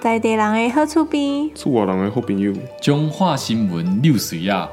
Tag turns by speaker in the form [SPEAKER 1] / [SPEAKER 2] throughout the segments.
[SPEAKER 1] 在地人的好厝边，
[SPEAKER 2] 厝外人的好朋友，
[SPEAKER 3] 中华新闻六水啊，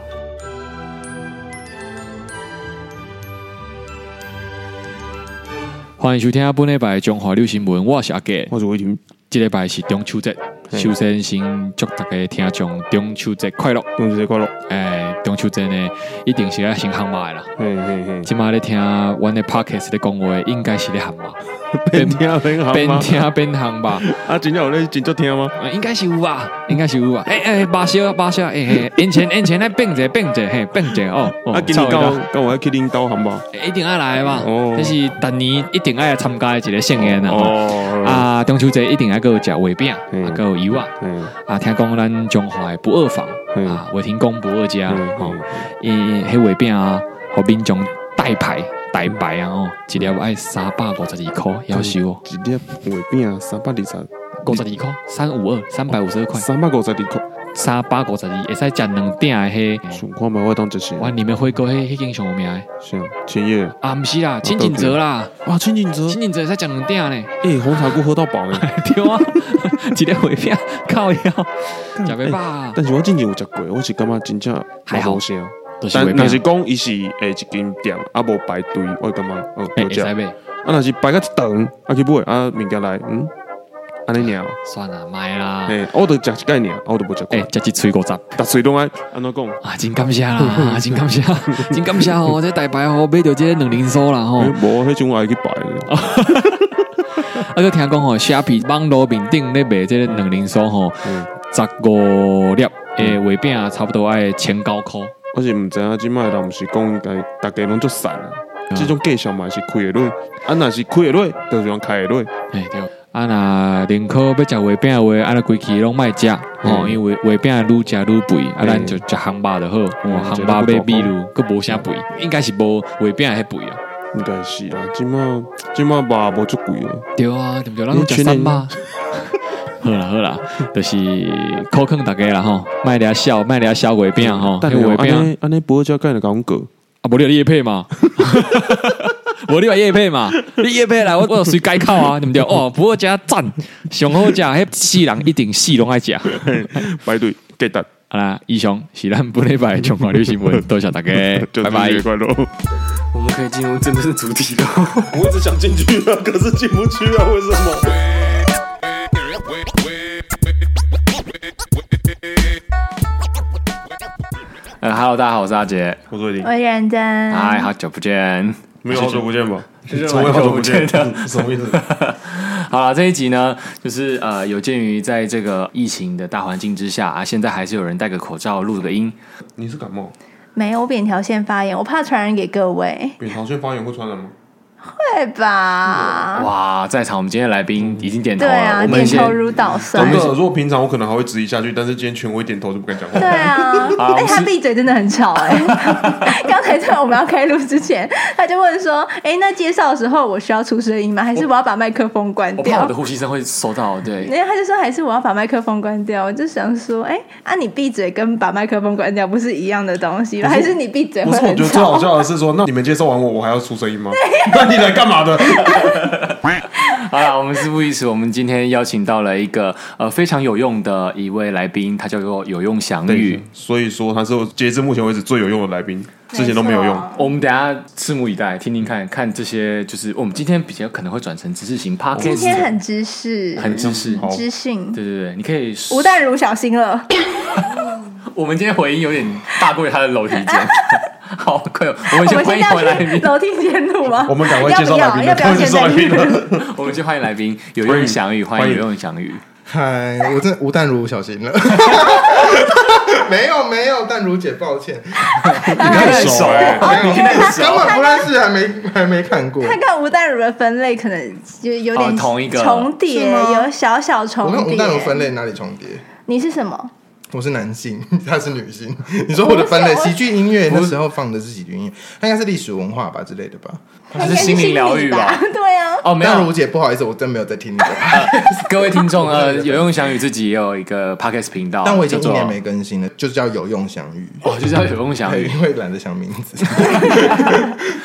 [SPEAKER 3] 欢迎收听本礼拜的中华六新闻，我是阿杰。
[SPEAKER 2] 我是伟霆。
[SPEAKER 3] 这礼拜是中秋节，
[SPEAKER 2] 嘿
[SPEAKER 3] 首先先祝大家听众中秋节快乐。
[SPEAKER 2] 中秋节快乐！
[SPEAKER 3] 哎，中秋节呢，一定是要先喊麦啦。
[SPEAKER 2] 嘿嘿嘿，
[SPEAKER 3] 即马咧听阮的 podcast 咧讲话，应该是咧喊麦，
[SPEAKER 2] 边听边行
[SPEAKER 3] 边
[SPEAKER 2] 吗？
[SPEAKER 3] 听边喊吧，
[SPEAKER 2] 啊，真正有咧真足听吗？
[SPEAKER 3] 啊应该是有吧，应该是有吧。哎哎，巴小巴小，哎哎，眼前眼前来变者变者嘿变者哦，哦
[SPEAKER 2] 啊，今年
[SPEAKER 3] 操
[SPEAKER 2] 到
[SPEAKER 3] 你妈
[SPEAKER 2] 到我要去恁兜行吧？
[SPEAKER 3] 一定要来吧
[SPEAKER 2] 哦，
[SPEAKER 3] 这是逐年一定要参加的一个盛宴啊。哦
[SPEAKER 2] 哦，
[SPEAKER 3] 啊，中秋节一定要有食月饼，
[SPEAKER 2] 嗯
[SPEAKER 3] 啊，还有柚啊。
[SPEAKER 2] 嗯
[SPEAKER 3] 啊，听讲咱中华的不二坊
[SPEAKER 2] 嗯
[SPEAKER 3] 啊，伟霆公不二家
[SPEAKER 2] 嗯
[SPEAKER 3] 哦，因迄月饼啊，互民众代牌代牌啊哦，一粒要三百五十二箍，夭寿哦，
[SPEAKER 2] 一粒月饼啊三百二十，
[SPEAKER 3] 五十二箍，三五二，三百五十二块，
[SPEAKER 2] 三百五十二块，
[SPEAKER 3] 三百五十二，会使食两鼎的迄。
[SPEAKER 2] 想看嘛，我当真是
[SPEAKER 3] 哇，你们回锅迄迄间上有名的
[SPEAKER 2] 是啊，千叶
[SPEAKER 3] 啊？毋是啦，清景泽啦，
[SPEAKER 2] 啊，千哎锦泽，
[SPEAKER 3] 清景泽会使食两鼎 呢，
[SPEAKER 2] 哎，红茶菇喝到 饱诶，
[SPEAKER 3] 对啊， 一粒月饼靠腰，食袂饱
[SPEAKER 2] 欸
[SPEAKER 3] 啊，
[SPEAKER 2] 但是我之前有食过，我是感觉真正
[SPEAKER 3] 还好
[SPEAKER 2] 无啥
[SPEAKER 3] 都是月
[SPEAKER 2] 但但是
[SPEAKER 3] 饼，
[SPEAKER 2] 讲伊是诶一间店，啊无排队，我感觉嗯
[SPEAKER 3] 哎，
[SPEAKER 2] 好
[SPEAKER 3] 会
[SPEAKER 2] 食。
[SPEAKER 3] 使
[SPEAKER 2] 啊，
[SPEAKER 3] 袂？
[SPEAKER 2] 若是排到一长，啊去买啊物件来，嗯，安尼尔。
[SPEAKER 3] 算啦，卖啦，
[SPEAKER 2] 诶，我都食一概尔，啊我都无食过
[SPEAKER 3] 哎，。食一喙五十。
[SPEAKER 2] 逐喙拢爱安怎讲？
[SPEAKER 3] 啊，真感谢啦， 真感谢，真感谢哦！这大牌哦，买到这个两零酥啦吼
[SPEAKER 2] 诶，无迄种爱去排的。
[SPEAKER 3] 哦啊，佮听讲吼，虾皮网络面顶咧卖这个两零酥吼，
[SPEAKER 2] 嗯
[SPEAKER 3] 十五粒诶月饼啊差不多爱千九箍。
[SPEAKER 2] 我是毋知影即摆人毋是讲，家大家拢足散啊。
[SPEAKER 3] 哦
[SPEAKER 2] 即种计数嘛是开会落，啊若是开会落，就是用开会落。
[SPEAKER 3] 哎对，啊若宁可要食月饼的话，啊若规气拢莫食吼，
[SPEAKER 2] 嗯
[SPEAKER 3] 因为月饼愈食愈肥，啊
[SPEAKER 2] 嗯
[SPEAKER 3] 咱就食烘肉就好，
[SPEAKER 2] 嗯
[SPEAKER 3] 哦
[SPEAKER 2] 食
[SPEAKER 3] 烘
[SPEAKER 2] 得
[SPEAKER 3] 肉
[SPEAKER 2] 不
[SPEAKER 3] 买
[SPEAKER 2] 多
[SPEAKER 3] 比如佮无啥肥，应该是无月饼的迄肥哦。
[SPEAKER 2] 应该是啊，即摆即摆肉无足贵的。
[SPEAKER 3] 对啊，对不对？咱拢食三吧。 好啦好啦，就是考劝大家啦吼，卖俩小卖俩小月饼吼，
[SPEAKER 2] 但
[SPEAKER 3] 迄月
[SPEAKER 2] 安
[SPEAKER 3] 饼
[SPEAKER 2] 尼安尼，保价敢会甲阮过。
[SPEAKER 3] 啊，无你有叶配嘛，无你有叶配嘛，你叶配来我我随改口啊，对不对？哦，不过加赞，上好食，迄世人一定世拢爱食。
[SPEAKER 2] 排队记得，，
[SPEAKER 3] 好啦，以上是咱本礼拜的中华流新闻，多 谢大家
[SPEAKER 2] 中
[SPEAKER 3] 拜
[SPEAKER 2] 秋
[SPEAKER 3] 拜
[SPEAKER 2] 节。快 乐。
[SPEAKER 4] 我们可以进入真的是主题了。
[SPEAKER 2] 我一直想进去啊，可是进不去啊，为什么？
[SPEAKER 4] 呃，Hello，大家好，我是阿杰，
[SPEAKER 2] 我说你
[SPEAKER 1] 我认真。
[SPEAKER 4] 嗨，好久不见，
[SPEAKER 2] 没有好久不见吧？
[SPEAKER 4] 从来好久不见的。
[SPEAKER 2] 什么意思？
[SPEAKER 4] 好了，这一集呢，就是呃，有鉴于在这个疫情的大环境之下啊，现在还是有人戴个口罩录个音，
[SPEAKER 2] 你是感冒？
[SPEAKER 1] 没有，我扁桃腺发炎，我怕传染给各位，
[SPEAKER 2] 扁桃腺发炎会传染吗？
[SPEAKER 1] 对吧？
[SPEAKER 4] 哇，在场我们今天的来宾已经点头
[SPEAKER 1] 对
[SPEAKER 4] 了，
[SPEAKER 1] 啊，
[SPEAKER 4] 哦我们
[SPEAKER 1] 点
[SPEAKER 4] 先
[SPEAKER 1] 头如捣蒜
[SPEAKER 2] 真。的，如果平常我可能还会质疑下去，但是今天全我一点头就不敢讲话
[SPEAKER 1] 对。啊，
[SPEAKER 4] 好
[SPEAKER 1] 哎，
[SPEAKER 4] 我是
[SPEAKER 1] 他闭嘴真的很吵哎。 刚才在我们要开录之前，他就问说：“哎，那介绍的时候我需要出声音吗？还是我要把麦克风关
[SPEAKER 4] 我怕
[SPEAKER 1] 掉
[SPEAKER 4] 我的？”呼吸声会收到，对，
[SPEAKER 1] 然后他就说：“还是我要把麦克风关掉。”我就想说：“哎，啊，你闭嘴跟把麦克风关掉不是一样的东西吗？还是你闭嘴
[SPEAKER 2] 不
[SPEAKER 1] 会
[SPEAKER 2] 是，我
[SPEAKER 1] 很
[SPEAKER 2] 觉得最好
[SPEAKER 1] 吵？”
[SPEAKER 2] 笑的是说，那你们接受完我，我还要出声音吗？那你来干嘛的？
[SPEAKER 4] 好了，我们事不宜迟，我们今天邀请到了一个呃非常有用的一位来宾，他叫做有用祥宇。
[SPEAKER 2] 所以说他是我截至目前为止最有用的来宾，之前都没有用。
[SPEAKER 4] 我们等一下拭目以待，听听看看这些，就是哦我们今天比较可能会转成知识型 podcast，
[SPEAKER 1] 今天很知识，
[SPEAKER 4] 很知识，
[SPEAKER 2] 好
[SPEAKER 1] 知性。
[SPEAKER 4] 对对对，你可以说。
[SPEAKER 1] 吴淡如小心了，
[SPEAKER 4] 我们今天回音有点大过于他的楼梯间。 好，快，我们
[SPEAKER 1] 我
[SPEAKER 4] 先
[SPEAKER 1] 们
[SPEAKER 4] 欢
[SPEAKER 1] 现
[SPEAKER 4] 迎回
[SPEAKER 1] 在
[SPEAKER 4] 来
[SPEAKER 1] 要去
[SPEAKER 4] 宾，
[SPEAKER 1] 楼梯间录吗？
[SPEAKER 2] 我们赶快介绍来宾
[SPEAKER 1] 要
[SPEAKER 2] 了，
[SPEAKER 1] 不要
[SPEAKER 2] 快
[SPEAKER 1] 要
[SPEAKER 2] 介
[SPEAKER 1] 不要
[SPEAKER 2] 绍来
[SPEAKER 1] 现
[SPEAKER 2] 宾
[SPEAKER 1] 在录？
[SPEAKER 2] 了。
[SPEAKER 4] 我们先欢迎来宾，有用翔宇，欢迎有用翔宇。
[SPEAKER 5] 嗨，我真的吴淡如小心 了，没有没有，淡如姐抱歉，
[SPEAKER 2] 你很熟哎，
[SPEAKER 5] 没有，
[SPEAKER 4] 你那个时
[SPEAKER 5] 根
[SPEAKER 4] 候
[SPEAKER 5] 本不认识，还没还没看过。
[SPEAKER 1] 他跟吴淡如的分类可能就有
[SPEAKER 4] 哦
[SPEAKER 1] 点
[SPEAKER 4] 同一个
[SPEAKER 1] 重叠，
[SPEAKER 5] 是吗
[SPEAKER 1] 有小小
[SPEAKER 5] 我跟
[SPEAKER 1] 重
[SPEAKER 5] 吴
[SPEAKER 1] 叠。
[SPEAKER 5] 淡如分类哪里重叠？
[SPEAKER 1] 你是什么？
[SPEAKER 5] 我是男性， 她是女性。你说我的分类，
[SPEAKER 1] 不是我
[SPEAKER 5] 喜剧音乐那时候放的是喜剧音乐，它应该是历史文化吧之类的吧。
[SPEAKER 4] 他是心灵疗愈吧
[SPEAKER 1] 应该是心理吧？ 对啊，
[SPEAKER 4] 哦，没
[SPEAKER 5] 淡
[SPEAKER 4] 有
[SPEAKER 5] 如，姐，不好意思，我真没有在听你的，
[SPEAKER 4] 各位听众，呃，有用翔宇自己也有一个 podcast 频道，
[SPEAKER 5] 但我已经
[SPEAKER 4] 叫做
[SPEAKER 5] 一年没更新了，就叫哦有用相遇。
[SPEAKER 4] 哦，就叫有用翔
[SPEAKER 5] 对
[SPEAKER 4] 宇。
[SPEAKER 5] 因为懒得想名字。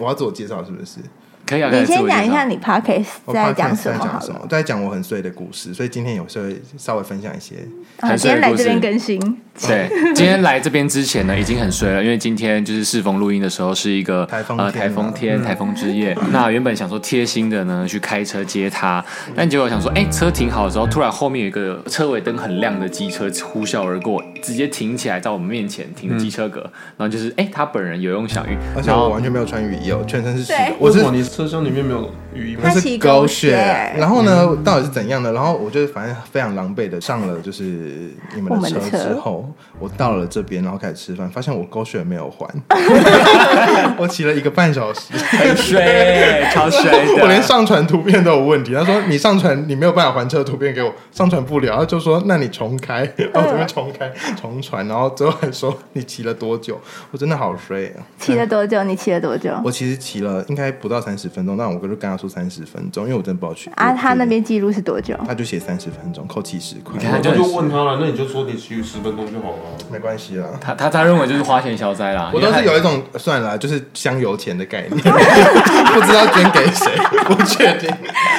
[SPEAKER 5] 我要自我介绍是不是？
[SPEAKER 3] 可以啊，可以
[SPEAKER 1] 你
[SPEAKER 3] 自
[SPEAKER 1] 先
[SPEAKER 3] 我介
[SPEAKER 1] 讲一
[SPEAKER 3] 绍
[SPEAKER 1] 下你 podcast
[SPEAKER 5] 我
[SPEAKER 1] 在
[SPEAKER 5] 哦 podcast
[SPEAKER 1] 讲
[SPEAKER 5] 在
[SPEAKER 1] 什么好
[SPEAKER 5] 讲什么
[SPEAKER 1] 了。？
[SPEAKER 5] 在讲我很碎的故事，所以今天有时候会稍微分享一些。
[SPEAKER 1] 啊，
[SPEAKER 3] 很
[SPEAKER 1] 今
[SPEAKER 3] 碎
[SPEAKER 1] 天
[SPEAKER 3] 的
[SPEAKER 1] 来
[SPEAKER 3] 故
[SPEAKER 1] 这
[SPEAKER 3] 事
[SPEAKER 1] 边更新，
[SPEAKER 3] 对，今天来这边之前呢，已经很衰了，因为今天就是适逢录音的时候是一个
[SPEAKER 5] 台风
[SPEAKER 3] 呃
[SPEAKER 5] 天啊
[SPEAKER 3] 台风天、台风之 夜。那原本想说贴心的呢去开车接他，但结果想说，哎、车停好的时候，突然后面有一个车尾灯很亮的机车呼啸而过，直接停起来在我们面前停机车格，然后就是哎、他本人有用小玉，
[SPEAKER 5] 而且
[SPEAKER 3] 然
[SPEAKER 5] 我
[SPEAKER 3] 后
[SPEAKER 5] 完全没有穿雨衣哦，全身是湿的
[SPEAKER 1] 对。
[SPEAKER 5] 我是
[SPEAKER 2] 哇，你车厢里面没有雨衣吗
[SPEAKER 1] 他？
[SPEAKER 5] 那
[SPEAKER 1] 骑
[SPEAKER 5] 是
[SPEAKER 1] 狗
[SPEAKER 5] 狗
[SPEAKER 1] 血
[SPEAKER 5] 血。然后呢，
[SPEAKER 3] 嗯
[SPEAKER 5] 到底是怎样的？然后我就反正非常狼狈的上了就是你们
[SPEAKER 1] 我
[SPEAKER 5] 的
[SPEAKER 1] 们的
[SPEAKER 5] 车
[SPEAKER 1] 车
[SPEAKER 5] 之后，我到了这边，然后开始吃饭，发现我狗血没有还， 我骑了一个半小时。
[SPEAKER 3] 很衰，超衰的，
[SPEAKER 5] 我连上传图片都有问题，他说你上传你没有办法还车的图片给我，上传不了，他就说那你重 开，然后我这边重开重传，然后最后还说你骑了多久，我真的好衰啊！
[SPEAKER 1] 骑了多久？
[SPEAKER 4] 嗯
[SPEAKER 1] 你骑了多久？
[SPEAKER 5] 我其实骑了应该不到三十分钟，但我哥就跟他说三十分钟，因为我真的不知道去
[SPEAKER 1] 啊，他那边记录是多久？
[SPEAKER 5] 他就写三十分钟，扣七十块，
[SPEAKER 3] 看
[SPEAKER 2] 我
[SPEAKER 3] 就
[SPEAKER 2] 就问他了，那你就说你骑十分钟就好了。
[SPEAKER 5] 没关系啦。
[SPEAKER 3] 他他他认为就是花钱消灾啦，
[SPEAKER 5] 我都
[SPEAKER 3] 因为
[SPEAKER 5] 是
[SPEAKER 3] 他
[SPEAKER 5] 有一种算了啦，就是香油钱的概念， 不知道捐给谁，不确 定，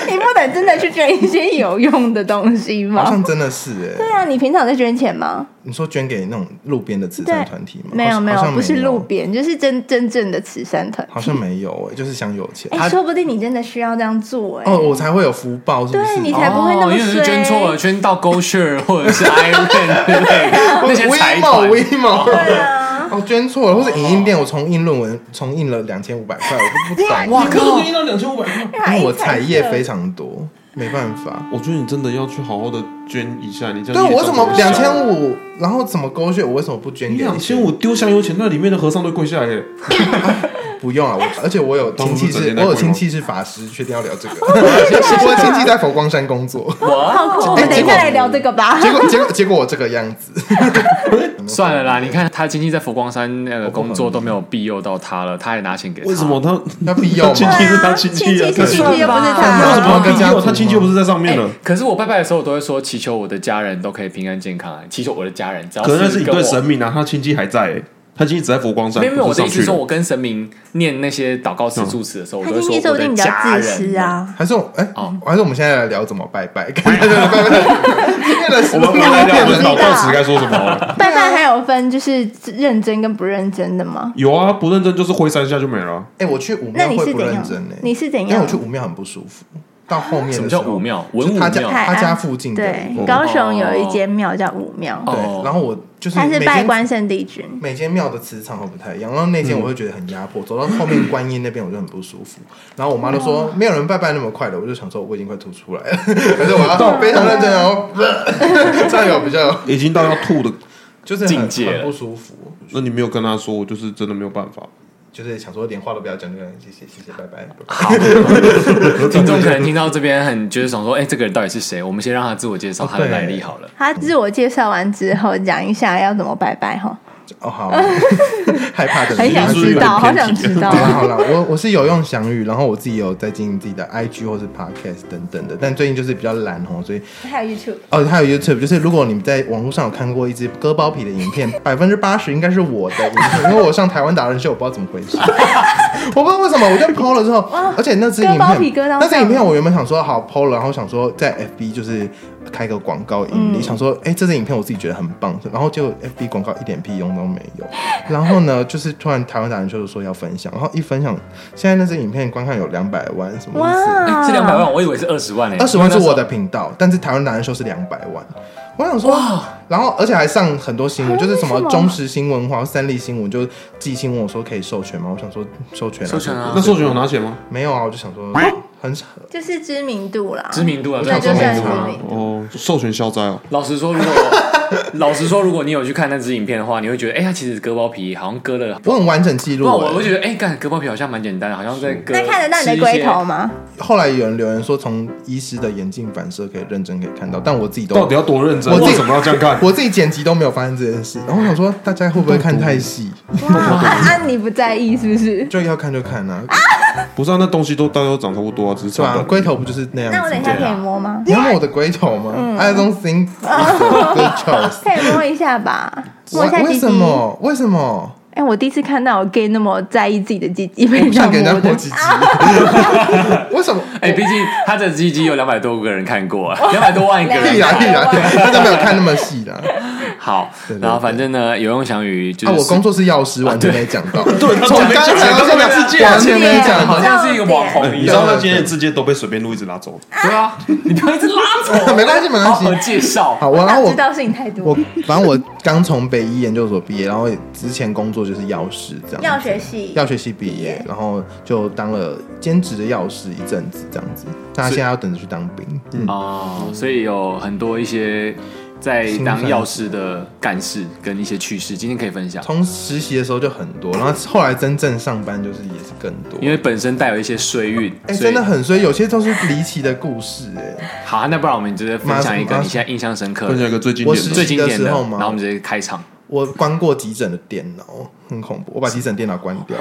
[SPEAKER 1] 你不能真的去捐一些有用的东西
[SPEAKER 5] 好
[SPEAKER 1] 吗
[SPEAKER 5] 像？真的是哎、
[SPEAKER 1] 对啊，你平常在捐钱吗？
[SPEAKER 5] 你说捐给那种路边的慈
[SPEAKER 1] 对
[SPEAKER 5] 善团体吗？
[SPEAKER 1] 没
[SPEAKER 5] 好
[SPEAKER 1] 有
[SPEAKER 5] 像
[SPEAKER 1] 没
[SPEAKER 5] 好像
[SPEAKER 1] 有，
[SPEAKER 5] 没
[SPEAKER 1] 不是路边，就是真真正的慈善团。
[SPEAKER 5] 好像没有哎、就是想有钱。
[SPEAKER 1] 哎，说不定你真的需要这样做哎。
[SPEAKER 5] 哦，我才会有福报，是不是？
[SPEAKER 1] 对你
[SPEAKER 5] 哦
[SPEAKER 1] 才不会那么
[SPEAKER 3] 哦因为是捐错了，
[SPEAKER 1] 衰
[SPEAKER 3] 捐到 GoShare 或者是 Iron 之类的那些财 团。
[SPEAKER 5] 威猛威猛
[SPEAKER 1] 对啊，
[SPEAKER 5] 哦，捐错了，或者影印店我重印论文，重印了两千五百块，我都不懂，
[SPEAKER 3] 哇靠！
[SPEAKER 2] 到两千五百块，
[SPEAKER 1] 因
[SPEAKER 5] 因为我彩页非常多，没办法。
[SPEAKER 2] 我觉得你真的要去好好的捐一下，你这
[SPEAKER 5] 对，啊
[SPEAKER 2] 样
[SPEAKER 5] 我怎么两千
[SPEAKER 2] 五？
[SPEAKER 5] 五，然后怎么勾选？我为什么不捐给
[SPEAKER 2] 你
[SPEAKER 5] 你？
[SPEAKER 2] 两千五丢香油钱，那里面的和尚都跪下哎来耶。
[SPEAKER 5] 不用啊，我而且我有亲
[SPEAKER 2] 当初
[SPEAKER 5] 戚是
[SPEAKER 2] 整，天在
[SPEAKER 5] 我有亲戚是法师，确定要聊这个。 我亲戚在佛光山工作，
[SPEAKER 1] 好酷。我们
[SPEAKER 5] 哎
[SPEAKER 1] 等一
[SPEAKER 5] 结果
[SPEAKER 1] 下来聊这个吧。
[SPEAKER 5] 结果结果结果我这个样子，
[SPEAKER 3] 算了啦，你看他经济在佛光山那个工作都没有庇佑到他了，他还拿钱给他。
[SPEAKER 2] 为什么他？
[SPEAKER 5] 要必要
[SPEAKER 2] 亲
[SPEAKER 5] 吗？
[SPEAKER 2] 戚是他
[SPEAKER 1] 亲
[SPEAKER 2] 亲
[SPEAKER 1] 戚
[SPEAKER 2] 戚啊，
[SPEAKER 1] 是亲戚，又不是
[SPEAKER 2] 他为
[SPEAKER 1] 他。
[SPEAKER 2] 什么要跟
[SPEAKER 5] 家
[SPEAKER 2] 家
[SPEAKER 5] 族吗
[SPEAKER 2] 他亲戚又不是在上面
[SPEAKER 3] 哎
[SPEAKER 2] 了？
[SPEAKER 3] 可是我拜拜的时候，我都会说祈求我的家人都可以平安健康，啊祈求我的家人只要
[SPEAKER 2] 可能那是你
[SPEAKER 3] 跟我
[SPEAKER 2] 对神明啊，他亲戚还在耶，他亲戚只在佛光山，
[SPEAKER 3] 没有没有，
[SPEAKER 2] 不
[SPEAKER 3] 我
[SPEAKER 2] 是上
[SPEAKER 3] 的意思
[SPEAKER 2] 去
[SPEAKER 3] 是说，
[SPEAKER 2] 了。
[SPEAKER 3] 我跟神明念那些祷告词、祝词的时候，我
[SPEAKER 1] 他
[SPEAKER 3] 都会
[SPEAKER 1] 今天
[SPEAKER 3] 说
[SPEAKER 1] 说
[SPEAKER 3] 我
[SPEAKER 1] 不定
[SPEAKER 3] 的
[SPEAKER 1] 比较
[SPEAKER 3] 家
[SPEAKER 1] 自
[SPEAKER 3] 人
[SPEAKER 1] 私。啊。
[SPEAKER 5] 还是我哎
[SPEAKER 3] 哦，
[SPEAKER 5] 还是我们现在来聊怎么拜 拜？看他这个拜拜，变了什么？
[SPEAKER 2] 我们
[SPEAKER 1] 聊
[SPEAKER 2] 两个
[SPEAKER 1] 知道
[SPEAKER 2] 祷告词该说什么了？
[SPEAKER 1] 拜拜还有分就是认真跟不认真的吗？
[SPEAKER 2] 有啊，不认真就是挥三下就没了啊。
[SPEAKER 5] 哎，我去武
[SPEAKER 1] 那
[SPEAKER 5] 庙
[SPEAKER 1] 你
[SPEAKER 5] 会
[SPEAKER 1] 是
[SPEAKER 5] 不
[SPEAKER 1] 怎
[SPEAKER 5] 认
[SPEAKER 1] 样
[SPEAKER 5] 真呢？？
[SPEAKER 1] 你是怎
[SPEAKER 5] 因为
[SPEAKER 1] 样
[SPEAKER 5] 我？去武庙很不舒服，到后面
[SPEAKER 3] 什么
[SPEAKER 5] 的时
[SPEAKER 3] 叫
[SPEAKER 5] 候
[SPEAKER 3] 武庙？
[SPEAKER 2] 嗯
[SPEAKER 5] 就
[SPEAKER 3] 文武
[SPEAKER 5] 他家
[SPEAKER 3] 庙
[SPEAKER 1] 太
[SPEAKER 5] 他
[SPEAKER 1] 安
[SPEAKER 5] 家附近的
[SPEAKER 1] 对哦
[SPEAKER 5] 对，，
[SPEAKER 1] 高雄有一间庙叫武庙，
[SPEAKER 3] 哦
[SPEAKER 5] 然后我就是
[SPEAKER 1] 它是
[SPEAKER 5] 每
[SPEAKER 1] 拜
[SPEAKER 5] 间
[SPEAKER 1] 关圣帝君。
[SPEAKER 5] 每间庙的磁场都不太一样，然后那
[SPEAKER 3] 嗯
[SPEAKER 5] 间我会觉得很压迫，走到后面观音那边我就很不舒服。然后我妈就
[SPEAKER 1] 哦
[SPEAKER 5] 说没有人拜拜那么快的，我就想说我已经快吐出来了， 可是 我要非常认真，然后 这样有比较
[SPEAKER 2] 已经到要吐的，
[SPEAKER 5] 就是
[SPEAKER 3] 境
[SPEAKER 5] 很
[SPEAKER 3] 界了
[SPEAKER 5] 很不舒服，
[SPEAKER 2] 那你没有跟他说，我就是真的没有办法。
[SPEAKER 5] 就是想说连话都不要讲，就跟谢谢谢谢拜拜。
[SPEAKER 3] 听众可能听到这边很就是想说，哎，这个人到底是谁？我们先让他自我介
[SPEAKER 2] 哦
[SPEAKER 3] 绍他的来历好了。
[SPEAKER 1] 他自我介绍完之后，讲一下要怎么拜拜哈，
[SPEAKER 5] 哦 好，害怕的
[SPEAKER 1] 很想
[SPEAKER 5] 人
[SPEAKER 1] 知道，好想知道 啊
[SPEAKER 5] 好。了好了，我我是有用翔语，然后我自己有在经营自己的 IG 或是 Podcast 等等的，但最近就是比较懒哦，所以
[SPEAKER 1] 还有 YouTube，
[SPEAKER 5] 哦，还有 YouTube，就是如果你们在网络上有看过一只割包皮的影片，百分之八十应该是我的 影片，因为我上台湾达人秀，我不知道怎么回事， 我不知道为什么我就 PO 了之后，而且那只影
[SPEAKER 1] 割包皮
[SPEAKER 5] 片
[SPEAKER 1] 割到，
[SPEAKER 5] 那只影
[SPEAKER 1] 上
[SPEAKER 5] 片我原本想说好 PO 了，然后想说在 FB 就是开个广告盈
[SPEAKER 1] 嗯
[SPEAKER 5] 利，想说哎、这支影片我自己觉得很棒，然后结果 FB 广告一点屁用都没有，然后呢就是突然台湾达人秀就说要分享，然后一分享，现在那支影片观看有两百万，什么意思？
[SPEAKER 1] 哇，哎
[SPEAKER 3] 是哎两百万，我以为是二十万呢。欸
[SPEAKER 5] 二十万是我的频道，但是台湾男人秀是两百万。我想说，然后而且还上很多新闻，
[SPEAKER 1] 啊
[SPEAKER 5] 就是什么
[SPEAKER 1] 为什么
[SPEAKER 5] 中时新闻或三立新闻，就寄信问我说可以授权吗？我想说授权、啊，
[SPEAKER 3] 授权啊
[SPEAKER 2] 那授权有拿钱吗？
[SPEAKER 5] 没有啊，我就想说
[SPEAKER 1] 哦
[SPEAKER 5] 很少。
[SPEAKER 1] 就是知名度啦，
[SPEAKER 3] 知名度啊，
[SPEAKER 1] 那就
[SPEAKER 3] 知
[SPEAKER 1] 算
[SPEAKER 3] 名
[SPEAKER 1] 知
[SPEAKER 3] 度啊。
[SPEAKER 1] 名度。
[SPEAKER 2] 哦，授权消灾哦。
[SPEAKER 3] 老实说，如果 老实说，如果你有去看那支影片的话，你会觉得，哎、他其实割包皮好像割了。
[SPEAKER 5] 我很完整记录、
[SPEAKER 3] 不然我我
[SPEAKER 5] 欸。
[SPEAKER 3] 觉得，哎、干割包皮好像蛮简单的，好像在割。
[SPEAKER 1] 那看得到你的龟头？吗？
[SPEAKER 5] 后来有人留言说，从医师的眼镜反射可以认真可以看到，但我自己都
[SPEAKER 2] 到底要多认真？
[SPEAKER 5] 我自己
[SPEAKER 2] 为什么要这样看？
[SPEAKER 5] 我自己剪辑都没有发现这件事。然后我想说，大家会不会看 太细？
[SPEAKER 1] 哇，啊，你不在意是不是？
[SPEAKER 5] 就要看就看啊，
[SPEAKER 2] 不是啊，那东西都大家都长差不多啊，只是
[SPEAKER 5] 是吧？
[SPEAKER 2] 长得
[SPEAKER 5] 龟头不就是那样子？
[SPEAKER 1] 那我等一下可以嗯摸吗？
[SPEAKER 5] 你要摸我的龟头吗、i don't think it's a good choice.
[SPEAKER 1] 可以摸一下吧，摸一下
[SPEAKER 5] 为
[SPEAKER 1] 鸡
[SPEAKER 5] 为
[SPEAKER 1] 鸡
[SPEAKER 5] 什。么？为什么？
[SPEAKER 1] 哎、我第一次看到有 gay 那么在意自己的鸡鸡被
[SPEAKER 5] 我不
[SPEAKER 1] 人家
[SPEAKER 5] 想给人家
[SPEAKER 1] 摸
[SPEAKER 5] 摸
[SPEAKER 1] 的，
[SPEAKER 5] 鸡鸡，为什么？
[SPEAKER 3] 哎，毕竟他的鸡鸡有两百多个人看过， 两百多万个
[SPEAKER 5] 屁
[SPEAKER 3] 人
[SPEAKER 5] 啦
[SPEAKER 3] 看。
[SPEAKER 5] 屁啦，大家没有看那么细的。
[SPEAKER 1] 啊
[SPEAKER 3] 好
[SPEAKER 5] 对，对
[SPEAKER 3] 然后反正呢，游泳翔宇就
[SPEAKER 5] 啊，
[SPEAKER 3] 是
[SPEAKER 5] 我工作是药师，完全没讲到。 对，从
[SPEAKER 6] 从
[SPEAKER 5] 刚才到现在完全没讲
[SPEAKER 3] 好
[SPEAKER 5] 到。
[SPEAKER 3] 像是一个网红一
[SPEAKER 6] 你知道
[SPEAKER 3] 样。
[SPEAKER 6] 他今天的字节都被随便录一直拉走，
[SPEAKER 3] 对啊，你不要一直拉走
[SPEAKER 5] ，没关系没关系
[SPEAKER 3] 好好介绍。
[SPEAKER 5] 好，我然
[SPEAKER 1] 哪
[SPEAKER 5] 后我
[SPEAKER 1] 知道事情太
[SPEAKER 5] 我
[SPEAKER 1] 多。
[SPEAKER 5] 反正我刚从北医研究所毕业，然后之前工作就是药师这样子，
[SPEAKER 1] 药学系
[SPEAKER 5] 药学系毕业，然后就当了兼职的药师一阵子这样子。那现在要等着去当兵，嗯，
[SPEAKER 3] 哦，所以有很多一些在当
[SPEAKER 5] 酸
[SPEAKER 3] 药师的干事跟一些趣事，今天可以分享。
[SPEAKER 5] 从实习的时候就很多，然后后来真正上班就是也是更多。
[SPEAKER 3] 因为本身带有一些衰运，
[SPEAKER 5] 哎、
[SPEAKER 3] 所以
[SPEAKER 5] 真的很衰，有些都是离奇的故事哎、
[SPEAKER 3] 好。那不然我们直接分享一个
[SPEAKER 5] 马上
[SPEAKER 3] 你现在印象深刻
[SPEAKER 2] 分享一个最经
[SPEAKER 5] 我
[SPEAKER 2] 典
[SPEAKER 5] 是
[SPEAKER 2] 的，
[SPEAKER 3] 最经典
[SPEAKER 5] 的时候吗
[SPEAKER 3] 然后我们直接开场。
[SPEAKER 5] 我关过急诊的电脑，很恐怖，我把急诊电脑关掉，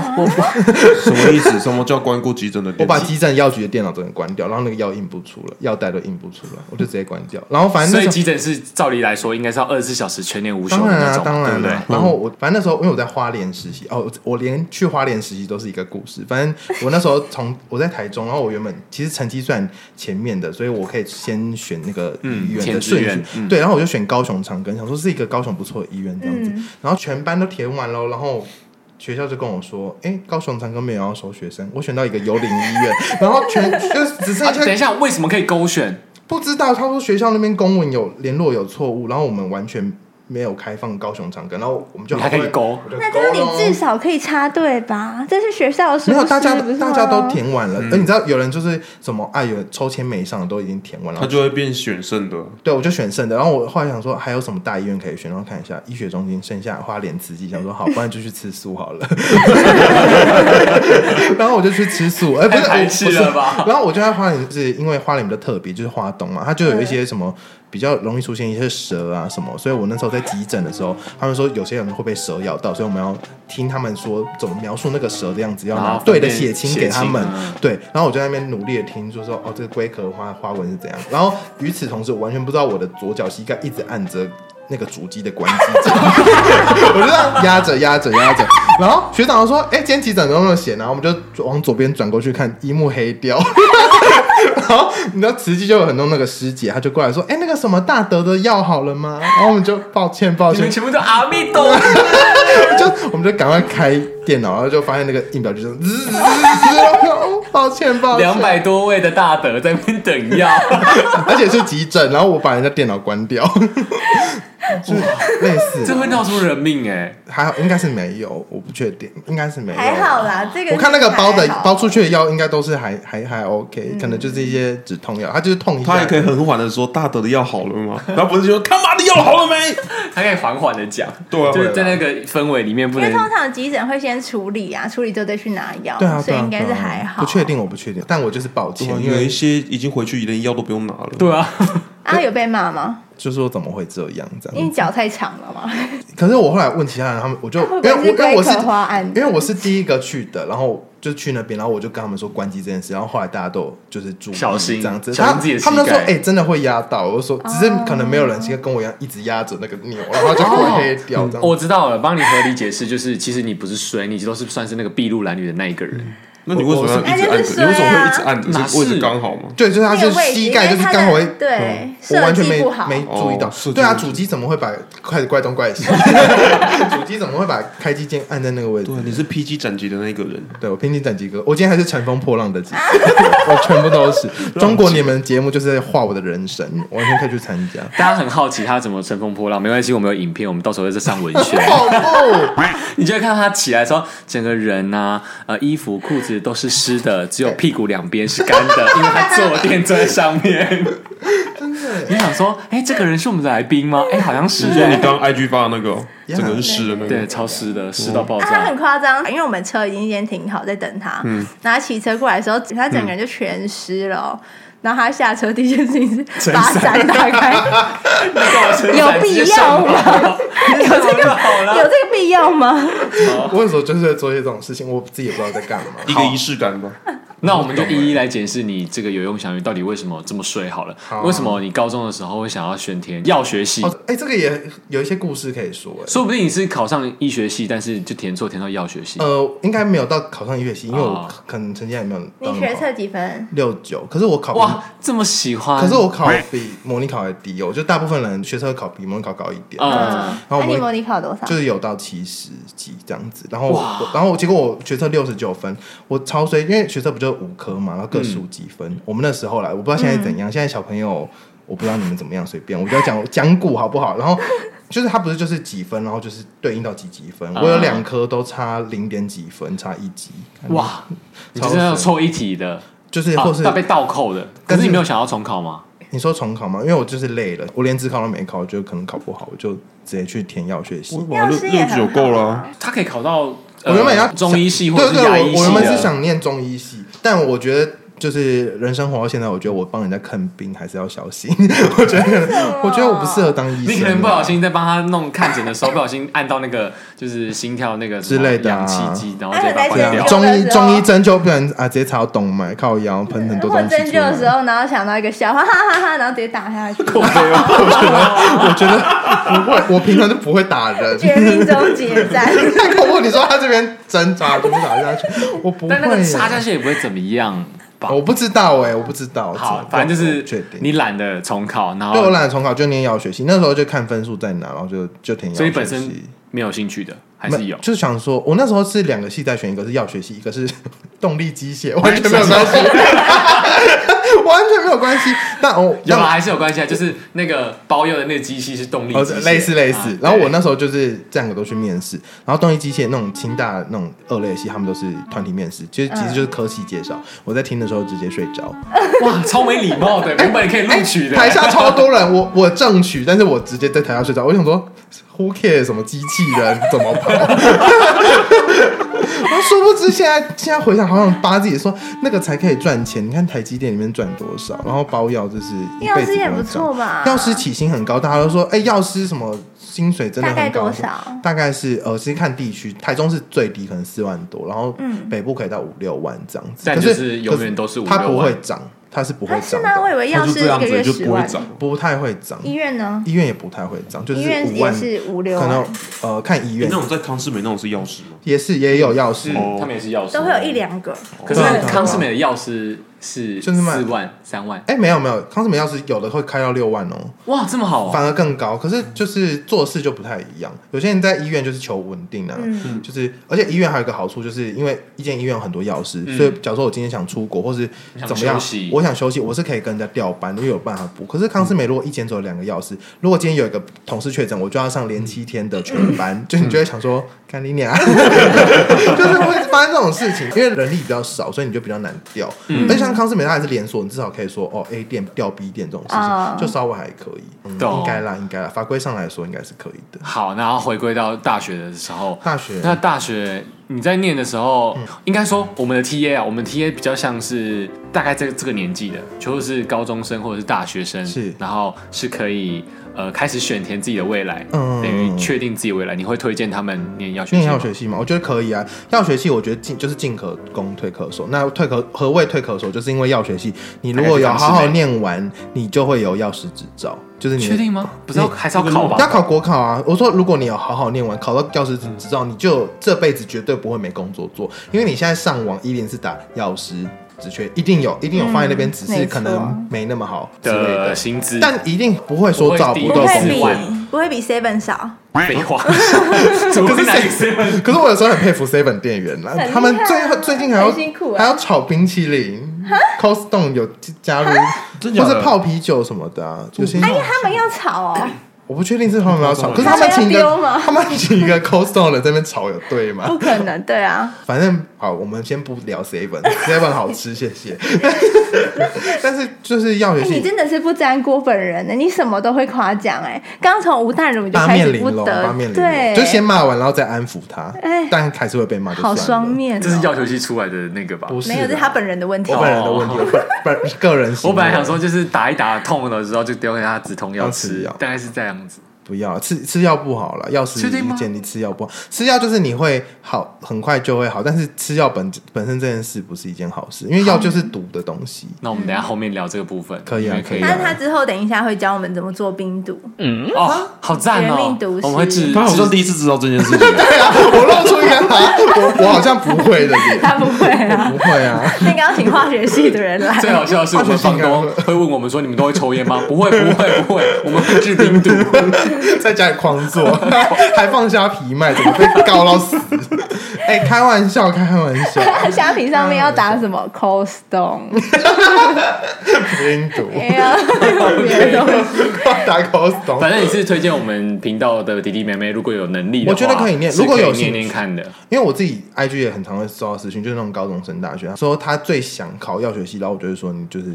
[SPEAKER 2] 什么意思？什么叫关过急诊的
[SPEAKER 5] 我
[SPEAKER 2] 电
[SPEAKER 5] 把
[SPEAKER 2] 视？
[SPEAKER 5] 急诊药局的电脑整个关掉，然后那个药印不出了，药袋都印不出来，我就直接关掉。然后反正
[SPEAKER 3] 所
[SPEAKER 5] 啊那时
[SPEAKER 3] 以
[SPEAKER 5] 候
[SPEAKER 3] 急诊室照理来说应该是要二十四小时全年无休的
[SPEAKER 5] 当然
[SPEAKER 3] 那
[SPEAKER 5] 啊，
[SPEAKER 3] 种
[SPEAKER 5] 当
[SPEAKER 3] 嘛，对
[SPEAKER 5] 然
[SPEAKER 3] 不对
[SPEAKER 5] 啊？。然后我反正那时候因为我在花莲实习，哦，我我连去花莲实习都是一个故事。反正我那时候从我在台中，然后我原本其实成绩算前面的，所以我可以先选那个
[SPEAKER 3] 嗯
[SPEAKER 5] 医院
[SPEAKER 3] 前
[SPEAKER 5] 的
[SPEAKER 3] 志
[SPEAKER 5] 顺序
[SPEAKER 3] 愿，嗯
[SPEAKER 5] 对，然后我就选高雄长庚，想说是一个高雄不错的医院这样子。
[SPEAKER 1] 嗯
[SPEAKER 5] 然后全班都填完喽，然后。学校就跟我说：“哎、高雄长庚没有要收学生，我选到一个幽灵医院， 然后全就只剩
[SPEAKER 3] 啊，
[SPEAKER 5] 下
[SPEAKER 3] 等一下，为什么可以勾选？
[SPEAKER 5] 不知道，他说学校那边公文有联络有错误，然后我们完全没有开放高雄长庚，然后我们就
[SPEAKER 3] 你还可以勾
[SPEAKER 5] 我就
[SPEAKER 1] 那就是
[SPEAKER 5] 咯
[SPEAKER 1] 你至少可以插队吧？这是学校的疏失，
[SPEAKER 5] 没有大家
[SPEAKER 1] 不是吗啊
[SPEAKER 5] 大家都填完
[SPEAKER 3] 嗯
[SPEAKER 5] 了，呃而你知道有人就是什么啊，有人抽签没上的都已经填完了，
[SPEAKER 2] 他就会变选胜的。
[SPEAKER 5] 对我就选剩的，然后我后来想说还有什么大医院可以选，然后看一下医学中心剩下花莲慈济，想说好，不然就去吃素好了， 然后我就去吃素，哎、不是
[SPEAKER 3] 太排
[SPEAKER 5] 我
[SPEAKER 3] 斥
[SPEAKER 5] 不是
[SPEAKER 3] 了吧
[SPEAKER 5] 然后我就在花莲，是因为花莲比较特别，就是花东嘛，它就有一些什么比较容易出现一些蛇啊什么，所以我那时候在急诊的时候，他们说有些人会被蛇咬到，所以我们要听他们说怎么描述那个蛇的样子，要
[SPEAKER 3] 然
[SPEAKER 5] 拿
[SPEAKER 3] 后
[SPEAKER 5] 对的
[SPEAKER 3] 分辨
[SPEAKER 5] 血清给他们
[SPEAKER 3] 血清嗯。
[SPEAKER 5] 对，然后我就在那边努力的听，就说哦，这个龟壳花花纹是怎样。然后与此同时，我完全不知道我的左脚膝盖一直按着。那个主机的关机键， 我就这样压着压着压着，然后学长就说：“哎、今天急诊有没有血？”然后我们就往左边转过去看，一幕黑掉。 然后你知道慈济就有很多那个师姐，她就过来说：“哎、那个什么大德的药好了吗？”然后我们就抱歉抱
[SPEAKER 3] 你
[SPEAKER 5] 歉
[SPEAKER 3] 们，全部都阿弥陀佛。
[SPEAKER 5] 就我们就赶快开电脑，然后就发现那个印表机就 滋滋滋，然后哦抱歉抱歉，
[SPEAKER 3] 两百多位的大德在那边等 药，
[SPEAKER 5] 而且是急诊，然后我把人家电脑关掉， 就是类
[SPEAKER 3] 这
[SPEAKER 5] 似，
[SPEAKER 3] 会闹出人命哎！
[SPEAKER 5] 还好应该是没有，我不确定，应该是没有，
[SPEAKER 1] 还好。啦。这个
[SPEAKER 5] 我看那个包的
[SPEAKER 1] 还好嗯
[SPEAKER 5] 包出去的药，应该都是还还还 OK，可能就是一些止痛药，它就是痛一下。
[SPEAKER 2] 他还可以很缓的说大德的药好了吗？他不是说他妈的药好了没？
[SPEAKER 3] 他可以缓缓的讲，
[SPEAKER 2] 对啊
[SPEAKER 3] 就
[SPEAKER 2] 对
[SPEAKER 3] 是
[SPEAKER 2] 啊
[SPEAKER 3] 在那个氛围里面不
[SPEAKER 1] 因为
[SPEAKER 3] 能
[SPEAKER 1] 通常急诊会先处理啊，处理之后再去拿药，
[SPEAKER 5] 对啊，
[SPEAKER 1] 所
[SPEAKER 5] 对
[SPEAKER 1] 以
[SPEAKER 5] 啊
[SPEAKER 1] 应该是
[SPEAKER 5] 对啊
[SPEAKER 1] 还好。
[SPEAKER 5] 不确定，我不确定，但我就是抱歉，因
[SPEAKER 2] 有一
[SPEAKER 5] 为
[SPEAKER 2] 些已经回去连药都不用拿了。
[SPEAKER 3] 对啊，
[SPEAKER 1] 啊，有被骂吗？
[SPEAKER 5] 就是我怎么会这样这
[SPEAKER 1] 因
[SPEAKER 5] 样
[SPEAKER 1] 为？脚太长了嘛。
[SPEAKER 5] 可是我后来问其他人，他们我就
[SPEAKER 1] 会
[SPEAKER 5] 因
[SPEAKER 1] 不
[SPEAKER 5] 为
[SPEAKER 1] 会
[SPEAKER 5] 我
[SPEAKER 1] 是
[SPEAKER 5] 因为我是
[SPEAKER 1] 龟壳花案
[SPEAKER 5] 因为我是第一个去的，然后就去那边，然后我就跟他们说关机这件事，然后后来大家都有就是注意
[SPEAKER 3] 小心
[SPEAKER 5] 这样子，
[SPEAKER 3] 小心
[SPEAKER 5] 他
[SPEAKER 3] 自己的膝
[SPEAKER 5] 他们都说
[SPEAKER 3] 盖
[SPEAKER 5] 哎、真的会压到，我就说只是可能没有人像跟我一样一直压着那个钮，然后就
[SPEAKER 3] 哦
[SPEAKER 5] 会黑掉这样。
[SPEAKER 3] 我知道了，帮你合理解释，就是其实你不是衰，你都是算是那个筚路蓝缕的那一个人。
[SPEAKER 2] 那你为什么要一直
[SPEAKER 1] 我我
[SPEAKER 2] 按
[SPEAKER 1] 是哎
[SPEAKER 2] 着？你为什么会一直按着？
[SPEAKER 1] 啊
[SPEAKER 3] 哪
[SPEAKER 2] 这位置
[SPEAKER 3] 是
[SPEAKER 2] 刚好吗？
[SPEAKER 5] 对，就是他
[SPEAKER 1] 那
[SPEAKER 5] 是
[SPEAKER 1] 个位置
[SPEAKER 5] 膝盖，就是刚好
[SPEAKER 1] 因
[SPEAKER 5] 会嗯
[SPEAKER 1] 为它的对
[SPEAKER 5] 我完全
[SPEAKER 1] 设计
[SPEAKER 5] 没
[SPEAKER 1] 不好
[SPEAKER 5] 没注意到
[SPEAKER 2] 哦设计。
[SPEAKER 5] 对啊，
[SPEAKER 2] 不好
[SPEAKER 5] 主机怎么会把开始怪东 怪西？主机怎么会把开机键按在那个位置
[SPEAKER 2] 对，？你是 PG 斩级的那个人。
[SPEAKER 5] 对，我平均等级哥，我今天还是乘风破浪的 级，我全部都是。中国你们节目就是在画我的人生，我完全可以去参加。
[SPEAKER 3] 大家很好奇他怎么乘风破浪，没关系，我们有影片，我们到时候再上文宣，
[SPEAKER 5] 恐 怖！
[SPEAKER 3] 你就会看到他起来的时候，整个人呐、呃，衣服、裤子都是湿的，只有屁股两边是干的，因为他坐垫坐在上面。真的，你想说，哎、这个人是我们的来宾 吗？哎、好像是
[SPEAKER 2] 你说你
[SPEAKER 3] 哎、
[SPEAKER 2] 刚刚 IG 发的那个哦，
[SPEAKER 5] Yeah
[SPEAKER 2] 整个是湿的那
[SPEAKER 3] 对，
[SPEAKER 2] 个。
[SPEAKER 3] 超湿的，湿到爆
[SPEAKER 1] 啊，他
[SPEAKER 3] 炸
[SPEAKER 1] 很。夸张，因为我们车已经先停好在等他，
[SPEAKER 5] 嗯
[SPEAKER 1] 然后他骑车过来的时候，他整个人就全湿了哦、然后他下车第一件事情是把伞打开， 有必要吗？有 这 个有这个必要吗？
[SPEAKER 5] 我有时候就是在做一些这种事情，我自己也不知道在干嘛。
[SPEAKER 2] 一个仪式感吧，
[SPEAKER 3] 那我们就一一来解释你这个有用享誉到底为什么这么衰好了。
[SPEAKER 5] 好啊
[SPEAKER 3] 为什么你高中的时候会想要选填药学系？
[SPEAKER 5] 哦，哎、这个也有一些故事可以说、哎，
[SPEAKER 3] 说不定你是考上医学系，但是就填错，填到药学系。
[SPEAKER 5] 呃，应该没有到考上音乐系，因为我
[SPEAKER 3] 哦
[SPEAKER 5] 可能成绩还没有到那
[SPEAKER 1] 你
[SPEAKER 5] 么
[SPEAKER 1] 学
[SPEAKER 5] 好
[SPEAKER 1] 测几分？
[SPEAKER 5] 六九，可是我考
[SPEAKER 3] 哇，这么喜欢？
[SPEAKER 5] 可是我考比模拟考还低哦，就大部分人学车考比模拟考高一点，
[SPEAKER 3] 嗯
[SPEAKER 1] 嗯，
[SPEAKER 5] 然后我
[SPEAKER 1] 那
[SPEAKER 5] 们
[SPEAKER 1] 你模拟考多少
[SPEAKER 5] 就？是有到七十几这样子。然后我，然后我结果我学车六十九分，我超衰，因为学车不就五科嘛，然后各
[SPEAKER 3] 嗯
[SPEAKER 5] 数几分。我们那时候来，我不知道现在怎样，现在小朋友我不知道你们怎么样，随便，我就要讲讲古好不好？然后。就是他不是就是几分，然后就是对应到几几分。
[SPEAKER 3] 啊
[SPEAKER 5] 我有两科都差零点几分，差一级。
[SPEAKER 3] 哇，你
[SPEAKER 5] 超
[SPEAKER 3] 是那种
[SPEAKER 5] 神
[SPEAKER 3] 凑一体的，
[SPEAKER 5] 就是
[SPEAKER 3] 啊
[SPEAKER 5] 或是
[SPEAKER 3] 那被倒扣的。可
[SPEAKER 5] 但
[SPEAKER 3] 是
[SPEAKER 5] 是
[SPEAKER 3] 你没有想要重考吗？
[SPEAKER 5] 你说重考吗？因为我就是累了，我连自考都没考，我就可能考不好，我就直接去填药学系。
[SPEAKER 2] 哇，六六九够了啊，
[SPEAKER 3] 他可以考到
[SPEAKER 5] 我
[SPEAKER 3] 呃
[SPEAKER 5] 原本要
[SPEAKER 3] 中医系或
[SPEAKER 5] 对
[SPEAKER 3] 者是
[SPEAKER 5] 对，
[SPEAKER 3] 牙医
[SPEAKER 5] 我我
[SPEAKER 3] 系
[SPEAKER 5] 原本是
[SPEAKER 3] 的。
[SPEAKER 5] 想念中医系，但我觉得就是人生活到现在，我觉得我帮人家看病还是要小心。 我觉得我觉得我不适合当医生，啊
[SPEAKER 3] 你可能不小心在帮他弄看诊的时候，不小心按到那个就是心跳那个什么
[SPEAKER 5] 之类的啊
[SPEAKER 3] 氧气机，然后直接把它
[SPEAKER 1] 哎
[SPEAKER 5] 对
[SPEAKER 3] 关
[SPEAKER 5] 啊
[SPEAKER 3] 掉。
[SPEAKER 5] 中医中医针灸不然啊，直接插到动脉靠腰，喷很多
[SPEAKER 1] 或
[SPEAKER 5] 东西
[SPEAKER 1] 针灸
[SPEAKER 5] 出来。
[SPEAKER 1] 的时候，然后想到一个笑话，哈哈哈哈，然后直接打下去，
[SPEAKER 5] 我觉得不会，我平常就不会打 人。
[SPEAKER 1] 绝命终结 战。
[SPEAKER 5] 他跟 我你说他这边针扎东西打下去，我不会
[SPEAKER 3] 但那个插
[SPEAKER 5] 耶。
[SPEAKER 3] 下去也不会怎么样吧？
[SPEAKER 5] 我不知道哎、我不知道。
[SPEAKER 3] 好，反正就
[SPEAKER 5] 我不确
[SPEAKER 3] 是
[SPEAKER 5] 定。
[SPEAKER 3] 你懒得重考，然
[SPEAKER 5] 对我
[SPEAKER 3] 后
[SPEAKER 5] 懒得重考，就念药学系。那时候就看分数在哪，然后就就填药学系。
[SPEAKER 3] 所以本身没有兴趣的还是有
[SPEAKER 5] 没。就是想说，我那时候是两个系在选，一个是药学系，一个是 动力机械，完全没有关系， 完全没有关系。但我
[SPEAKER 3] 有
[SPEAKER 5] 但
[SPEAKER 3] 啦，还是有关系啊，就是那个包药的那个机器是动力
[SPEAKER 5] 哦
[SPEAKER 3] 机械，
[SPEAKER 5] 类似类似
[SPEAKER 3] 啊。
[SPEAKER 5] 然后我那
[SPEAKER 3] 对
[SPEAKER 5] 时候就是这两个都去面试，然后动力机械那种清大那种二类系，他们都是团体面试，其实其实就是科系介绍。我在听的时候直接睡着，
[SPEAKER 3] 哇，超没礼貌 的，原本可以录取的，
[SPEAKER 5] 哎台下超多人，我我正取，但是我直接在台下睡着。我想说，Who care 什么机器人怎么跑？ 我殊不知现在现在回想，好想扒自己说那个才可以赚钱。你看台积电里面赚多少，然后包药就是一
[SPEAKER 1] 药
[SPEAKER 5] 辈子
[SPEAKER 1] 师也
[SPEAKER 5] 会
[SPEAKER 1] 不
[SPEAKER 5] 涨
[SPEAKER 1] 错吧？
[SPEAKER 5] 药师起薪很高，大家都说，哎、药师什么薪水真的很高，
[SPEAKER 1] 大概多少
[SPEAKER 5] 大概是呃，其实看地区，台中是最低，可能四万多，然后
[SPEAKER 1] 嗯
[SPEAKER 5] 北部可以到五六万这样子。
[SPEAKER 3] 但
[SPEAKER 5] 可
[SPEAKER 3] 就是
[SPEAKER 5] 是
[SPEAKER 3] 永远都是五
[SPEAKER 5] 它
[SPEAKER 3] 六
[SPEAKER 5] 不
[SPEAKER 3] 万
[SPEAKER 5] 会涨，它是不会
[SPEAKER 1] 啊，是
[SPEAKER 5] 涨
[SPEAKER 1] 吗？我以
[SPEAKER 5] 的，
[SPEAKER 1] 为
[SPEAKER 6] 他
[SPEAKER 1] 药
[SPEAKER 6] 就
[SPEAKER 1] 师
[SPEAKER 6] 这
[SPEAKER 1] 一
[SPEAKER 6] 样
[SPEAKER 1] 个
[SPEAKER 6] 子
[SPEAKER 1] 月
[SPEAKER 6] 就
[SPEAKER 1] 十
[SPEAKER 6] 不
[SPEAKER 1] 万
[SPEAKER 6] 会，涨。
[SPEAKER 5] 不太会涨。
[SPEAKER 1] 医院呢？
[SPEAKER 5] 医院也不太会涨，就是
[SPEAKER 1] 医院
[SPEAKER 5] 五
[SPEAKER 1] 也
[SPEAKER 5] 万，
[SPEAKER 1] 是啊五六
[SPEAKER 5] 可能
[SPEAKER 1] 万，
[SPEAKER 5] 呃看医
[SPEAKER 6] 你
[SPEAKER 5] 院
[SPEAKER 6] 那种在康世美那种是药师吗？
[SPEAKER 5] 也是也有药师，
[SPEAKER 3] 嗯他们也是药师，
[SPEAKER 1] 都会有一。两个。
[SPEAKER 3] 可是
[SPEAKER 5] 对啊对啊
[SPEAKER 3] 康士美的药师是
[SPEAKER 5] 就是卖
[SPEAKER 3] 四万三万，
[SPEAKER 5] 哎、没有没有，康斯美药师有的会开到六万哦、
[SPEAKER 3] 哇，这么好哦，
[SPEAKER 5] 反而更高。可是就是做事就不太一样，有些人在医院就是求稳定啊，
[SPEAKER 1] 嗯
[SPEAKER 5] 就是而且医院还有一个好处，就是因为一间医院有很多药师，
[SPEAKER 3] 嗯
[SPEAKER 5] 所以假如说我今天想出国或是怎么样
[SPEAKER 3] 想休息，嗯
[SPEAKER 5] 我想休息，我是可以跟人家调班，因为有办法补。可是康斯美如果一间只有两个药师，如果今天有一个同事确诊，我就要上连七
[SPEAKER 3] 嗯
[SPEAKER 5] 天的全班，就你就会想说，干 你娘，就是会发生这种事情，因为人力比较少，所以你就比较难调。
[SPEAKER 3] 嗯
[SPEAKER 5] 而且像康斯美它还是连锁，你至少可以说哦 A 店调 B 店这种事
[SPEAKER 1] 哦
[SPEAKER 5] 情，就稍微还可以，嗯
[SPEAKER 3] 懂
[SPEAKER 5] 应该啦，应该啦，法规上来说应该是可以的。
[SPEAKER 3] 好，然后回归到大学的时候，
[SPEAKER 5] 大学嗯
[SPEAKER 3] 那大学你在念的时候，应该说我们的 TA 啊，我们 TA 比较像是大概这这个年纪的，就是高中生或者是大学生，
[SPEAKER 5] 是
[SPEAKER 3] 然后是可以呃开始选填自己的未来，
[SPEAKER 5] 嗯
[SPEAKER 3] 等于确定自己未来。你会推荐他们念药学
[SPEAKER 5] 念
[SPEAKER 3] 系吗
[SPEAKER 5] 药学系嘛，我觉得可以啊。药学系我觉得进就是进可攻，退可守。那退可何谓退可守？就是因为药学系，你如果有好好念完，你就会有药师执照，就是你
[SPEAKER 3] 确定吗？不是要还是要考
[SPEAKER 5] 要
[SPEAKER 3] 吧？
[SPEAKER 5] 考国考啊。我说如果你有好好念完，考到药师执照，你就这辈子绝对不会没工作做，因为你现在上网一零是打药师职缺，一定有一定有放在那边，
[SPEAKER 1] 嗯
[SPEAKER 5] 只
[SPEAKER 1] 没
[SPEAKER 5] 是
[SPEAKER 1] 错
[SPEAKER 5] 可能没那么好之类的
[SPEAKER 3] 的。薪资，
[SPEAKER 5] 但一定不会说找不
[SPEAKER 1] 不
[SPEAKER 5] 到
[SPEAKER 3] 不
[SPEAKER 5] 工
[SPEAKER 1] 会
[SPEAKER 3] 四
[SPEAKER 1] 比
[SPEAKER 5] 作，
[SPEAKER 3] 万
[SPEAKER 1] 不会比 seven 少，
[SPEAKER 3] 废话， 怎么会哪里是
[SPEAKER 5] 可是我有时候很佩服 Seven 店员啦
[SPEAKER 1] 很厉害，啊
[SPEAKER 5] 他们最最近还要
[SPEAKER 1] 很辛苦啊
[SPEAKER 5] 还要炒冰淇淋，Costco 有加入，
[SPEAKER 6] 真假
[SPEAKER 5] 或
[SPEAKER 6] 的
[SPEAKER 5] 是泡啤酒什么的、啊，有些
[SPEAKER 1] 哎呀，他们要吵哦，
[SPEAKER 5] 我不确定是他们要炒，可是他们
[SPEAKER 1] 他
[SPEAKER 5] 请
[SPEAKER 1] 们
[SPEAKER 5] 一
[SPEAKER 1] 要丢
[SPEAKER 5] 个
[SPEAKER 1] 吗
[SPEAKER 5] 他们请一个 Costco 的在那边炒有对吗
[SPEAKER 1] 不？可能，对啊。
[SPEAKER 5] 反正好，我们先不聊 Seven，Seven 好吃，谢谢。 但是就是药学
[SPEAKER 1] 哎你
[SPEAKER 5] 系
[SPEAKER 1] 真的是不沾锅本人呢，欸你什么都会夸奖哎。刚从吴淡如你就
[SPEAKER 5] 八
[SPEAKER 1] 开
[SPEAKER 5] 面
[SPEAKER 1] 始
[SPEAKER 5] 玲
[SPEAKER 1] 不
[SPEAKER 5] 珑，
[SPEAKER 1] 得
[SPEAKER 5] 八面，玲
[SPEAKER 1] 对，
[SPEAKER 5] 珑，就先骂完，然后再安抚他
[SPEAKER 1] 哎，
[SPEAKER 5] 但还是会被骂，就
[SPEAKER 1] 好
[SPEAKER 5] 算了
[SPEAKER 1] 双，面哦。
[SPEAKER 3] 这是药学系出来的那个吧？
[SPEAKER 5] 不是
[SPEAKER 1] 没有，这
[SPEAKER 5] 的
[SPEAKER 1] 是他本人的问题哦
[SPEAKER 5] 我。本人的问题，我本本个人行
[SPEAKER 3] 我
[SPEAKER 5] 为，
[SPEAKER 3] 本来想说，就是打一打痛了之后就丢给他止痛药
[SPEAKER 5] 要吃
[SPEAKER 3] 吃
[SPEAKER 5] 药，
[SPEAKER 3] 大概是这样子。
[SPEAKER 5] 不要吃吃药不好了，药食
[SPEAKER 3] 确定吗
[SPEAKER 5] 理解你吃药不好，吃药就是你会好，很快就会好，但是吃药本本身这件事不是一件好事，因为药就是毒的东西。
[SPEAKER 3] 那我们等一下后面聊这个部分，
[SPEAKER 5] 可以啊
[SPEAKER 3] 因为可以
[SPEAKER 5] 可以
[SPEAKER 3] 啊
[SPEAKER 5] 啊
[SPEAKER 1] 但是他之后等一下会教我们怎么做冰毒，
[SPEAKER 5] 嗯
[SPEAKER 3] 哦，好赞
[SPEAKER 1] 嗯绝
[SPEAKER 3] 哦
[SPEAKER 1] 命毒！师
[SPEAKER 3] 我们会治
[SPEAKER 6] 他好像
[SPEAKER 3] 治
[SPEAKER 6] 第一次知道这件事 情，
[SPEAKER 5] 我露出一个啊， 我我好像不会的耶，
[SPEAKER 1] 他不会啊，
[SPEAKER 5] 不会啊，
[SPEAKER 1] 那个要请化学系的人来。
[SPEAKER 3] 最好笑的是，我们房东会问我们说：“你们都会抽烟吗？”不会，不会，不会， 我们会治冰毒。
[SPEAKER 5] 在家里狂做， 还放虾皮卖，怎么被告到 死？哎、开玩笑，开玩 笑，
[SPEAKER 1] 虾皮上面要打什
[SPEAKER 5] 嗯
[SPEAKER 1] 么 cold stone，
[SPEAKER 5] 冰毒，
[SPEAKER 1] 哎呀，别的东西
[SPEAKER 5] 打口懂。
[SPEAKER 3] 反正你是推荐我们频道的弟弟妹妹，如果有能力的话，
[SPEAKER 5] 我觉得可以念
[SPEAKER 3] 是
[SPEAKER 5] 如果有
[SPEAKER 3] 念
[SPEAKER 5] 兴趣
[SPEAKER 3] 念看的，
[SPEAKER 5] 因为我自己 IG 也很常会收到私讯，就是那种高中生、大学，他说他最想考药学系，然后我就会说你就是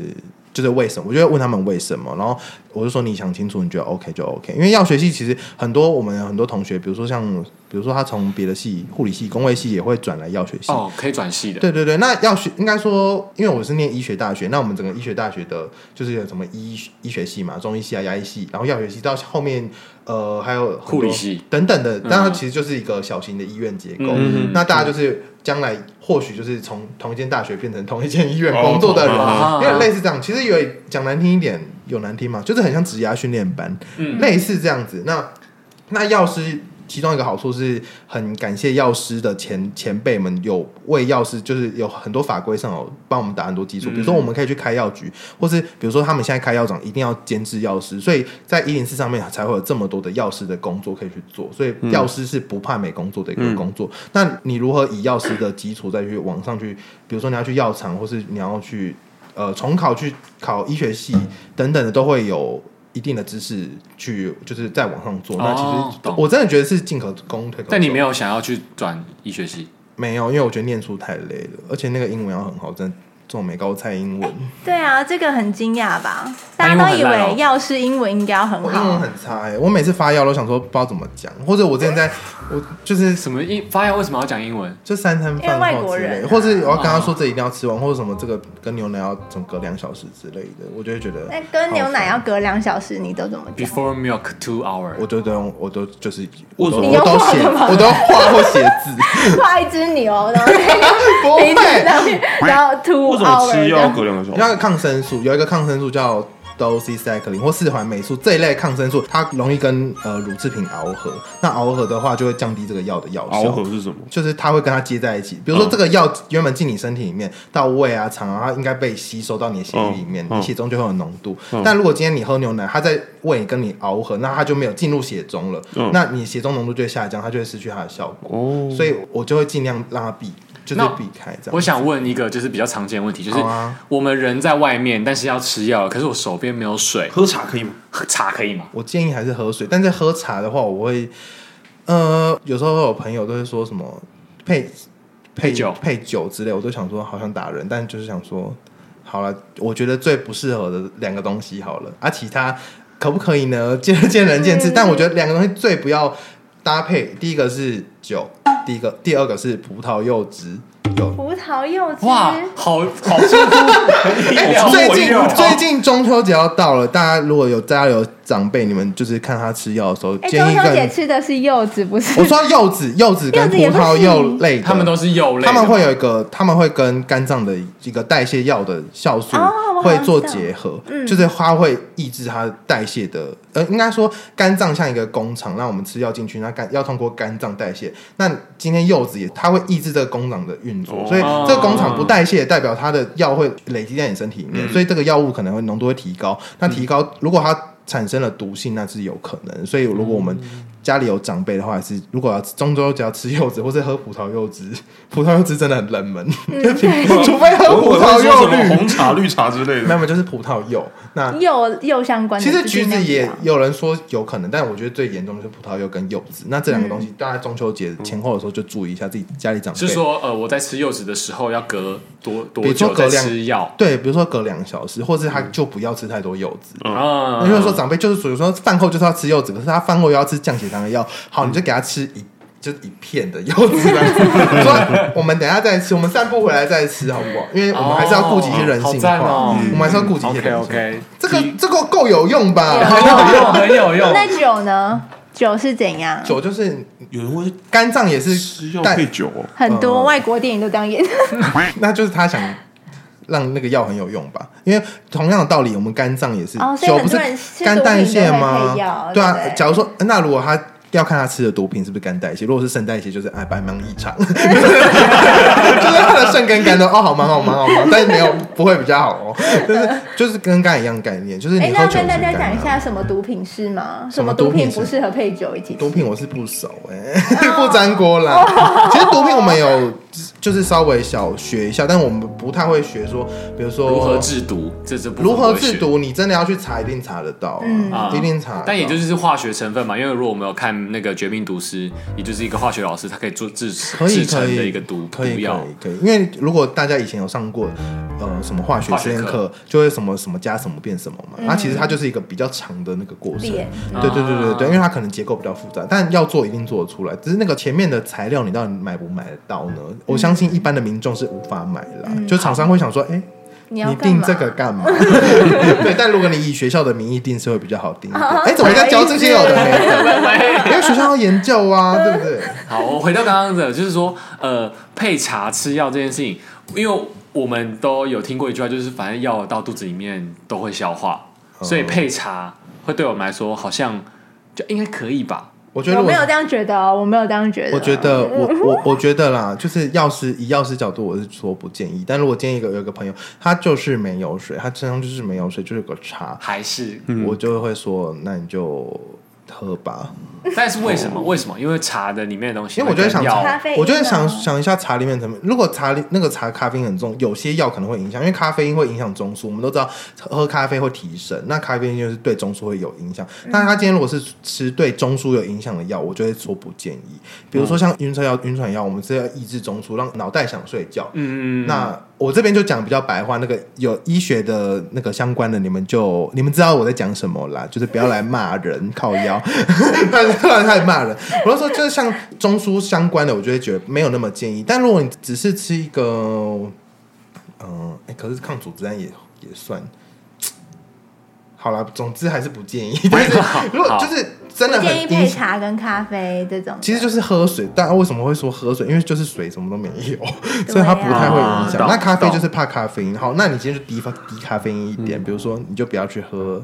[SPEAKER 5] 就是为什么？我就会问他们为什么，然后我就说你想清楚，你觉得 OK 就 OK。因为药学系其实很多我们很多同学，比如说像比如说他从别的系护理系、工卫系也会转来药学系。
[SPEAKER 3] 哦，可以转系的。
[SPEAKER 5] 对对对，那药学应该说，因为我是念医学大学，那我们整个医学大学的，就是有什么医医学系嘛，中医系啊、牙医系，然后药学系到后面，呃，还有很多
[SPEAKER 3] 护理系
[SPEAKER 5] 等等的，那它
[SPEAKER 3] 嗯
[SPEAKER 5] 其实就是一个小型的医院结构。
[SPEAKER 3] 嗯
[SPEAKER 5] 那大家就是将来或许就是从同一间大学变成同一间医院工作的人，
[SPEAKER 3] 哦
[SPEAKER 5] 因为类似这样。其实有讲难听一点，有难听嘛，就是很像职涯训练班，
[SPEAKER 3] 嗯
[SPEAKER 5] 类似这样子。那那药师其中一个好处是很感谢药师的前前辈们有为药师，就是有很多法规上有帮我们打很多基础，比如说我们可以去开药局，或是比如说他们现在开药厂一定要监制药师，所以在一零四上面才会有这么多的药师的工作可以去做，所以药师是不怕没工作的一个工作。那你如何以药师的基础再去往上去，比如说你要去药厂，或是你要去呃重考去考医学系等等的，都会有一定的知识去就是再往上做。那其
[SPEAKER 3] 哦
[SPEAKER 5] 实
[SPEAKER 3] 懂
[SPEAKER 5] 我真的觉得是进可攻退可守。
[SPEAKER 3] 但你没有想要去转医学系，
[SPEAKER 5] 没有，因为我觉得念书太累了，而且那个英文要很好，真的做美高菜英文，
[SPEAKER 1] 对啊，这个很惊讶吧？
[SPEAKER 3] 他
[SPEAKER 1] 大
[SPEAKER 3] 英
[SPEAKER 1] 家
[SPEAKER 3] 文
[SPEAKER 1] 都
[SPEAKER 3] 很
[SPEAKER 1] 以
[SPEAKER 3] 烂哦
[SPEAKER 1] 为药师英文应该要很
[SPEAKER 5] 我英文
[SPEAKER 1] 好，
[SPEAKER 5] 很差哎、我每次发药都想说不知道怎么讲，或者我之前在我就是
[SPEAKER 3] 什么英发现为什么要讲英文？
[SPEAKER 5] 就三餐
[SPEAKER 1] 因为
[SPEAKER 5] 饭
[SPEAKER 1] 外
[SPEAKER 5] 后
[SPEAKER 1] 国
[SPEAKER 5] 之类
[SPEAKER 1] 人
[SPEAKER 5] 的，
[SPEAKER 1] 啊
[SPEAKER 5] 或是我要跟他说这一定要吃完，或者什么这个跟牛奶要整隔两小时之类的，我就会觉得
[SPEAKER 1] 那跟牛奶
[SPEAKER 5] 好
[SPEAKER 1] 要
[SPEAKER 5] 烦。
[SPEAKER 1] 隔两小时，你都怎么讲？
[SPEAKER 3] Before milk two hour，
[SPEAKER 5] 我都都用，我都就是我
[SPEAKER 2] 为什么
[SPEAKER 5] 都我都
[SPEAKER 1] 你用
[SPEAKER 5] 写，
[SPEAKER 1] 画的吗
[SPEAKER 5] 我都画或写 字，
[SPEAKER 1] 画一只牛，然后在
[SPEAKER 5] 不
[SPEAKER 1] 瓶子
[SPEAKER 5] 会。
[SPEAKER 1] 上 面，然后 two
[SPEAKER 2] 为什么
[SPEAKER 1] hour
[SPEAKER 2] 吃
[SPEAKER 1] 这
[SPEAKER 2] 药
[SPEAKER 1] 样
[SPEAKER 2] 隔两个小时？
[SPEAKER 5] 那个抗生素有一个抗生素叫 doxycycline 或四环霉素这一类抗生素，它容易跟呃乳制品螯合。那螯合的话，就会降低这个药的药效。
[SPEAKER 2] 螯合是什么？
[SPEAKER 5] 就是它会跟它接在一起。比如说
[SPEAKER 2] 嗯
[SPEAKER 5] 这个药原本进你身体里面，到胃啊、肠啊，它应该被吸收到你的血液里面，
[SPEAKER 2] 嗯嗯
[SPEAKER 5] 你血中就会有浓度。
[SPEAKER 2] 嗯
[SPEAKER 5] 但如果今天你喝牛奶，它在胃跟你螯合，那它就没有进入血中了，
[SPEAKER 2] 嗯
[SPEAKER 5] 那你血中浓度就会下降，它就会失去它的效果。
[SPEAKER 2] 哦，
[SPEAKER 5] 所以我就会尽量让它避，就是
[SPEAKER 3] 那
[SPEAKER 5] 避开这样。
[SPEAKER 3] 我想问一个就是比较常见的问题，就是
[SPEAKER 5] 好啊
[SPEAKER 3] 我们人在外面，但是要吃药，可是我手边没有水，
[SPEAKER 6] 喝茶可以吗？
[SPEAKER 3] 喝茶可以吗？
[SPEAKER 5] 我建议还是喝水，但在喝茶的话，我会，呃，有时候有朋友都会说什么配
[SPEAKER 3] 配酒
[SPEAKER 5] 配酒之类，我都想说好想打人，但就是想说，好了，我觉得最不适合的两个东西好了，啊，其他可不可以呢？见见仁见智，但我觉得两个东西最不要搭配，第一个是酒，第一个第二个是葡萄柚汁。有
[SPEAKER 1] 葡萄柚汁，
[SPEAKER 3] 哇，好好舒服！
[SPEAKER 5] 哎最近最近中秋节要到了，大家如果有家里有长辈，你们就是看他吃药的时候，
[SPEAKER 1] 哎，
[SPEAKER 5] 建
[SPEAKER 1] 中
[SPEAKER 5] 议
[SPEAKER 1] 秋
[SPEAKER 5] 更
[SPEAKER 1] 节吃的是柚子，不是
[SPEAKER 5] 我？说柚子，柚子跟
[SPEAKER 1] 柚
[SPEAKER 5] 葡
[SPEAKER 1] 子也不
[SPEAKER 5] 萄
[SPEAKER 1] 行
[SPEAKER 5] 柚类的，
[SPEAKER 3] 他们都是柚类的
[SPEAKER 5] 他
[SPEAKER 3] 吗，
[SPEAKER 5] 们会有一个，他们会跟肝脏的一个代谢药的酵素
[SPEAKER 1] 哦我好像
[SPEAKER 5] 会做结合，
[SPEAKER 1] 知道嗯
[SPEAKER 5] 就是它会抑制它代谢的，呃，应该说肝脏像一个工厂，让我们吃药进去，那肝要通过肝脏代谢。那今天柚子也，它会抑制这个工厂的运作，
[SPEAKER 2] 哦
[SPEAKER 5] 所以这个工厂不代谢，代表它的药会累积在你身体里面，所以这个药物可能会浓度会提高。那提高，如果它产生了毒性，那是有可能。所以如果我们家里有长辈的话，还是如果要吃中秋只要吃柚子或是喝葡萄柚汁， 葡萄柚汁真的很冷门， 除非喝
[SPEAKER 6] 嗯我
[SPEAKER 5] 葡
[SPEAKER 6] 我会
[SPEAKER 5] 萄
[SPEAKER 6] 说
[SPEAKER 5] 柚
[SPEAKER 6] 什么
[SPEAKER 5] 绿，
[SPEAKER 6] 红茶、绿茶之类
[SPEAKER 5] 没有
[SPEAKER 6] 的。
[SPEAKER 5] 没有就是葡萄柚。那
[SPEAKER 1] 柚柚相关的
[SPEAKER 5] 其
[SPEAKER 1] 就
[SPEAKER 5] 实
[SPEAKER 1] 是
[SPEAKER 5] 橘
[SPEAKER 1] 那
[SPEAKER 5] 子
[SPEAKER 1] 样
[SPEAKER 5] 也
[SPEAKER 1] 啊
[SPEAKER 5] 有人说有可能，但我觉得最严重的就是葡萄柚跟柚子。那这两个东
[SPEAKER 1] 嗯
[SPEAKER 5] 西，大家中秋节前后的时候就注意一下自己家里长辈。
[SPEAKER 3] 是说呃，我在吃柚子的时候要隔多
[SPEAKER 5] 比
[SPEAKER 3] 多
[SPEAKER 5] 如说
[SPEAKER 3] 久再
[SPEAKER 5] 隔两
[SPEAKER 3] 吃药
[SPEAKER 5] 对，比如说隔两小时，或是他就不要吃太多柚子。
[SPEAKER 3] 啊？
[SPEAKER 5] 因为说长辈就是属于说饭后就是要吃柚子，可是他饭后又要吃降血糖的药，好，你就给他吃一就一片的柚子这样子。 我说我们等一下再吃，我们散步回来再吃好不好？因为我们还是要顾及一些人性
[SPEAKER 3] 哦好赞
[SPEAKER 5] 化，
[SPEAKER 3] 哦
[SPEAKER 5] 我们还是要顾及一些
[SPEAKER 3] OK
[SPEAKER 5] 人性化。
[SPEAKER 3] OK，
[SPEAKER 5] 这个这个够有用吧？
[SPEAKER 3] 很有用，很有用。
[SPEAKER 1] 那酒呢？酒是怎样？
[SPEAKER 5] 酒就是
[SPEAKER 2] 有人会
[SPEAKER 5] 肝脏也是
[SPEAKER 2] 吃药
[SPEAKER 5] 但
[SPEAKER 2] 配酒哦，
[SPEAKER 1] 很
[SPEAKER 5] 嗯
[SPEAKER 1] 多外国电影都这样 演。
[SPEAKER 5] 那就是他想让那个药很有用吧，因为同样的道理，我们肝脏也是，
[SPEAKER 1] 哦所以
[SPEAKER 5] 酒
[SPEAKER 1] 很
[SPEAKER 5] 不
[SPEAKER 1] 多
[SPEAKER 5] 是
[SPEAKER 1] 人吃
[SPEAKER 5] 肝
[SPEAKER 1] 毒
[SPEAKER 5] 代
[SPEAKER 1] 品
[SPEAKER 5] 谢
[SPEAKER 1] 都会
[SPEAKER 5] 吗
[SPEAKER 1] 配药？
[SPEAKER 5] 对啊
[SPEAKER 1] 对不，对
[SPEAKER 5] 假如说那如果他。要看他吃的毒品是不是肝代谢，如果是肾代谢，就是哎白忙异常， 就是他的肾跟肝都哦好忙好忙好忙，但是没有不会比较好哦，就是就是跟肝一样概念，就是你
[SPEAKER 1] 哎，那
[SPEAKER 5] 喝
[SPEAKER 1] 要
[SPEAKER 5] 酒
[SPEAKER 1] 跟大
[SPEAKER 5] 是
[SPEAKER 1] 家
[SPEAKER 5] 肝
[SPEAKER 1] 讲一
[SPEAKER 5] 啊
[SPEAKER 1] 下什么毒品是吗？
[SPEAKER 5] 什么
[SPEAKER 1] 毒
[SPEAKER 5] 毒品
[SPEAKER 1] 不
[SPEAKER 5] 是
[SPEAKER 1] 适合配酒一起吃？
[SPEAKER 5] 毒品我是不熟哎、 不沾锅啦。其实毒品我们有就是稍微小学一下，但我们不太会学说，比如说
[SPEAKER 3] 如何制毒，这这部分
[SPEAKER 5] 如何
[SPEAKER 3] 我会学
[SPEAKER 5] 制。毒，你真的要去查，一定查得到、啊，
[SPEAKER 1] 嗯
[SPEAKER 3] 啊
[SPEAKER 5] 一定查得到。
[SPEAKER 3] 但也就是化学成分嘛，因为如果我们有看那个《绝命毒师》，也就是一个化学老师，他可以做制
[SPEAKER 5] 可以
[SPEAKER 3] 制
[SPEAKER 5] 可
[SPEAKER 3] 成
[SPEAKER 5] 以
[SPEAKER 3] 的一个毒毒
[SPEAKER 5] 可以可以
[SPEAKER 3] 药，
[SPEAKER 5] 可以，因为如果大家以前有上过呃什么化学实验
[SPEAKER 3] 化学
[SPEAKER 5] 课，就会什么什么加什么变什么嘛，那、其实它就是一个比较长的那个过程。
[SPEAKER 1] 变
[SPEAKER 5] 对对对对对，因为它可能结构比较复杂，但要做一定做得出来。只是那个前面的材料，你到底买不买得到呢？
[SPEAKER 1] 嗯
[SPEAKER 5] 我相信一般的民众是无法买啦。就厂商会想说，哎、
[SPEAKER 1] 你要
[SPEAKER 5] 你
[SPEAKER 1] 干
[SPEAKER 5] 定
[SPEAKER 1] 嘛？
[SPEAKER 5] 这个干嘛？ 对，但如果你以学校的名义定，是会比较好定一点。
[SPEAKER 1] 哦
[SPEAKER 5] 哎、怎么在教这些有的没的？因为学校要研究啊，对不对？
[SPEAKER 3] 好，我回到刚刚的，就是说，呃，配茶吃药这件事情，因为我们都有听过一句话，就是反正药到肚子里面都会消化，
[SPEAKER 5] 哦
[SPEAKER 3] 所以配茶会对我们来说好像就应该可以吧？
[SPEAKER 5] 我觉得
[SPEAKER 1] 我
[SPEAKER 5] 如
[SPEAKER 1] 没
[SPEAKER 5] 果
[SPEAKER 1] 有嗯这样觉得哦，我没有这样觉得。
[SPEAKER 5] 我觉得我我我觉得啦，就是药师以药师角度，我是说不建议。但如果建议一个有一个朋友，他就是没有水，他身上就是没有水，就是有个茶，
[SPEAKER 3] 还是？
[SPEAKER 5] 我就会说，那你就喝吧。
[SPEAKER 3] 但是为什么？为什么？因为茶的里面的东西
[SPEAKER 5] 哦因
[SPEAKER 3] 会
[SPEAKER 5] 为我
[SPEAKER 3] 跟
[SPEAKER 5] 就
[SPEAKER 3] 药，
[SPEAKER 5] 会想
[SPEAKER 1] 咖啡因啊
[SPEAKER 5] 我就会
[SPEAKER 1] 呢
[SPEAKER 5] 想想一下茶里面的成分。如果茶里那个茶咖啡因很重，有些药可能会影响，因为咖啡因会影响中枢。我们都知道喝咖啡会提神，那咖啡因就是对中枢会有影响。
[SPEAKER 1] 嗯
[SPEAKER 5] 但他今天如果是吃对中枢有影响的药，我就会说不建议。比如说
[SPEAKER 1] 嗯
[SPEAKER 5] 像晕车药、晕船药，我们是要抑制中枢，让脑袋想睡觉。
[SPEAKER 3] 嗯，
[SPEAKER 5] 那我这边就讲比较白话，那个有医学的那个相关的，你们就你们知道我在讲什么啦，就是不要来骂人靠腰， 突然开始骂人。我就说，就是像中枢相关的，我就会觉得没有那么建议。但如果你只是吃一个，嗯、哎可是抗组织胺也也算。好啦，总之还是不建议。但是如果就是真的
[SPEAKER 1] 不
[SPEAKER 5] 很
[SPEAKER 1] 建议
[SPEAKER 5] 影
[SPEAKER 1] 配
[SPEAKER 5] 响
[SPEAKER 1] 茶跟咖啡这种的。
[SPEAKER 5] 其实就是喝水，但为什么会说喝水？因为就是水什么都没 有，所以它不太会
[SPEAKER 1] 啊
[SPEAKER 5] 影响。
[SPEAKER 3] 懂
[SPEAKER 5] 那咖啡
[SPEAKER 3] 懂
[SPEAKER 5] 就是怕咖啡因，好，那你今天就低咖低咖啡因一
[SPEAKER 2] 嗯
[SPEAKER 5] 点，比如说你就不要去喝，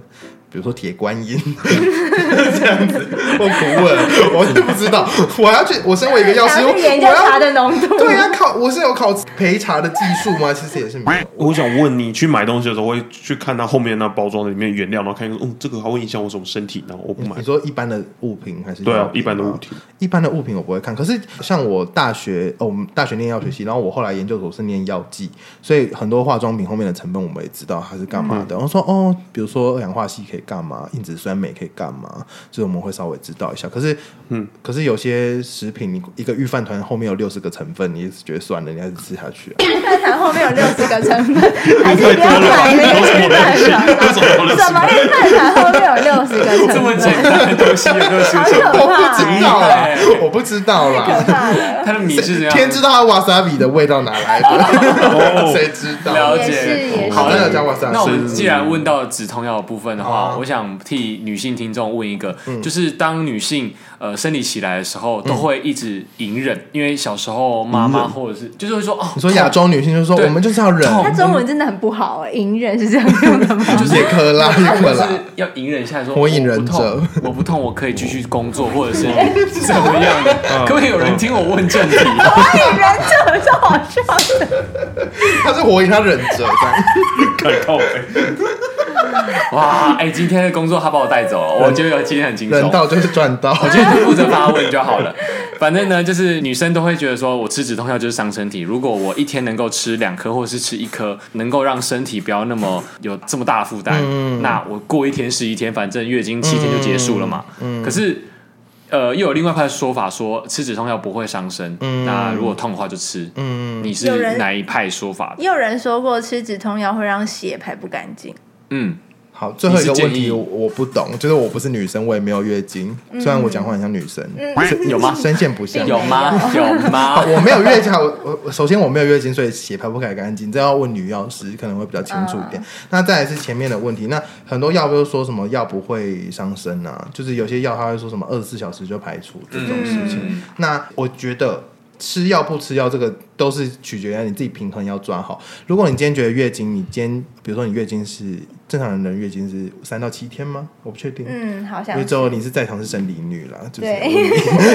[SPEAKER 5] 比如说铁观音 这样子。我不问，我是不 知道。我要去，我身为一个药师，
[SPEAKER 1] 想
[SPEAKER 5] 我
[SPEAKER 1] 要去研
[SPEAKER 5] 我
[SPEAKER 1] 究茶
[SPEAKER 5] 要
[SPEAKER 1] 的浓度。
[SPEAKER 5] 对啊要考，我是有考陪茶的技术吗？其实也是没有。
[SPEAKER 2] 我想问你，去买东西的时候会去看它后面那包装里面原料，然后看一个，嗯，这个它会影响我什么身体，然后我不买
[SPEAKER 5] 你。说一般的物品还是
[SPEAKER 2] 对
[SPEAKER 5] 药
[SPEAKER 2] 啊，
[SPEAKER 5] 品
[SPEAKER 2] 一般的
[SPEAKER 5] 吗
[SPEAKER 2] 物体，
[SPEAKER 5] 一般的物品我不会看，可是像我大学，哦，我们大学念药学
[SPEAKER 3] 嗯
[SPEAKER 5] 系，然后我后来研究所是念药剂，所以很多化妆品后面的成分我们也知道它是干嘛
[SPEAKER 3] 嗯
[SPEAKER 5] 的。然后说哦，比如说二氧化硒可以干嘛，硬脂酸镁可以干嘛，所以我们会稍微知道一下。可是，嗯，可是有些食品，你一个预饭团后面有六十个成分，你也是觉得算了，你还是吃下去、 啊。
[SPEAKER 1] 饭团后面有六十个成分， 还是不要买那个预饭团吧。怎么预饭团后面有六十个
[SPEAKER 3] 这么
[SPEAKER 1] 成
[SPEAKER 3] 简
[SPEAKER 1] 分？
[SPEAKER 3] 单的东西有没有学
[SPEAKER 1] 好
[SPEAKER 3] 生？
[SPEAKER 1] 可
[SPEAKER 5] 我
[SPEAKER 1] 怕、
[SPEAKER 5] 不知道
[SPEAKER 1] 欸！
[SPEAKER 5] 啦，我不知道
[SPEAKER 1] 可
[SPEAKER 5] 啦，
[SPEAKER 1] 怕的，
[SPEAKER 3] 它的米哎是怎样？哦
[SPEAKER 5] 天知道它 wasabi 的味道哪来的， 谁知道？
[SPEAKER 3] 了
[SPEAKER 1] 也是也
[SPEAKER 3] 解，
[SPEAKER 1] 是
[SPEAKER 3] 好，
[SPEAKER 5] 真
[SPEAKER 3] 那
[SPEAKER 5] 的加瓦萨
[SPEAKER 3] 那我们既然问到止痛药的部分的话，
[SPEAKER 5] 啊
[SPEAKER 3] 我想替女性听众问一个，
[SPEAKER 5] 嗯
[SPEAKER 3] 就是当女性呃生理起来的时候，都会一直隐忍，因为小时候妈妈或者是就是会说哦，
[SPEAKER 5] 你说亚洲女性就说
[SPEAKER 3] 对
[SPEAKER 5] 我们就是要忍，
[SPEAKER 3] 痛
[SPEAKER 1] 他中文真的很不好哎、隐忍是这样用的 吗？
[SPEAKER 5] 也可啦，
[SPEAKER 3] 痛。
[SPEAKER 5] 也
[SPEAKER 3] 或
[SPEAKER 5] 可
[SPEAKER 3] 者
[SPEAKER 5] 啦
[SPEAKER 3] 是。要隐忍下来说，哦
[SPEAKER 5] 火影忍者
[SPEAKER 3] 我不痛，我不痛，我可以继续工作，或者 是怎么样的？
[SPEAKER 5] 嗯
[SPEAKER 3] 可不可以有人听我问正题？
[SPEAKER 1] 隐忍者是好笑的，
[SPEAKER 5] 他是火影，他忍者这 样。
[SPEAKER 2] 看靠背，
[SPEAKER 3] 哇，哎，今天的工作他把我带走了，我觉得今天很轻
[SPEAKER 5] 人
[SPEAKER 3] 松。
[SPEAKER 5] 到就是赚到。
[SPEAKER 3] 我就负责发问就好了。反正呢，就是女生都会觉得说，我吃止痛药就是伤身体。如果我一天能够吃两颗，或者是吃一颗，能够让身体不要那么有这么大的负担，那我过一天是一天，反正月经七天就结束了嘛。可是。呃，又有另外一派说法说吃止痛药不会伤身，那如果痛的话就吃。嗯，你是
[SPEAKER 1] 有人
[SPEAKER 3] 哪一派说法的？
[SPEAKER 1] 也有人说过吃止痛药会让血排不干净，
[SPEAKER 3] 嗯，
[SPEAKER 5] 好，最后一个
[SPEAKER 3] 你是
[SPEAKER 5] 问
[SPEAKER 3] 建议
[SPEAKER 5] 题我我不懂，就是我不是女生，我也没有月经，虽然我讲话很像女生，是
[SPEAKER 3] 有吗
[SPEAKER 5] 声线不像。
[SPEAKER 3] 有吗？有 吗？
[SPEAKER 5] 我没有月经，啊我我我首先我没有月经，所以血排不开干净，这要问女药师可能会比较清楚一点。那再来是前面的问题，那很多药不是说什么药不会伤身啊，就是有些药它会说什么二十四小时就排除这种事情。那我觉得吃药不吃药，这个都是取决于你自己平衡要抓好。如果你今天觉得月经，你今天比如说你月经是正常人的月经是三到七天吗？我不确定。
[SPEAKER 1] 嗯，好
[SPEAKER 5] 因
[SPEAKER 1] 像
[SPEAKER 5] 为
[SPEAKER 1] 是
[SPEAKER 5] 只有你是在场是生理女啦，就是
[SPEAKER 1] 对，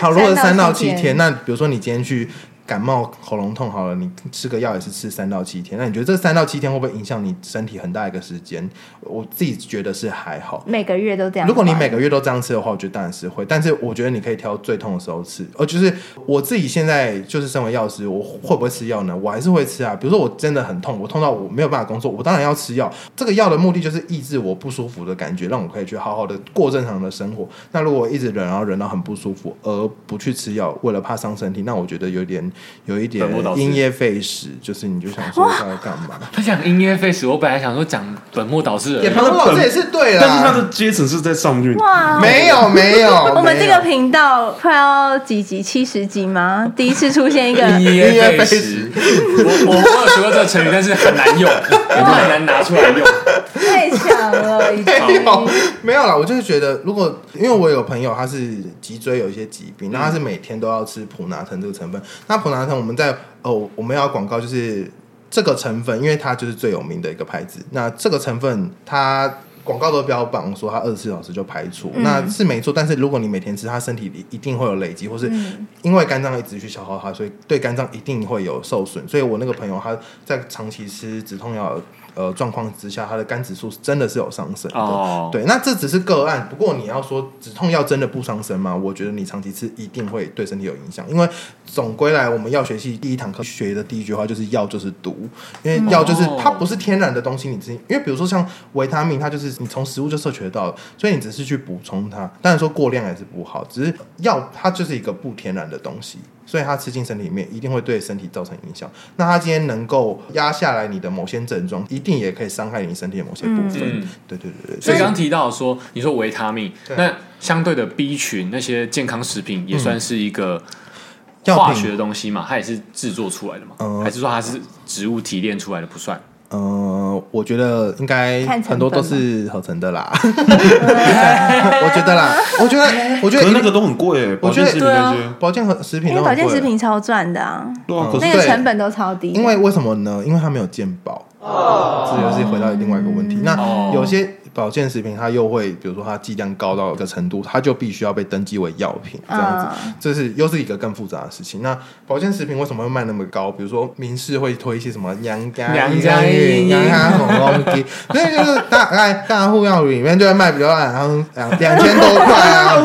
[SPEAKER 5] 好，如果是三
[SPEAKER 1] 三到
[SPEAKER 5] 到
[SPEAKER 1] 七
[SPEAKER 5] 七
[SPEAKER 1] 天
[SPEAKER 5] 天，那比如说你今天去感冒、喉咙痛好了，你吃个药也是吃三到七天，那你觉得这三到七天会不会影响你身体很大一个时间？我自己觉得是还好。
[SPEAKER 1] 每个月都这样吧。
[SPEAKER 5] 如果你每个月都这样吃的话，我觉得当然是会，但是我觉得你可以挑最痛的时候吃。呃，就是我自己现在就是身为药师，我会不会吃药呢？我还是会吃啊。比如说我真的很痛，我痛到我没有办法工作，我当然要吃药。这个药的目的就是抑制我不舒服的感觉，让我可以去好好的过正常的生活。那如果我一直忍，然后忍到很不舒服，而不去吃药，为了怕伤身体，那我觉得有点有一点
[SPEAKER 3] 本末倒置
[SPEAKER 5] 因噎废食，就是你就想说要干嘛？
[SPEAKER 3] 他讲音乐 face，我本来想说讲本末倒置而
[SPEAKER 5] 也
[SPEAKER 3] 已
[SPEAKER 5] 彭老师也是对啦，
[SPEAKER 2] 但是他的阶层是在上面，
[SPEAKER 1] 哇，
[SPEAKER 5] 没有没有，
[SPEAKER 1] 我们这
[SPEAKER 5] 没有
[SPEAKER 1] 个频道快要几集七十集吗？第一次出现一 个
[SPEAKER 3] 音乐
[SPEAKER 5] face
[SPEAKER 3] 我我我有学过这个成语，但是很难 用，我很难拿出来用。
[SPEAKER 1] 太强了， 已经
[SPEAKER 5] 没有，
[SPEAKER 1] 哎
[SPEAKER 5] 没有啦，我就是觉得，如果因为我有朋友他是脊椎有一些疾
[SPEAKER 1] 嗯
[SPEAKER 5] 病，那他是每天都要吃普拿疼这个成分。那普拿疼我们在哦，我们要广告就是呃这个成分，因为它就是最有名的一个牌子。那这个成分它。广告都标榜说它二十四小时就排除，
[SPEAKER 1] 嗯
[SPEAKER 5] 那是没错。但是如果你每天吃，它身体里一定会有累积，或是
[SPEAKER 1] 嗯
[SPEAKER 5] 因为肝脏一直去消耗它，所以对肝脏一定会有受损。所以我那个朋友他在长期吃止痛药呃状况之下，他的肝指数是真的是有上升的。
[SPEAKER 3] 哦
[SPEAKER 5] 对，那这只是个案。不过你要说止痛药真的不伤身吗？我觉得你长期吃一定会对身体有影响，因为总归来我们药学系第一堂课学的第一句话就是药就是毒，因为药就是、
[SPEAKER 3] 哦
[SPEAKER 5] 它不是天然的东西，你吃，因为比如说像维他命，它就是你从食物就摄取得到的，所以你只是去补充它。当然说过量也是不好，只是药它就是一个不天然的东西。所以它吃进身体里面，一定会对身体造成影响。那它今天能够压下来你的某些症状，一定也可以伤害你身体的某些部分。
[SPEAKER 3] 嗯
[SPEAKER 5] 对对对对，
[SPEAKER 3] 所以刚刚提到说，你说维他命，
[SPEAKER 5] 对
[SPEAKER 3] 那相对的 B 群那些健康食品也算是一个
[SPEAKER 5] 嗯药
[SPEAKER 3] 化
[SPEAKER 5] 品
[SPEAKER 3] 学的东西嘛，它也是制作出来的嘛，
[SPEAKER 5] 嗯
[SPEAKER 3] 还是说它是植物提炼出来的不算？
[SPEAKER 5] 呃，我觉得应该
[SPEAKER 1] 看成
[SPEAKER 5] 很多
[SPEAKER 1] 本
[SPEAKER 5] 都
[SPEAKER 1] 吗
[SPEAKER 5] 是合成 的啦。我觉得啦，我觉得，我觉
[SPEAKER 2] 可是那
[SPEAKER 5] 得，
[SPEAKER 2] 个都很贵，保
[SPEAKER 5] 我觉
[SPEAKER 2] 健食
[SPEAKER 5] 得
[SPEAKER 2] 品那些，
[SPEAKER 5] 保健和食品
[SPEAKER 1] 因
[SPEAKER 5] 都
[SPEAKER 1] 为
[SPEAKER 5] 很
[SPEAKER 1] 保健
[SPEAKER 5] 贵
[SPEAKER 1] 食，品超赚的啊，
[SPEAKER 2] 对啊，可是
[SPEAKER 1] 那个成本都超低的。
[SPEAKER 5] 因为为什么呢？因为它没有健保，
[SPEAKER 3] 哦
[SPEAKER 5] 这又是回到另外一个问题。那有些保健食品它又会，比如说它剂量高到一个程度，它就必须要被登记为药品，这样子，这是又是一个更复杂的事情。那保健食品为什么会卖那么高？比如说民事会推一些什么娘家
[SPEAKER 3] 娘家
[SPEAKER 5] 饮、
[SPEAKER 3] 饮
[SPEAKER 5] 娘家什么东西，那就是大概大户药里面就会卖比较啊烂，然后两两千多块啊。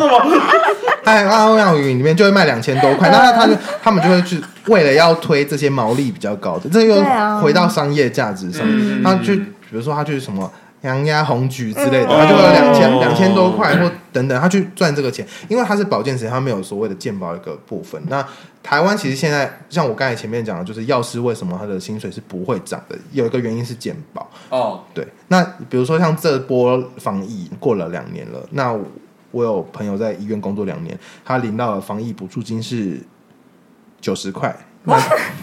[SPEAKER 5] 哎，阿欧亚语里面就会卖两千多块，那他就他们就会去为了要推这些毛利比较高的，这又
[SPEAKER 1] 对啊
[SPEAKER 5] 回到商业价值上
[SPEAKER 3] 嗯
[SPEAKER 5] 面。他去比如说他去什么杨家红菊之类的，
[SPEAKER 2] 嗯
[SPEAKER 5] 他就有两千
[SPEAKER 2] 哦
[SPEAKER 5] 两千多块或等等，他去赚这个钱，因为他是保健食品，他没有所谓的健保的一个部分。那台湾其实现在像我刚才前面讲的，就是药师为什么他的薪水是不会涨的，有一个原因是健保。
[SPEAKER 3] 哦，
[SPEAKER 5] 对，那比如说像这波防疫过了两年了，那我我有朋友在医院工作两年，他领到的防疫补助金是九十块，那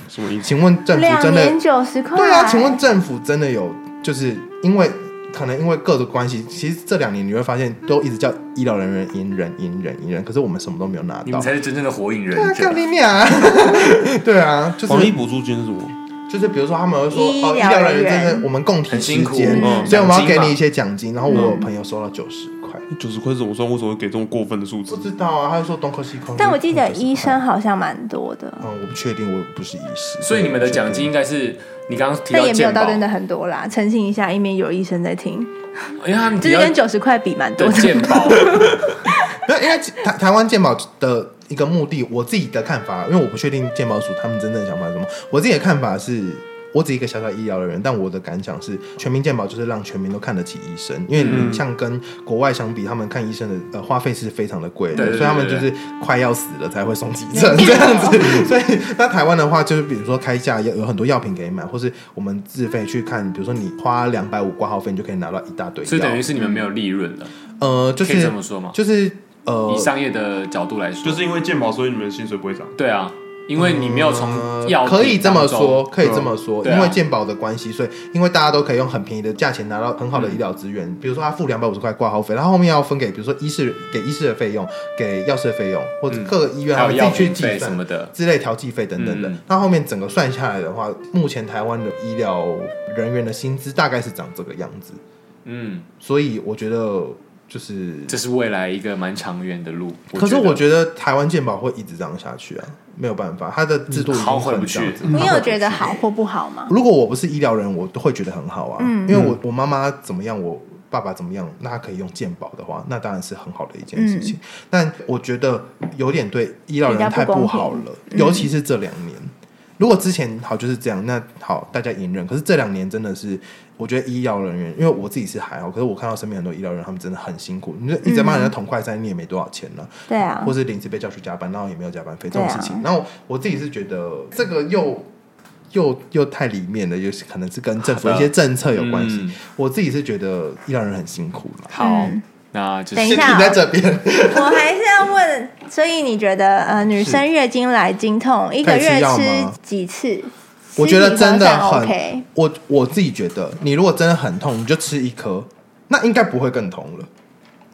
[SPEAKER 2] 什么意思？
[SPEAKER 5] 请问政府
[SPEAKER 1] 两
[SPEAKER 5] 真
[SPEAKER 1] 年哎
[SPEAKER 5] 的？
[SPEAKER 1] 九十块，
[SPEAKER 5] 对啊，请问政府真的有就是因为？可能因为各个关系，其实这两年你会发现都一直叫医疗人员隐忍、隐忍、隐忍，可是我们什么都没有拿
[SPEAKER 3] 你
[SPEAKER 5] 到
[SPEAKER 3] 们。才是真正的火影忍
[SPEAKER 5] 对啊，
[SPEAKER 3] 者
[SPEAKER 5] 干。你娘！对啊，就是
[SPEAKER 2] 防疫补助金是什么？
[SPEAKER 5] 就是比如说他们会说
[SPEAKER 1] 医
[SPEAKER 5] 哦，医
[SPEAKER 1] 疗
[SPEAKER 5] 疗人
[SPEAKER 1] 人
[SPEAKER 5] 员
[SPEAKER 1] 员
[SPEAKER 5] 真的我们共体
[SPEAKER 3] 很
[SPEAKER 5] 时
[SPEAKER 3] 辛苦
[SPEAKER 5] 间，
[SPEAKER 2] 嗯
[SPEAKER 5] 所以我们要
[SPEAKER 3] 哦奖金
[SPEAKER 5] 给
[SPEAKER 3] 嘛嗯
[SPEAKER 5] 你一些奖金。然后我有朋友收到九十块，
[SPEAKER 2] 九十块怎么算？为什么会给这么过分的数
[SPEAKER 5] 不
[SPEAKER 2] 字？
[SPEAKER 5] 知道啊，他就说东科西科。
[SPEAKER 1] 但我记得
[SPEAKER 5] 90块
[SPEAKER 1] 医生，好像蛮多的，
[SPEAKER 5] 嗯，我不确定，我不是医师，
[SPEAKER 3] 所以你们的奖金应该是你刚刚提
[SPEAKER 1] 但
[SPEAKER 3] 到
[SPEAKER 1] 也没有
[SPEAKER 3] 健保
[SPEAKER 1] 到，真的很多啦。澄清一下，以免有医生在听，
[SPEAKER 3] 因为他们
[SPEAKER 1] 就
[SPEAKER 3] 提
[SPEAKER 5] 啊
[SPEAKER 1] 是
[SPEAKER 3] 到
[SPEAKER 1] 跟九十块比蛮多
[SPEAKER 3] 的
[SPEAKER 1] 的。
[SPEAKER 3] 健保，
[SPEAKER 5] 没有，因为台台湾健保的一个目的，我自己的看法，因为我不确定健保署他们真正的想法是什么，我自己的看法是。我只是一个小小医疗的人，但我的感想是，全民健保就是让全民都看得起医生，因为你像跟国外相比，他们看医生的呃花费是非常的贵的，
[SPEAKER 3] 对对对
[SPEAKER 5] 所以他们就是快要死了才会送急 诊这样子。所以那台湾的话，就是比如说开价有有很多药品可以买，或是我们自费去看，比如说你花两百五挂号费，你就可以拿到一大堆药。
[SPEAKER 3] 所以等于是你们没有利润了。
[SPEAKER 5] 呃，就
[SPEAKER 3] 可以
[SPEAKER 5] 是
[SPEAKER 3] 这么说吗
[SPEAKER 5] 就是呃
[SPEAKER 3] 以，商业的角度来说，
[SPEAKER 6] 就是因为健保，所以你们的薪水不会涨。
[SPEAKER 3] 对啊，因为你没有
[SPEAKER 5] 呃
[SPEAKER 3] 从药
[SPEAKER 5] 可以
[SPEAKER 3] 品
[SPEAKER 5] 这么
[SPEAKER 3] 当中
[SPEAKER 5] 说，，可以这么说，
[SPEAKER 3] 对啊
[SPEAKER 5] 因为健保的关系，所以因为大家都可以用很便宜的价钱拿到很好
[SPEAKER 3] 嗯
[SPEAKER 5] 的医疗资源，比如说他付两百五十块挂号费，然后后面要分给比如说医师给医师的费用，给药师的费用，或者各个医
[SPEAKER 3] 嗯
[SPEAKER 5] 院
[SPEAKER 3] 还
[SPEAKER 5] 他
[SPEAKER 3] 有
[SPEAKER 5] 们自
[SPEAKER 3] 药
[SPEAKER 5] 己去
[SPEAKER 3] 品
[SPEAKER 5] 计
[SPEAKER 3] 费什
[SPEAKER 5] 算
[SPEAKER 3] 么的，
[SPEAKER 5] 之类调剂费等等的
[SPEAKER 3] 嗯。
[SPEAKER 5] 那、后面整个算下来的话，目前台湾的医疗人员的薪资大概是长这个样子，
[SPEAKER 3] 嗯，
[SPEAKER 5] 所以我觉得就是。
[SPEAKER 3] 这是未来一个蛮长远的路。
[SPEAKER 5] 可是我觉得台湾健保会一直这样下去啊，没有办法，它的制度已经
[SPEAKER 3] 好回不
[SPEAKER 5] 混这样
[SPEAKER 3] 去
[SPEAKER 5] 子
[SPEAKER 1] 你有觉得好或不好吗？
[SPEAKER 5] 如果我不是医疗人，我都会觉得很好啊，
[SPEAKER 1] 嗯
[SPEAKER 5] 因为我我妈妈怎么样，我爸爸怎么样，那他可以用健保的话，那当然是很好的一件事
[SPEAKER 1] 嗯
[SPEAKER 5] 情。但我觉得有点对医疗人太不好了，
[SPEAKER 1] 嗯
[SPEAKER 5] 尤其是这两年。如果之前好就是这样，那好大家隐忍。可是这两年真的是，我觉得医疗人员，因为我自己是还好，可是我看到身边很多医疗人员，他们真的很辛苦。你就一直帮人家捅快塞，你也没多少钱了、
[SPEAKER 1] 嗯对啊
[SPEAKER 5] 或，是临时被叫去加班，然后也没有加班费这
[SPEAKER 1] 对啊
[SPEAKER 5] 种事情。然后我自己是觉得这个又又又太里面了，又是可能是跟政府
[SPEAKER 3] 好的
[SPEAKER 5] 一些政策有关系。
[SPEAKER 3] 嗯
[SPEAKER 5] 我自己是觉得医疗人很辛苦了。
[SPEAKER 3] 好，那就
[SPEAKER 1] 等一
[SPEAKER 3] 是
[SPEAKER 1] 下哦
[SPEAKER 5] 你在这边，
[SPEAKER 1] 嗯我还是要问，所以你觉得呃，女生月经来经痛一个
[SPEAKER 5] 可以
[SPEAKER 1] 月
[SPEAKER 5] 吃药
[SPEAKER 1] 吃
[SPEAKER 5] 吗
[SPEAKER 1] 几次？
[SPEAKER 5] 我觉得真的
[SPEAKER 1] 吃几包算
[SPEAKER 5] 很
[SPEAKER 1] OK，
[SPEAKER 5] 我我自己觉得，你如果真的很痛，你就吃一颗，那应该不会更痛了。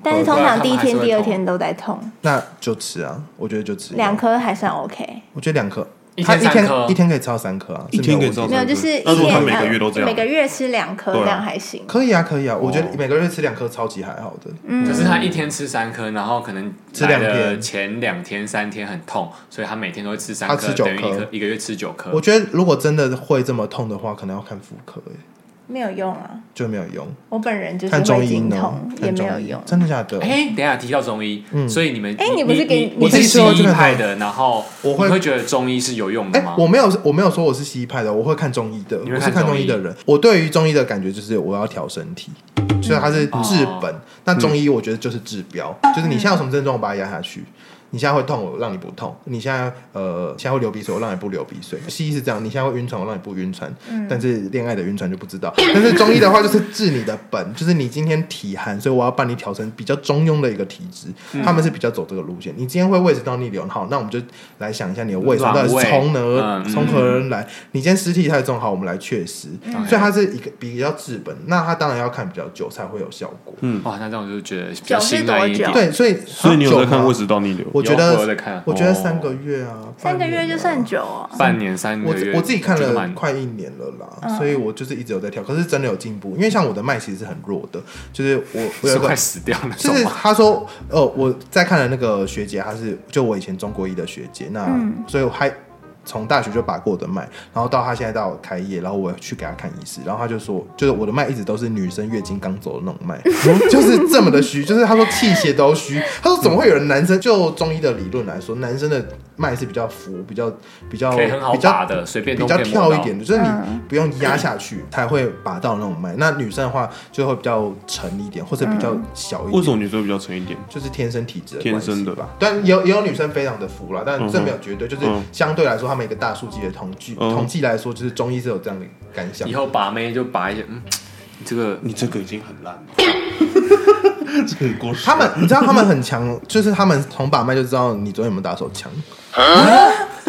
[SPEAKER 1] 但是通常第一天、
[SPEAKER 3] 对
[SPEAKER 1] 第二天都在痛，
[SPEAKER 5] 那就吃啊，我觉得就吃
[SPEAKER 1] 两
[SPEAKER 5] 颗，
[SPEAKER 1] 颗还算 OK。
[SPEAKER 5] 我觉得两颗，
[SPEAKER 3] 一
[SPEAKER 5] 他
[SPEAKER 3] 天
[SPEAKER 5] 一
[SPEAKER 3] 三颗
[SPEAKER 5] 天一天可以吃到三颗啊，是
[SPEAKER 2] 一天可以吃到
[SPEAKER 5] 没有问
[SPEAKER 1] 没有，就
[SPEAKER 2] 三颗
[SPEAKER 5] 题
[SPEAKER 1] 是一
[SPEAKER 2] 那如果他
[SPEAKER 1] 天呃
[SPEAKER 2] 每个月都这样
[SPEAKER 1] 每个月吃两颗，
[SPEAKER 2] 对啊
[SPEAKER 1] 这样还行。
[SPEAKER 5] 可以啊，可以啊，我
[SPEAKER 3] 哦
[SPEAKER 5] 觉得每个月吃两颗超级还好的，
[SPEAKER 3] 可
[SPEAKER 1] 嗯
[SPEAKER 3] 是他一天吃三颗，然后可能
[SPEAKER 5] 吃两
[SPEAKER 3] 来的
[SPEAKER 5] 天
[SPEAKER 3] 前两天三天很痛，所以他每天都会吃三
[SPEAKER 5] 他
[SPEAKER 3] 颗，
[SPEAKER 5] 吃九
[SPEAKER 3] 等于一
[SPEAKER 5] 颗
[SPEAKER 3] 颗一个月吃九颗
[SPEAKER 5] 我。觉得如果真的会这么痛的话，可能要看妇科、欸，
[SPEAKER 1] 没有用啊，
[SPEAKER 5] 就没有用。
[SPEAKER 1] 我本人就是
[SPEAKER 5] 看中
[SPEAKER 1] 会
[SPEAKER 5] 医
[SPEAKER 1] 经
[SPEAKER 5] 呢
[SPEAKER 1] 痛，，也
[SPEAKER 5] 看
[SPEAKER 1] 没
[SPEAKER 5] 中
[SPEAKER 1] 有
[SPEAKER 5] 医
[SPEAKER 1] 用。
[SPEAKER 5] 真的假的？
[SPEAKER 3] 哎，等一下提到中医，所以你们
[SPEAKER 1] 哎你不是给
[SPEAKER 3] 你
[SPEAKER 5] 我自
[SPEAKER 3] 是
[SPEAKER 5] 己
[SPEAKER 3] 西
[SPEAKER 5] 嗯说这
[SPEAKER 3] 医
[SPEAKER 5] 个
[SPEAKER 3] 派的，然后
[SPEAKER 5] 我会
[SPEAKER 3] 你会觉得中医是有用
[SPEAKER 5] 哎、
[SPEAKER 3] 的吗？
[SPEAKER 5] 我没有，我没有说我是西医派的，我会看中医的，
[SPEAKER 3] 你会
[SPEAKER 5] 我
[SPEAKER 3] 看
[SPEAKER 5] 是看中医的人。我对于中医的感觉就是我要调身体，
[SPEAKER 3] 嗯
[SPEAKER 5] 所以它
[SPEAKER 3] 哦
[SPEAKER 5] 是治本。那中医我觉得就是治标，就是你现在有什么症状，我把它压下去。你现在会痛，我让你不痛；你现在呃，现在会流鼻水，我让你不流鼻水。西医是这样，你现在会晕船，我让你不晕船。
[SPEAKER 3] 嗯
[SPEAKER 5] 但是恋爱的晕船就不知道。但是中医的话，就是治你的本， 就是你今天体寒，所以我要帮你调成比较中庸的一个体质。
[SPEAKER 3] 嗯
[SPEAKER 5] 他们是比较走这个路线。你今天会胃食道逆流，好，那我们就来想一下你的胃食道
[SPEAKER 3] 软
[SPEAKER 5] 到底是
[SPEAKER 3] 胃
[SPEAKER 5] 从哪儿
[SPEAKER 3] 嗯
[SPEAKER 5] 从何而来？你今天尸体太重，好，我们来确实。
[SPEAKER 3] 嗯
[SPEAKER 5] 所以它是一个比较治本，那它当然要看比较久才会有效果。
[SPEAKER 3] 哇，那这种就觉得比较心软一
[SPEAKER 1] 久是多久
[SPEAKER 3] 点。
[SPEAKER 5] 对，所以
[SPEAKER 2] 所以你有在看胃
[SPEAKER 5] 为什
[SPEAKER 2] 食道逆流？
[SPEAKER 5] 我觉
[SPEAKER 3] 有我有在
[SPEAKER 5] 得
[SPEAKER 3] 看，
[SPEAKER 5] 我觉得
[SPEAKER 3] 哦
[SPEAKER 5] 三个月啊，
[SPEAKER 1] 三个
[SPEAKER 5] 半年
[SPEAKER 1] 月
[SPEAKER 5] 啊
[SPEAKER 1] 就算久哦，
[SPEAKER 3] 半年三个
[SPEAKER 5] 我
[SPEAKER 3] 月，
[SPEAKER 5] 我自己看
[SPEAKER 3] 觉得
[SPEAKER 5] 了
[SPEAKER 3] 蛮
[SPEAKER 5] 快一年了啦，
[SPEAKER 1] 嗯
[SPEAKER 5] 所以我就是一直有在跳，可是真的有进步。因为像我的脉其实是很弱的，就是我我有
[SPEAKER 3] 是
[SPEAKER 5] 一个
[SPEAKER 3] 快死掉那
[SPEAKER 5] 就
[SPEAKER 3] 种
[SPEAKER 5] 是
[SPEAKER 3] 吗？
[SPEAKER 5] 他说，呃，我在看的那个学姐，她是就我以前中国医的学姐，那、所以我还从大学就把过我的脉，然后到她现在到我开业，然后我去给她看医师，然后她就说，就是我的脉一直都是女生月经刚走的那种脉， 就是这么的虚，就是她说气血都虚，她说怎么会有人男生就中医的理论来说，男生的脉是比较浮，比较比较
[SPEAKER 3] 可以很好
[SPEAKER 5] 比较
[SPEAKER 3] 打的，随便
[SPEAKER 5] 比
[SPEAKER 3] 都
[SPEAKER 5] 较
[SPEAKER 3] 可以摸
[SPEAKER 5] 跳一
[SPEAKER 3] 到。
[SPEAKER 5] 点的，就是你不用压下去才会拔到那种脉。那女生的话就会比较沉一点，或者比较小一点。
[SPEAKER 2] 为什么女生比较沉一点？
[SPEAKER 5] 就是天生体质，
[SPEAKER 2] 天生的
[SPEAKER 5] 吧。但也有也有女生非常的服啦，但这没有绝对，就是
[SPEAKER 2] 嗯
[SPEAKER 5] 相对来说，他们一个大数据的统计，
[SPEAKER 2] 嗯
[SPEAKER 5] 统计来说，就是中医是有这样的感想
[SPEAKER 3] 以。后把妹就把一些，嗯，你这个
[SPEAKER 2] 你这个已经很 烂了，这个过时
[SPEAKER 5] 他们，你知道他们很强，就是他们从把脉就知道你昨天有没有打手枪。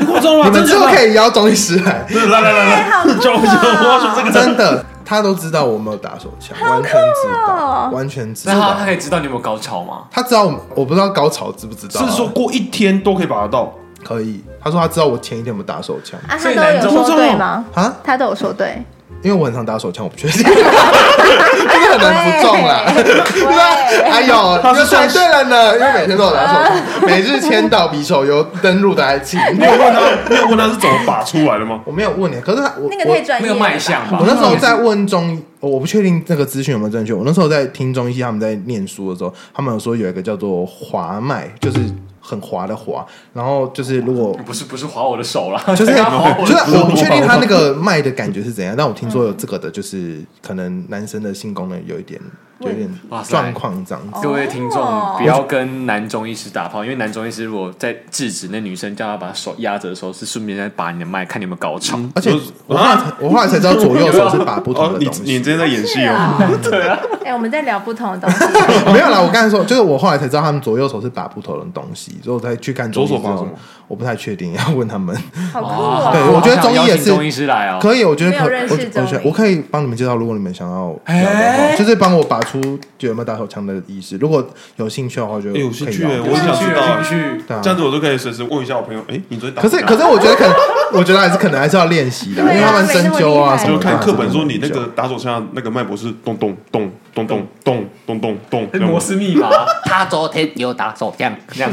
[SPEAKER 2] 过中
[SPEAKER 5] 你
[SPEAKER 2] 了，
[SPEAKER 5] 们
[SPEAKER 2] 真
[SPEAKER 5] 之
[SPEAKER 2] 的
[SPEAKER 5] 后
[SPEAKER 2] 吗
[SPEAKER 5] 可以邀中医师 来，
[SPEAKER 2] 来来来来，
[SPEAKER 1] 好酷
[SPEAKER 2] 就就我说这个
[SPEAKER 5] 真的，他都知道我有没有打手枪，完全知道，完全知
[SPEAKER 3] 那他他
[SPEAKER 5] 道
[SPEAKER 3] 可。以知道你有没有高潮吗？
[SPEAKER 5] 他知道我，我不知道高潮知不知道啊、
[SPEAKER 2] 是说过一天都可以把它到，
[SPEAKER 5] 可以。他说他知道我前一天有没有打手枪
[SPEAKER 1] 啊，他
[SPEAKER 3] 所以
[SPEAKER 1] 都
[SPEAKER 3] 男
[SPEAKER 1] 有
[SPEAKER 3] 中哦
[SPEAKER 1] 说对吗？
[SPEAKER 5] 啊，
[SPEAKER 1] 他都有说对，
[SPEAKER 5] 因为我很常打手枪，我不确定， 可是很难不中啦。
[SPEAKER 1] 对，啊
[SPEAKER 5] 哎呦，他是算对了呢，因为每天都有拿手枪，每日签到比手游登录的还 勤。
[SPEAKER 2] 你有问他，你有问他是怎么拔出来的吗？
[SPEAKER 5] 我没有问你，可是他我
[SPEAKER 1] 那个太专
[SPEAKER 3] 那
[SPEAKER 1] 业了
[SPEAKER 3] 个
[SPEAKER 1] 吧，
[SPEAKER 3] 卖相吧
[SPEAKER 5] 我。我那时候在问中医，我我不确定这个资讯有没有正确。我那时候在听中医系他们在念书的时候，他们有说有一个叫做滑脉，就是很滑的滑，然后就是如果
[SPEAKER 3] 不是不是划我的手啦，
[SPEAKER 5] 就是
[SPEAKER 2] 哎
[SPEAKER 5] 就 是
[SPEAKER 3] 他划我的手
[SPEAKER 5] 我不确定他那个卖的感觉是怎样，但我听
[SPEAKER 2] 嗯
[SPEAKER 5] 说有这个的，就是可能男生的性功能有一点有一点
[SPEAKER 3] 哇塞
[SPEAKER 5] 状况这样子。
[SPEAKER 3] 各位听众
[SPEAKER 1] 哦，
[SPEAKER 3] 不要跟男中医师打炮，因为男中医师如果在制止那女生叫她把手压着的时候，是顺便在把你的脉，看你有没有高潮。
[SPEAKER 5] 而且我后来才我后来才知道左右手是把不同
[SPEAKER 2] 啊哦，
[SPEAKER 5] 的
[SPEAKER 2] 你
[SPEAKER 5] 东
[SPEAKER 2] 你
[SPEAKER 5] 西。
[SPEAKER 2] 真的在演戏哦？
[SPEAKER 1] 啊， 对啊。 哎，我们在聊不同的东西，
[SPEAKER 5] 没有啦，我刚才说，就是我后来才知道他们左右手是把不同的东西，所以我才去看中医
[SPEAKER 2] 左手把
[SPEAKER 5] 之后
[SPEAKER 2] 什么
[SPEAKER 5] 我不太确定，要问他们。
[SPEAKER 1] 好酷
[SPEAKER 5] 对
[SPEAKER 1] 哦！
[SPEAKER 5] 我觉得中医也是
[SPEAKER 3] 邀请中医师来哦。
[SPEAKER 5] 可以，我觉得可
[SPEAKER 1] 没有认识
[SPEAKER 5] 我觉我觉
[SPEAKER 1] 中
[SPEAKER 5] 得
[SPEAKER 1] 医
[SPEAKER 5] 我可以帮你们介绍，如果你们想要
[SPEAKER 2] 哎
[SPEAKER 5] 聊的话，就是帮我拔出有没有打手枪的意识，如果有兴趣的话，就
[SPEAKER 2] 哎有
[SPEAKER 5] 可以
[SPEAKER 2] 兴趣
[SPEAKER 5] 聊
[SPEAKER 2] 哎
[SPEAKER 5] 对
[SPEAKER 2] 我很想知道啊
[SPEAKER 3] 去
[SPEAKER 5] 啊
[SPEAKER 2] 这样子我都可以随时问一下我朋友，哎，你昨天打
[SPEAKER 5] 可
[SPEAKER 2] 过
[SPEAKER 5] 是
[SPEAKER 2] 哪
[SPEAKER 5] 可是我觉得可能，我觉得还是可能还是要练习的，因
[SPEAKER 1] 对啊
[SPEAKER 5] 为他们针灸啊什
[SPEAKER 1] 没那么厉害
[SPEAKER 2] 就
[SPEAKER 5] 么的，
[SPEAKER 2] 看课本说你那个打手枪那个脉搏是咚咚咚咚咚咚咚咚咚，
[SPEAKER 5] 哎
[SPEAKER 2] 这样
[SPEAKER 3] 摩斯密码，他昨天有打手枪，这样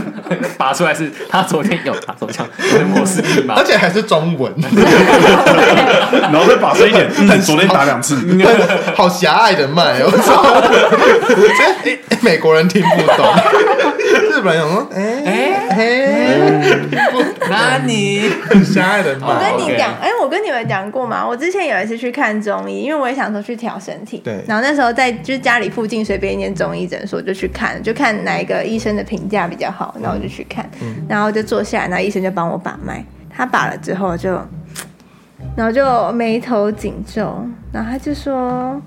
[SPEAKER 3] 拔出来是，他昨天有打手枪，对摩斯密码
[SPEAKER 5] 而。且还是中文，
[SPEAKER 2] 然后再把深一点，嗯，昨天打两次，
[SPEAKER 5] 好狭隘的脉哦，我操！这哎美国人听不懂，日本人想说哎哎，
[SPEAKER 3] 那你
[SPEAKER 5] 很狭隘的
[SPEAKER 1] 我
[SPEAKER 5] 脉，
[SPEAKER 1] 跟你
[SPEAKER 3] OK
[SPEAKER 1] 讲，哎、我跟你们讲过嘛，我之前有一次去看中医，因为我也想说去调身体，
[SPEAKER 5] 对
[SPEAKER 1] 然后那时候在就是家里附近随便一间中医诊所就去看，就看哪一个医生的评价比较好，然后我就去看，
[SPEAKER 5] 嗯
[SPEAKER 1] 嗯然后就坐下来，然后医生就帮我把脉，他把了之后就，然后就眉头紧皱，然后他就说。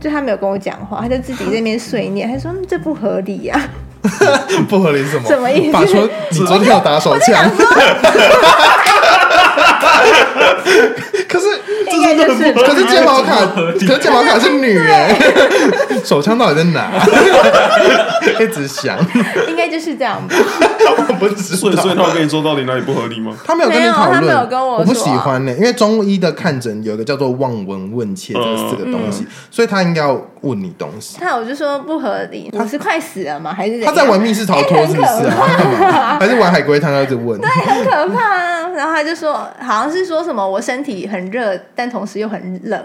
[SPEAKER 1] 就他没有跟我讲话，他就自己在那边碎念，他说、嗯、这不合理呀、
[SPEAKER 5] 不合理是什么？
[SPEAKER 1] 什么意思
[SPEAKER 5] 把说你昨天有打 手枪，可是
[SPEAKER 1] 应该就
[SPEAKER 5] 这哦
[SPEAKER 1] 是
[SPEAKER 5] 是
[SPEAKER 1] 吧
[SPEAKER 5] 可是睫毛卡，可是睫毛卡是女人，手枪到底在哪？ 一直想，
[SPEAKER 1] 应该就是这样吧。
[SPEAKER 5] 我不知
[SPEAKER 2] 所以
[SPEAKER 5] 道
[SPEAKER 2] 所以。他有跟你说到底哪里不合理吗？
[SPEAKER 5] 他没有跟你讨论，
[SPEAKER 1] 没有他没有跟我
[SPEAKER 5] 我
[SPEAKER 1] 说
[SPEAKER 5] 不喜欢呢、因为中医的看诊有一个叫做望闻问切这四个东
[SPEAKER 1] 嗯
[SPEAKER 5] 西，所以他应该要问你东西。
[SPEAKER 1] 那我就说不合理，我是快死了吗？还是怎
[SPEAKER 5] 嗯他
[SPEAKER 1] 样
[SPEAKER 5] 在玩密室逃脱是不是
[SPEAKER 1] 哎
[SPEAKER 5] 啊？干 嘛还是玩海龟汤？他一直问，
[SPEAKER 1] 很可怕啊！然后他就说，好像是说什么我身体很热，但同时又很冷，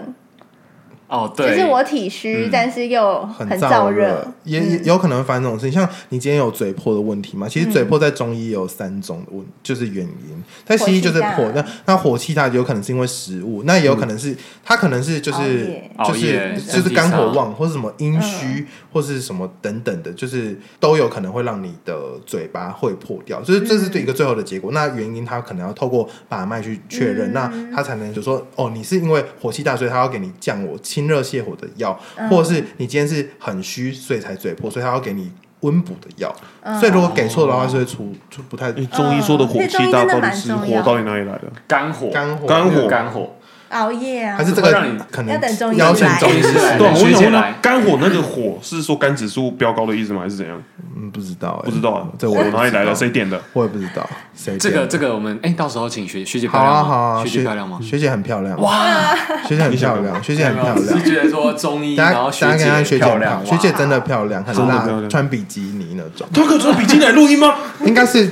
[SPEAKER 3] 哦，
[SPEAKER 1] 就
[SPEAKER 3] 对，
[SPEAKER 1] 是我体虚，但是又燥
[SPEAKER 5] 嗯
[SPEAKER 1] 嗯
[SPEAKER 5] 燥热，也也有可能会发生这种事情。像你今天有嘴破的问题嘛？
[SPEAKER 1] 嗯
[SPEAKER 5] 其实嘴破在中医也有三种问，就是原因，在西医就是
[SPEAKER 1] 火
[SPEAKER 5] 破
[SPEAKER 1] 气。大
[SPEAKER 5] 那那火气大有可能是因为食物，那也有可能是它可能是就
[SPEAKER 1] 熬
[SPEAKER 5] 是
[SPEAKER 1] 夜嗯
[SPEAKER 5] 就
[SPEAKER 3] 嗯熬夜
[SPEAKER 5] 是就是
[SPEAKER 3] 身体
[SPEAKER 5] 肝火
[SPEAKER 3] 差
[SPEAKER 5] 旺或是什么阴虚或是什么等等的，就是都有可能会让你的嘴巴会破掉。就是这
[SPEAKER 1] 嗯
[SPEAKER 5] 是对一个最后的结果。那原因它可能要透过把脉去确认，那
[SPEAKER 1] 嗯
[SPEAKER 5] 他才能就说哦，你是因为火气大，所以他要给你降我清热泻火的药，或者是
[SPEAKER 1] 嗯
[SPEAKER 5] 你今天是很虚，所以才嘴破，所以他要给你温补的药。
[SPEAKER 1] 嗯
[SPEAKER 5] 所以如果给错的
[SPEAKER 3] 哦
[SPEAKER 5] 话，是会出出不太
[SPEAKER 3] 嗯
[SPEAKER 2] 哎中医说的火气大到底是火到底哪里来的？
[SPEAKER 3] 肝火，
[SPEAKER 5] 肝火
[SPEAKER 2] 肝火
[SPEAKER 3] 有肝火，
[SPEAKER 1] 熬夜啊，
[SPEAKER 5] 还是这
[SPEAKER 3] 会
[SPEAKER 5] 个
[SPEAKER 3] 让你
[SPEAKER 5] 可能
[SPEAKER 1] 要等中医
[SPEAKER 5] 邀请
[SPEAKER 1] 来
[SPEAKER 5] 中医师
[SPEAKER 3] 对
[SPEAKER 5] 来
[SPEAKER 2] 对啊，我
[SPEAKER 3] 学
[SPEAKER 2] 想
[SPEAKER 3] 姐
[SPEAKER 2] 问
[SPEAKER 3] 来
[SPEAKER 2] 他，肝火那个火是说肝指数飙高的意思吗？还是怎样？
[SPEAKER 5] 嗯，不知道、欸，
[SPEAKER 2] 不知道啊，
[SPEAKER 5] 这我
[SPEAKER 2] 火
[SPEAKER 5] 不知
[SPEAKER 2] 哪里来的？
[SPEAKER 5] 道
[SPEAKER 2] 谁点的？
[SPEAKER 5] 我也不知道，谁
[SPEAKER 3] 这个
[SPEAKER 5] 点
[SPEAKER 3] 这个我们哎，到时候请学学姐
[SPEAKER 5] 好
[SPEAKER 3] 漂亮
[SPEAKER 5] 啊
[SPEAKER 3] 吗？
[SPEAKER 5] 好啊，
[SPEAKER 3] 学姐漂亮吗？
[SPEAKER 5] 学姐很漂亮，
[SPEAKER 3] 哇，
[SPEAKER 5] 学姐很漂亮，学姐很漂
[SPEAKER 3] 只是
[SPEAKER 5] 亮。
[SPEAKER 3] 觉得说中医，
[SPEAKER 5] 大
[SPEAKER 3] 然
[SPEAKER 5] 家
[SPEAKER 3] 后
[SPEAKER 5] 大家看看
[SPEAKER 3] 姐
[SPEAKER 5] 学姐
[SPEAKER 3] 漂
[SPEAKER 5] 很漂
[SPEAKER 3] 亮，
[SPEAKER 5] 亮，
[SPEAKER 3] 哇
[SPEAKER 5] 学姐真的漂亮，很
[SPEAKER 2] 真的
[SPEAKER 5] 辣
[SPEAKER 2] 漂，亮
[SPEAKER 5] 穿比基尼那种，
[SPEAKER 2] 他可以穿比基尼来录音吗？
[SPEAKER 5] 应该是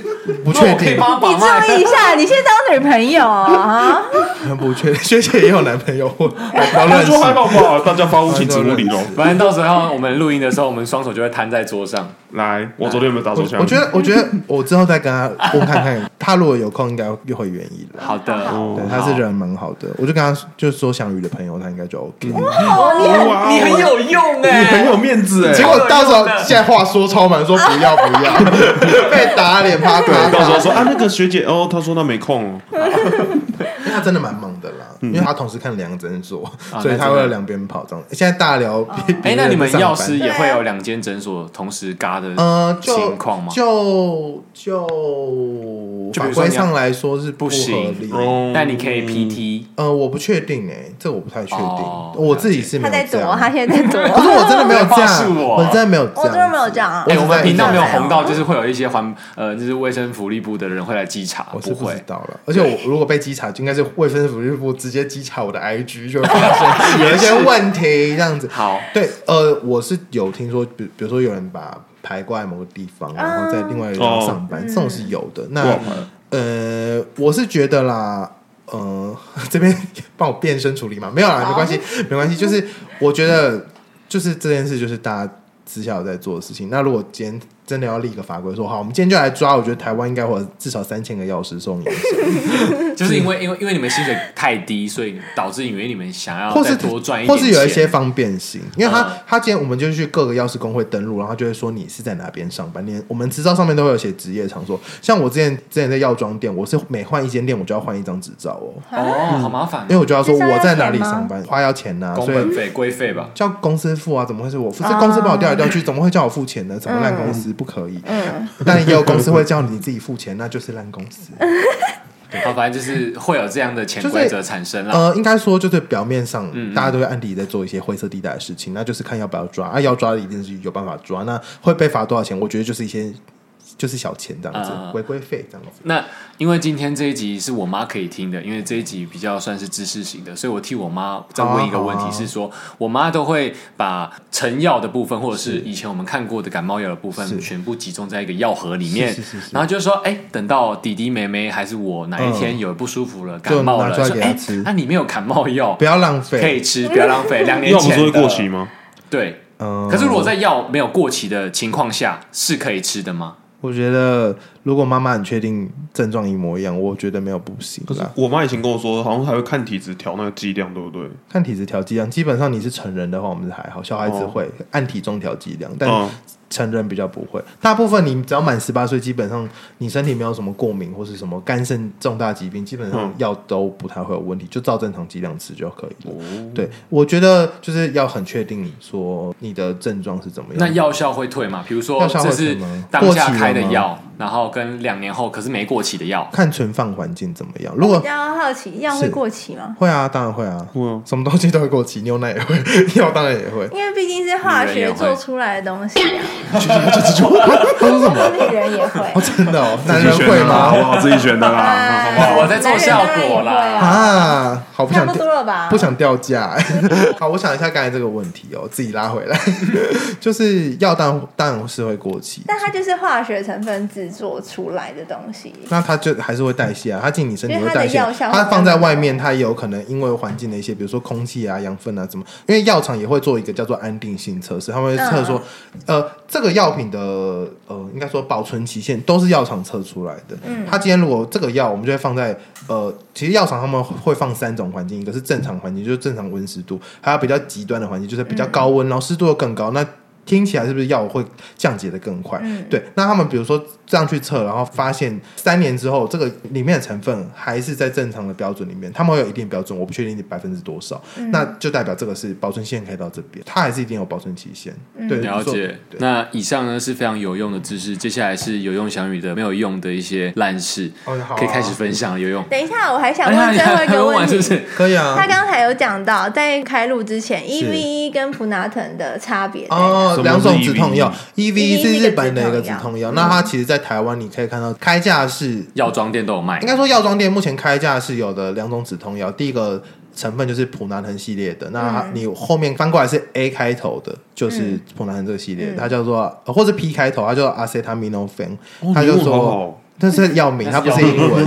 [SPEAKER 5] 不确
[SPEAKER 3] 我可以
[SPEAKER 5] 定，
[SPEAKER 3] 帮她把
[SPEAKER 1] 你注
[SPEAKER 3] 脉。
[SPEAKER 1] 意一下，你现在当女朋友 啊？
[SPEAKER 5] 不确定。学姐也有男朋友，我不要
[SPEAKER 2] 他
[SPEAKER 5] 乱
[SPEAKER 2] 说还
[SPEAKER 5] 说。
[SPEAKER 2] 好吧，大家发屋请指屋理喽。
[SPEAKER 3] 反正到时候我们录音的时候，我们双手就会摊在桌上。
[SPEAKER 2] 来，我昨天有没有打手枪？
[SPEAKER 5] 我觉得，我觉得我之后再跟他问看看，他如果有空，应该又会愿意来。
[SPEAKER 3] 好的，
[SPEAKER 5] 对，他是人蛮好的，我就跟他就说想鱼的朋友，他应该就 OK。
[SPEAKER 1] 哦，你很
[SPEAKER 2] 哇
[SPEAKER 3] 你很有用
[SPEAKER 2] 你很
[SPEAKER 3] 哎，
[SPEAKER 2] 有面子哎。
[SPEAKER 5] 结果到时候现在话说超满，说不要不 要，被打脸啪啪
[SPEAKER 2] 到时候
[SPEAKER 5] 啪。
[SPEAKER 2] 说啊，那个学姐哦，她说她没空哦，
[SPEAKER 5] 因为他真的蛮猛的啦，
[SPEAKER 2] 嗯
[SPEAKER 5] 因为他同时看两个诊所，
[SPEAKER 2] 啊
[SPEAKER 5] 所以
[SPEAKER 3] 那
[SPEAKER 5] 他
[SPEAKER 3] 真的
[SPEAKER 5] 会有两边跑这样。现在大聊比
[SPEAKER 3] 哎，那你们药师
[SPEAKER 5] 也
[SPEAKER 3] 也会有两间诊所同时嘎的
[SPEAKER 5] 呃就
[SPEAKER 3] 情况吗？
[SPEAKER 5] 就就
[SPEAKER 3] 就比
[SPEAKER 5] 法
[SPEAKER 3] 如说
[SPEAKER 5] 规
[SPEAKER 3] 你要
[SPEAKER 5] 上来说是不合理。
[SPEAKER 2] 哦
[SPEAKER 3] 但你可以 PT，
[SPEAKER 5] 呃，我不确定哎、这我不太确定，
[SPEAKER 3] 哦
[SPEAKER 5] 我自己是没
[SPEAKER 1] 他
[SPEAKER 5] 有
[SPEAKER 1] 在
[SPEAKER 5] 这
[SPEAKER 1] 躲，
[SPEAKER 5] 样。啊
[SPEAKER 1] 他现在在躲。
[SPEAKER 5] 可是我真的没有这
[SPEAKER 3] 话术
[SPEAKER 5] 样，
[SPEAKER 3] 我
[SPEAKER 5] 我真的没有这样，
[SPEAKER 1] 我真的没有这样啊
[SPEAKER 5] 嗯我
[SPEAKER 3] 哎、
[SPEAKER 5] 只
[SPEAKER 3] 我们
[SPEAKER 5] 在
[SPEAKER 3] 频道没有
[SPEAKER 5] 在
[SPEAKER 3] 红到，就是会有一些环呃，就是卫生福利部的人会来稽查，
[SPEAKER 5] 我是
[SPEAKER 3] 不
[SPEAKER 5] 不知
[SPEAKER 3] 会。
[SPEAKER 5] 道了，而且我如果被稽查，就应该是卫生福利部直接稽查我的 IG，就会发现 有一些问题这样子。
[SPEAKER 3] 好，
[SPEAKER 5] 对，呃，我是有听说，比比如说有人把排挂在某个地方，然后在另外一个地
[SPEAKER 3] 哦
[SPEAKER 5] 方上
[SPEAKER 1] 嗯
[SPEAKER 5] 班，这种是有的。那呃，我是觉得啦，呃，这边帮我变身处理嘛，没有啦，没关系，没关系。就是我觉得，就是这件事，就是大家私下有在做的事情。那如果今天真的要立一个法规说，好，我们今天就来抓，我觉得台湾应该会有至少三千个药师受影响，
[SPEAKER 3] 就是因为因为因为你们薪水太低，所以导致以为你们想要
[SPEAKER 5] 或
[SPEAKER 3] 再
[SPEAKER 5] 是
[SPEAKER 3] 多赚一
[SPEAKER 5] 或
[SPEAKER 3] 点
[SPEAKER 5] 是有一
[SPEAKER 3] 钱
[SPEAKER 5] 些方便性，因为他、
[SPEAKER 3] 嗯
[SPEAKER 5] 他今天我们就去各个药师工会登录，然后他就会说你是在哪边上班，连我们执照上面都会有写职业场所，像我之前之前在药妆店，我是每换一间店我就要换一张执照哦，
[SPEAKER 3] 哦，好麻烦
[SPEAKER 5] 因为，我就要说
[SPEAKER 1] 这是要
[SPEAKER 5] 我在哪里
[SPEAKER 1] 钱吗
[SPEAKER 5] 上班，花要钱呐、
[SPEAKER 3] 工
[SPEAKER 5] 所以
[SPEAKER 3] 本费、规费吧。
[SPEAKER 5] 叫公司付啊，怎么会是
[SPEAKER 1] 哦
[SPEAKER 5] 我付？是公司把我调来调去，怎么会叫我付钱呢？怎么烂公司不可以？
[SPEAKER 1] 嗯，
[SPEAKER 5] 但也有公司会叫你自己付钱，那就是烂公司。
[SPEAKER 1] 嗯
[SPEAKER 3] 好，反正就是会有这样的潜
[SPEAKER 5] 就是
[SPEAKER 3] 规则产生啦。
[SPEAKER 5] 呃，应该说就是表面上
[SPEAKER 3] 嗯
[SPEAKER 5] 大家都会暗地里在做一些灰色地带的事情，那就是看要不要抓啊，要抓的一定是有办法抓，那会被罚多少钱？我觉得就是一些就是小钱这样子
[SPEAKER 3] 啊，
[SPEAKER 5] 违规费这样子。
[SPEAKER 3] 那因为今天这一集是我妈可以听的，因为这一集比较算是知识型的，所以我替我妈再问一个问
[SPEAKER 5] 好
[SPEAKER 3] 题，
[SPEAKER 5] 啊
[SPEAKER 3] 是说我妈都会把成药的部分，或者是以前我们看过的感冒药的部分，
[SPEAKER 5] 是
[SPEAKER 3] 全部集中在一个药盒里面
[SPEAKER 5] 是是是，是
[SPEAKER 3] 然后就说，哎，等到弟弟妹妹还是我哪一天有不舒服了，感冒了，
[SPEAKER 5] 嗯就拿出
[SPEAKER 3] 说，
[SPEAKER 5] 来
[SPEAKER 3] 哎
[SPEAKER 5] 给她吃，
[SPEAKER 3] 那里面有感冒药
[SPEAKER 5] 不，要浪
[SPEAKER 3] 可
[SPEAKER 5] 费
[SPEAKER 3] 以，吃，不要浪费，两年
[SPEAKER 2] 药不
[SPEAKER 3] 前
[SPEAKER 2] 是会
[SPEAKER 3] 的
[SPEAKER 2] 过期吗？
[SPEAKER 3] 对。
[SPEAKER 5] 嗯
[SPEAKER 3] 可是如果在药没有过期的情况下，是可以吃的吗？
[SPEAKER 5] 我觉得如果妈妈很确定症状一模一样，我觉得没有不行
[SPEAKER 2] 可是
[SPEAKER 5] 啦。
[SPEAKER 2] 我妈以前跟我说，好像还会看体质调那个剂量，对不对？
[SPEAKER 5] 看体质调剂量，基本上你是成人的话，我们是还好，小孩子会按体重调剂量，但
[SPEAKER 2] 嗯，
[SPEAKER 5] 成人比较不会，大部分你只要满十八岁，基本上你身体没有什么过敏或是什么肝肾重大疾病，基本上
[SPEAKER 2] 嗯
[SPEAKER 5] 药都不太会有问题，就照正常剂量吃就可以了。对，我觉得就是要很确定说你的症状是怎么样。
[SPEAKER 3] 那药效会退吗？比如说
[SPEAKER 5] 药效
[SPEAKER 3] 这
[SPEAKER 5] 会
[SPEAKER 3] 是
[SPEAKER 5] 退吗
[SPEAKER 3] 当下
[SPEAKER 5] 过期了
[SPEAKER 3] 开的
[SPEAKER 5] 吗
[SPEAKER 3] 药，然后跟两年后可是没过期的药，
[SPEAKER 5] 看存放环境怎么样，如果
[SPEAKER 1] 比较好奇，药会过期吗？
[SPEAKER 5] 会啊，当然会啊，
[SPEAKER 2] 会啊
[SPEAKER 5] 什么东西都会过期，牛奶也会， 药当然也会。
[SPEAKER 1] 因为毕竟是化
[SPEAKER 3] 女人也
[SPEAKER 1] 学
[SPEAKER 3] 会
[SPEAKER 1] 做出来的东西啊，
[SPEAKER 5] 他说什么？
[SPEAKER 1] 女人也会
[SPEAKER 5] 哦，。真的哦，男人会
[SPEAKER 2] 好
[SPEAKER 5] 吗？
[SPEAKER 2] 不好？自己选的啦。
[SPEAKER 1] 哎
[SPEAKER 3] 哇我在做效果啦
[SPEAKER 1] 男人当然也会啊
[SPEAKER 5] 啊，好不
[SPEAKER 1] 差
[SPEAKER 5] 想
[SPEAKER 1] 不
[SPEAKER 5] 听
[SPEAKER 1] 多了吧？
[SPEAKER 5] 不想掉价、 好，我想一下刚才这个问题哦，自己拉回来， 就是药当当然是会过期，
[SPEAKER 1] 但它就是化学成分制作出来的东 西。
[SPEAKER 5] 那它就还是会代谢啊，它进你身体会代
[SPEAKER 1] 因
[SPEAKER 5] 谢，
[SPEAKER 1] 为它的药效
[SPEAKER 5] 它放在外面，它也有可能因为环境的一些，比如说空气啊、养分啊什么，因为药厂也会做一个叫做安定性测试，他们会测说，
[SPEAKER 1] 嗯
[SPEAKER 5] 呃，这个药品的呃，应该说保存期限都是药厂测出来的。嗯，它今天如果这个药，我们就会放在呃，其实药厂他们会放三种环境，一个是正常环境，就是正常温湿度，还有比较极端的环境，就是比较高温，然后湿度又更高，那听起来是不是药会降解的更快？
[SPEAKER 1] 嗯
[SPEAKER 5] 对，那他们比如说这样去测，然后发现三年之后，这个里面的成分还是在正常的标准里面，他们会有一定标准，我不确定百分之多少，那就代表这个是保存期限可以到这边，它还是一定有保存期限。对，
[SPEAKER 3] 了
[SPEAKER 5] 所以
[SPEAKER 3] 解
[SPEAKER 5] 对。
[SPEAKER 3] 那以上呢是非常有用的知识，接下来是有用小雨的没有用的一些烂事，
[SPEAKER 5] 哦好啊
[SPEAKER 3] 可以开始分享有用。
[SPEAKER 1] 等一下，我还想
[SPEAKER 3] 哎呀
[SPEAKER 1] 问
[SPEAKER 3] 你
[SPEAKER 1] 最后
[SPEAKER 3] 还
[SPEAKER 1] 一
[SPEAKER 3] 还没
[SPEAKER 1] 个
[SPEAKER 3] 问
[SPEAKER 1] 问
[SPEAKER 3] 完
[SPEAKER 1] 题。
[SPEAKER 3] 是不是？
[SPEAKER 5] 可以啊。
[SPEAKER 1] 他刚才有讲到，在开录之前，E
[SPEAKER 5] 是
[SPEAKER 1] V E 跟普拿疼的差别在哪。
[SPEAKER 5] 哦，两种止痛药，EV E 是
[SPEAKER 1] EVE
[SPEAKER 5] 日本的一个嗯
[SPEAKER 1] 是
[SPEAKER 5] 止
[SPEAKER 1] 止痛
[SPEAKER 5] 痛药，那它其实，在台湾你可以看到开价是
[SPEAKER 3] 药妆店都有卖
[SPEAKER 5] 应，该说药妆店目前开价是有的两种止痛药，第一个成分就是普拿疼系列的，那它你后面翻过来是 A 开头的，就是普拿疼这个系列，它叫做呃或是 P 开头，它叫做 acetaminophen，、它就
[SPEAKER 2] 英文好好
[SPEAKER 5] 说
[SPEAKER 2] 哦
[SPEAKER 5] 这是药名，它不
[SPEAKER 3] 那
[SPEAKER 5] 是
[SPEAKER 3] 是药
[SPEAKER 5] 英文，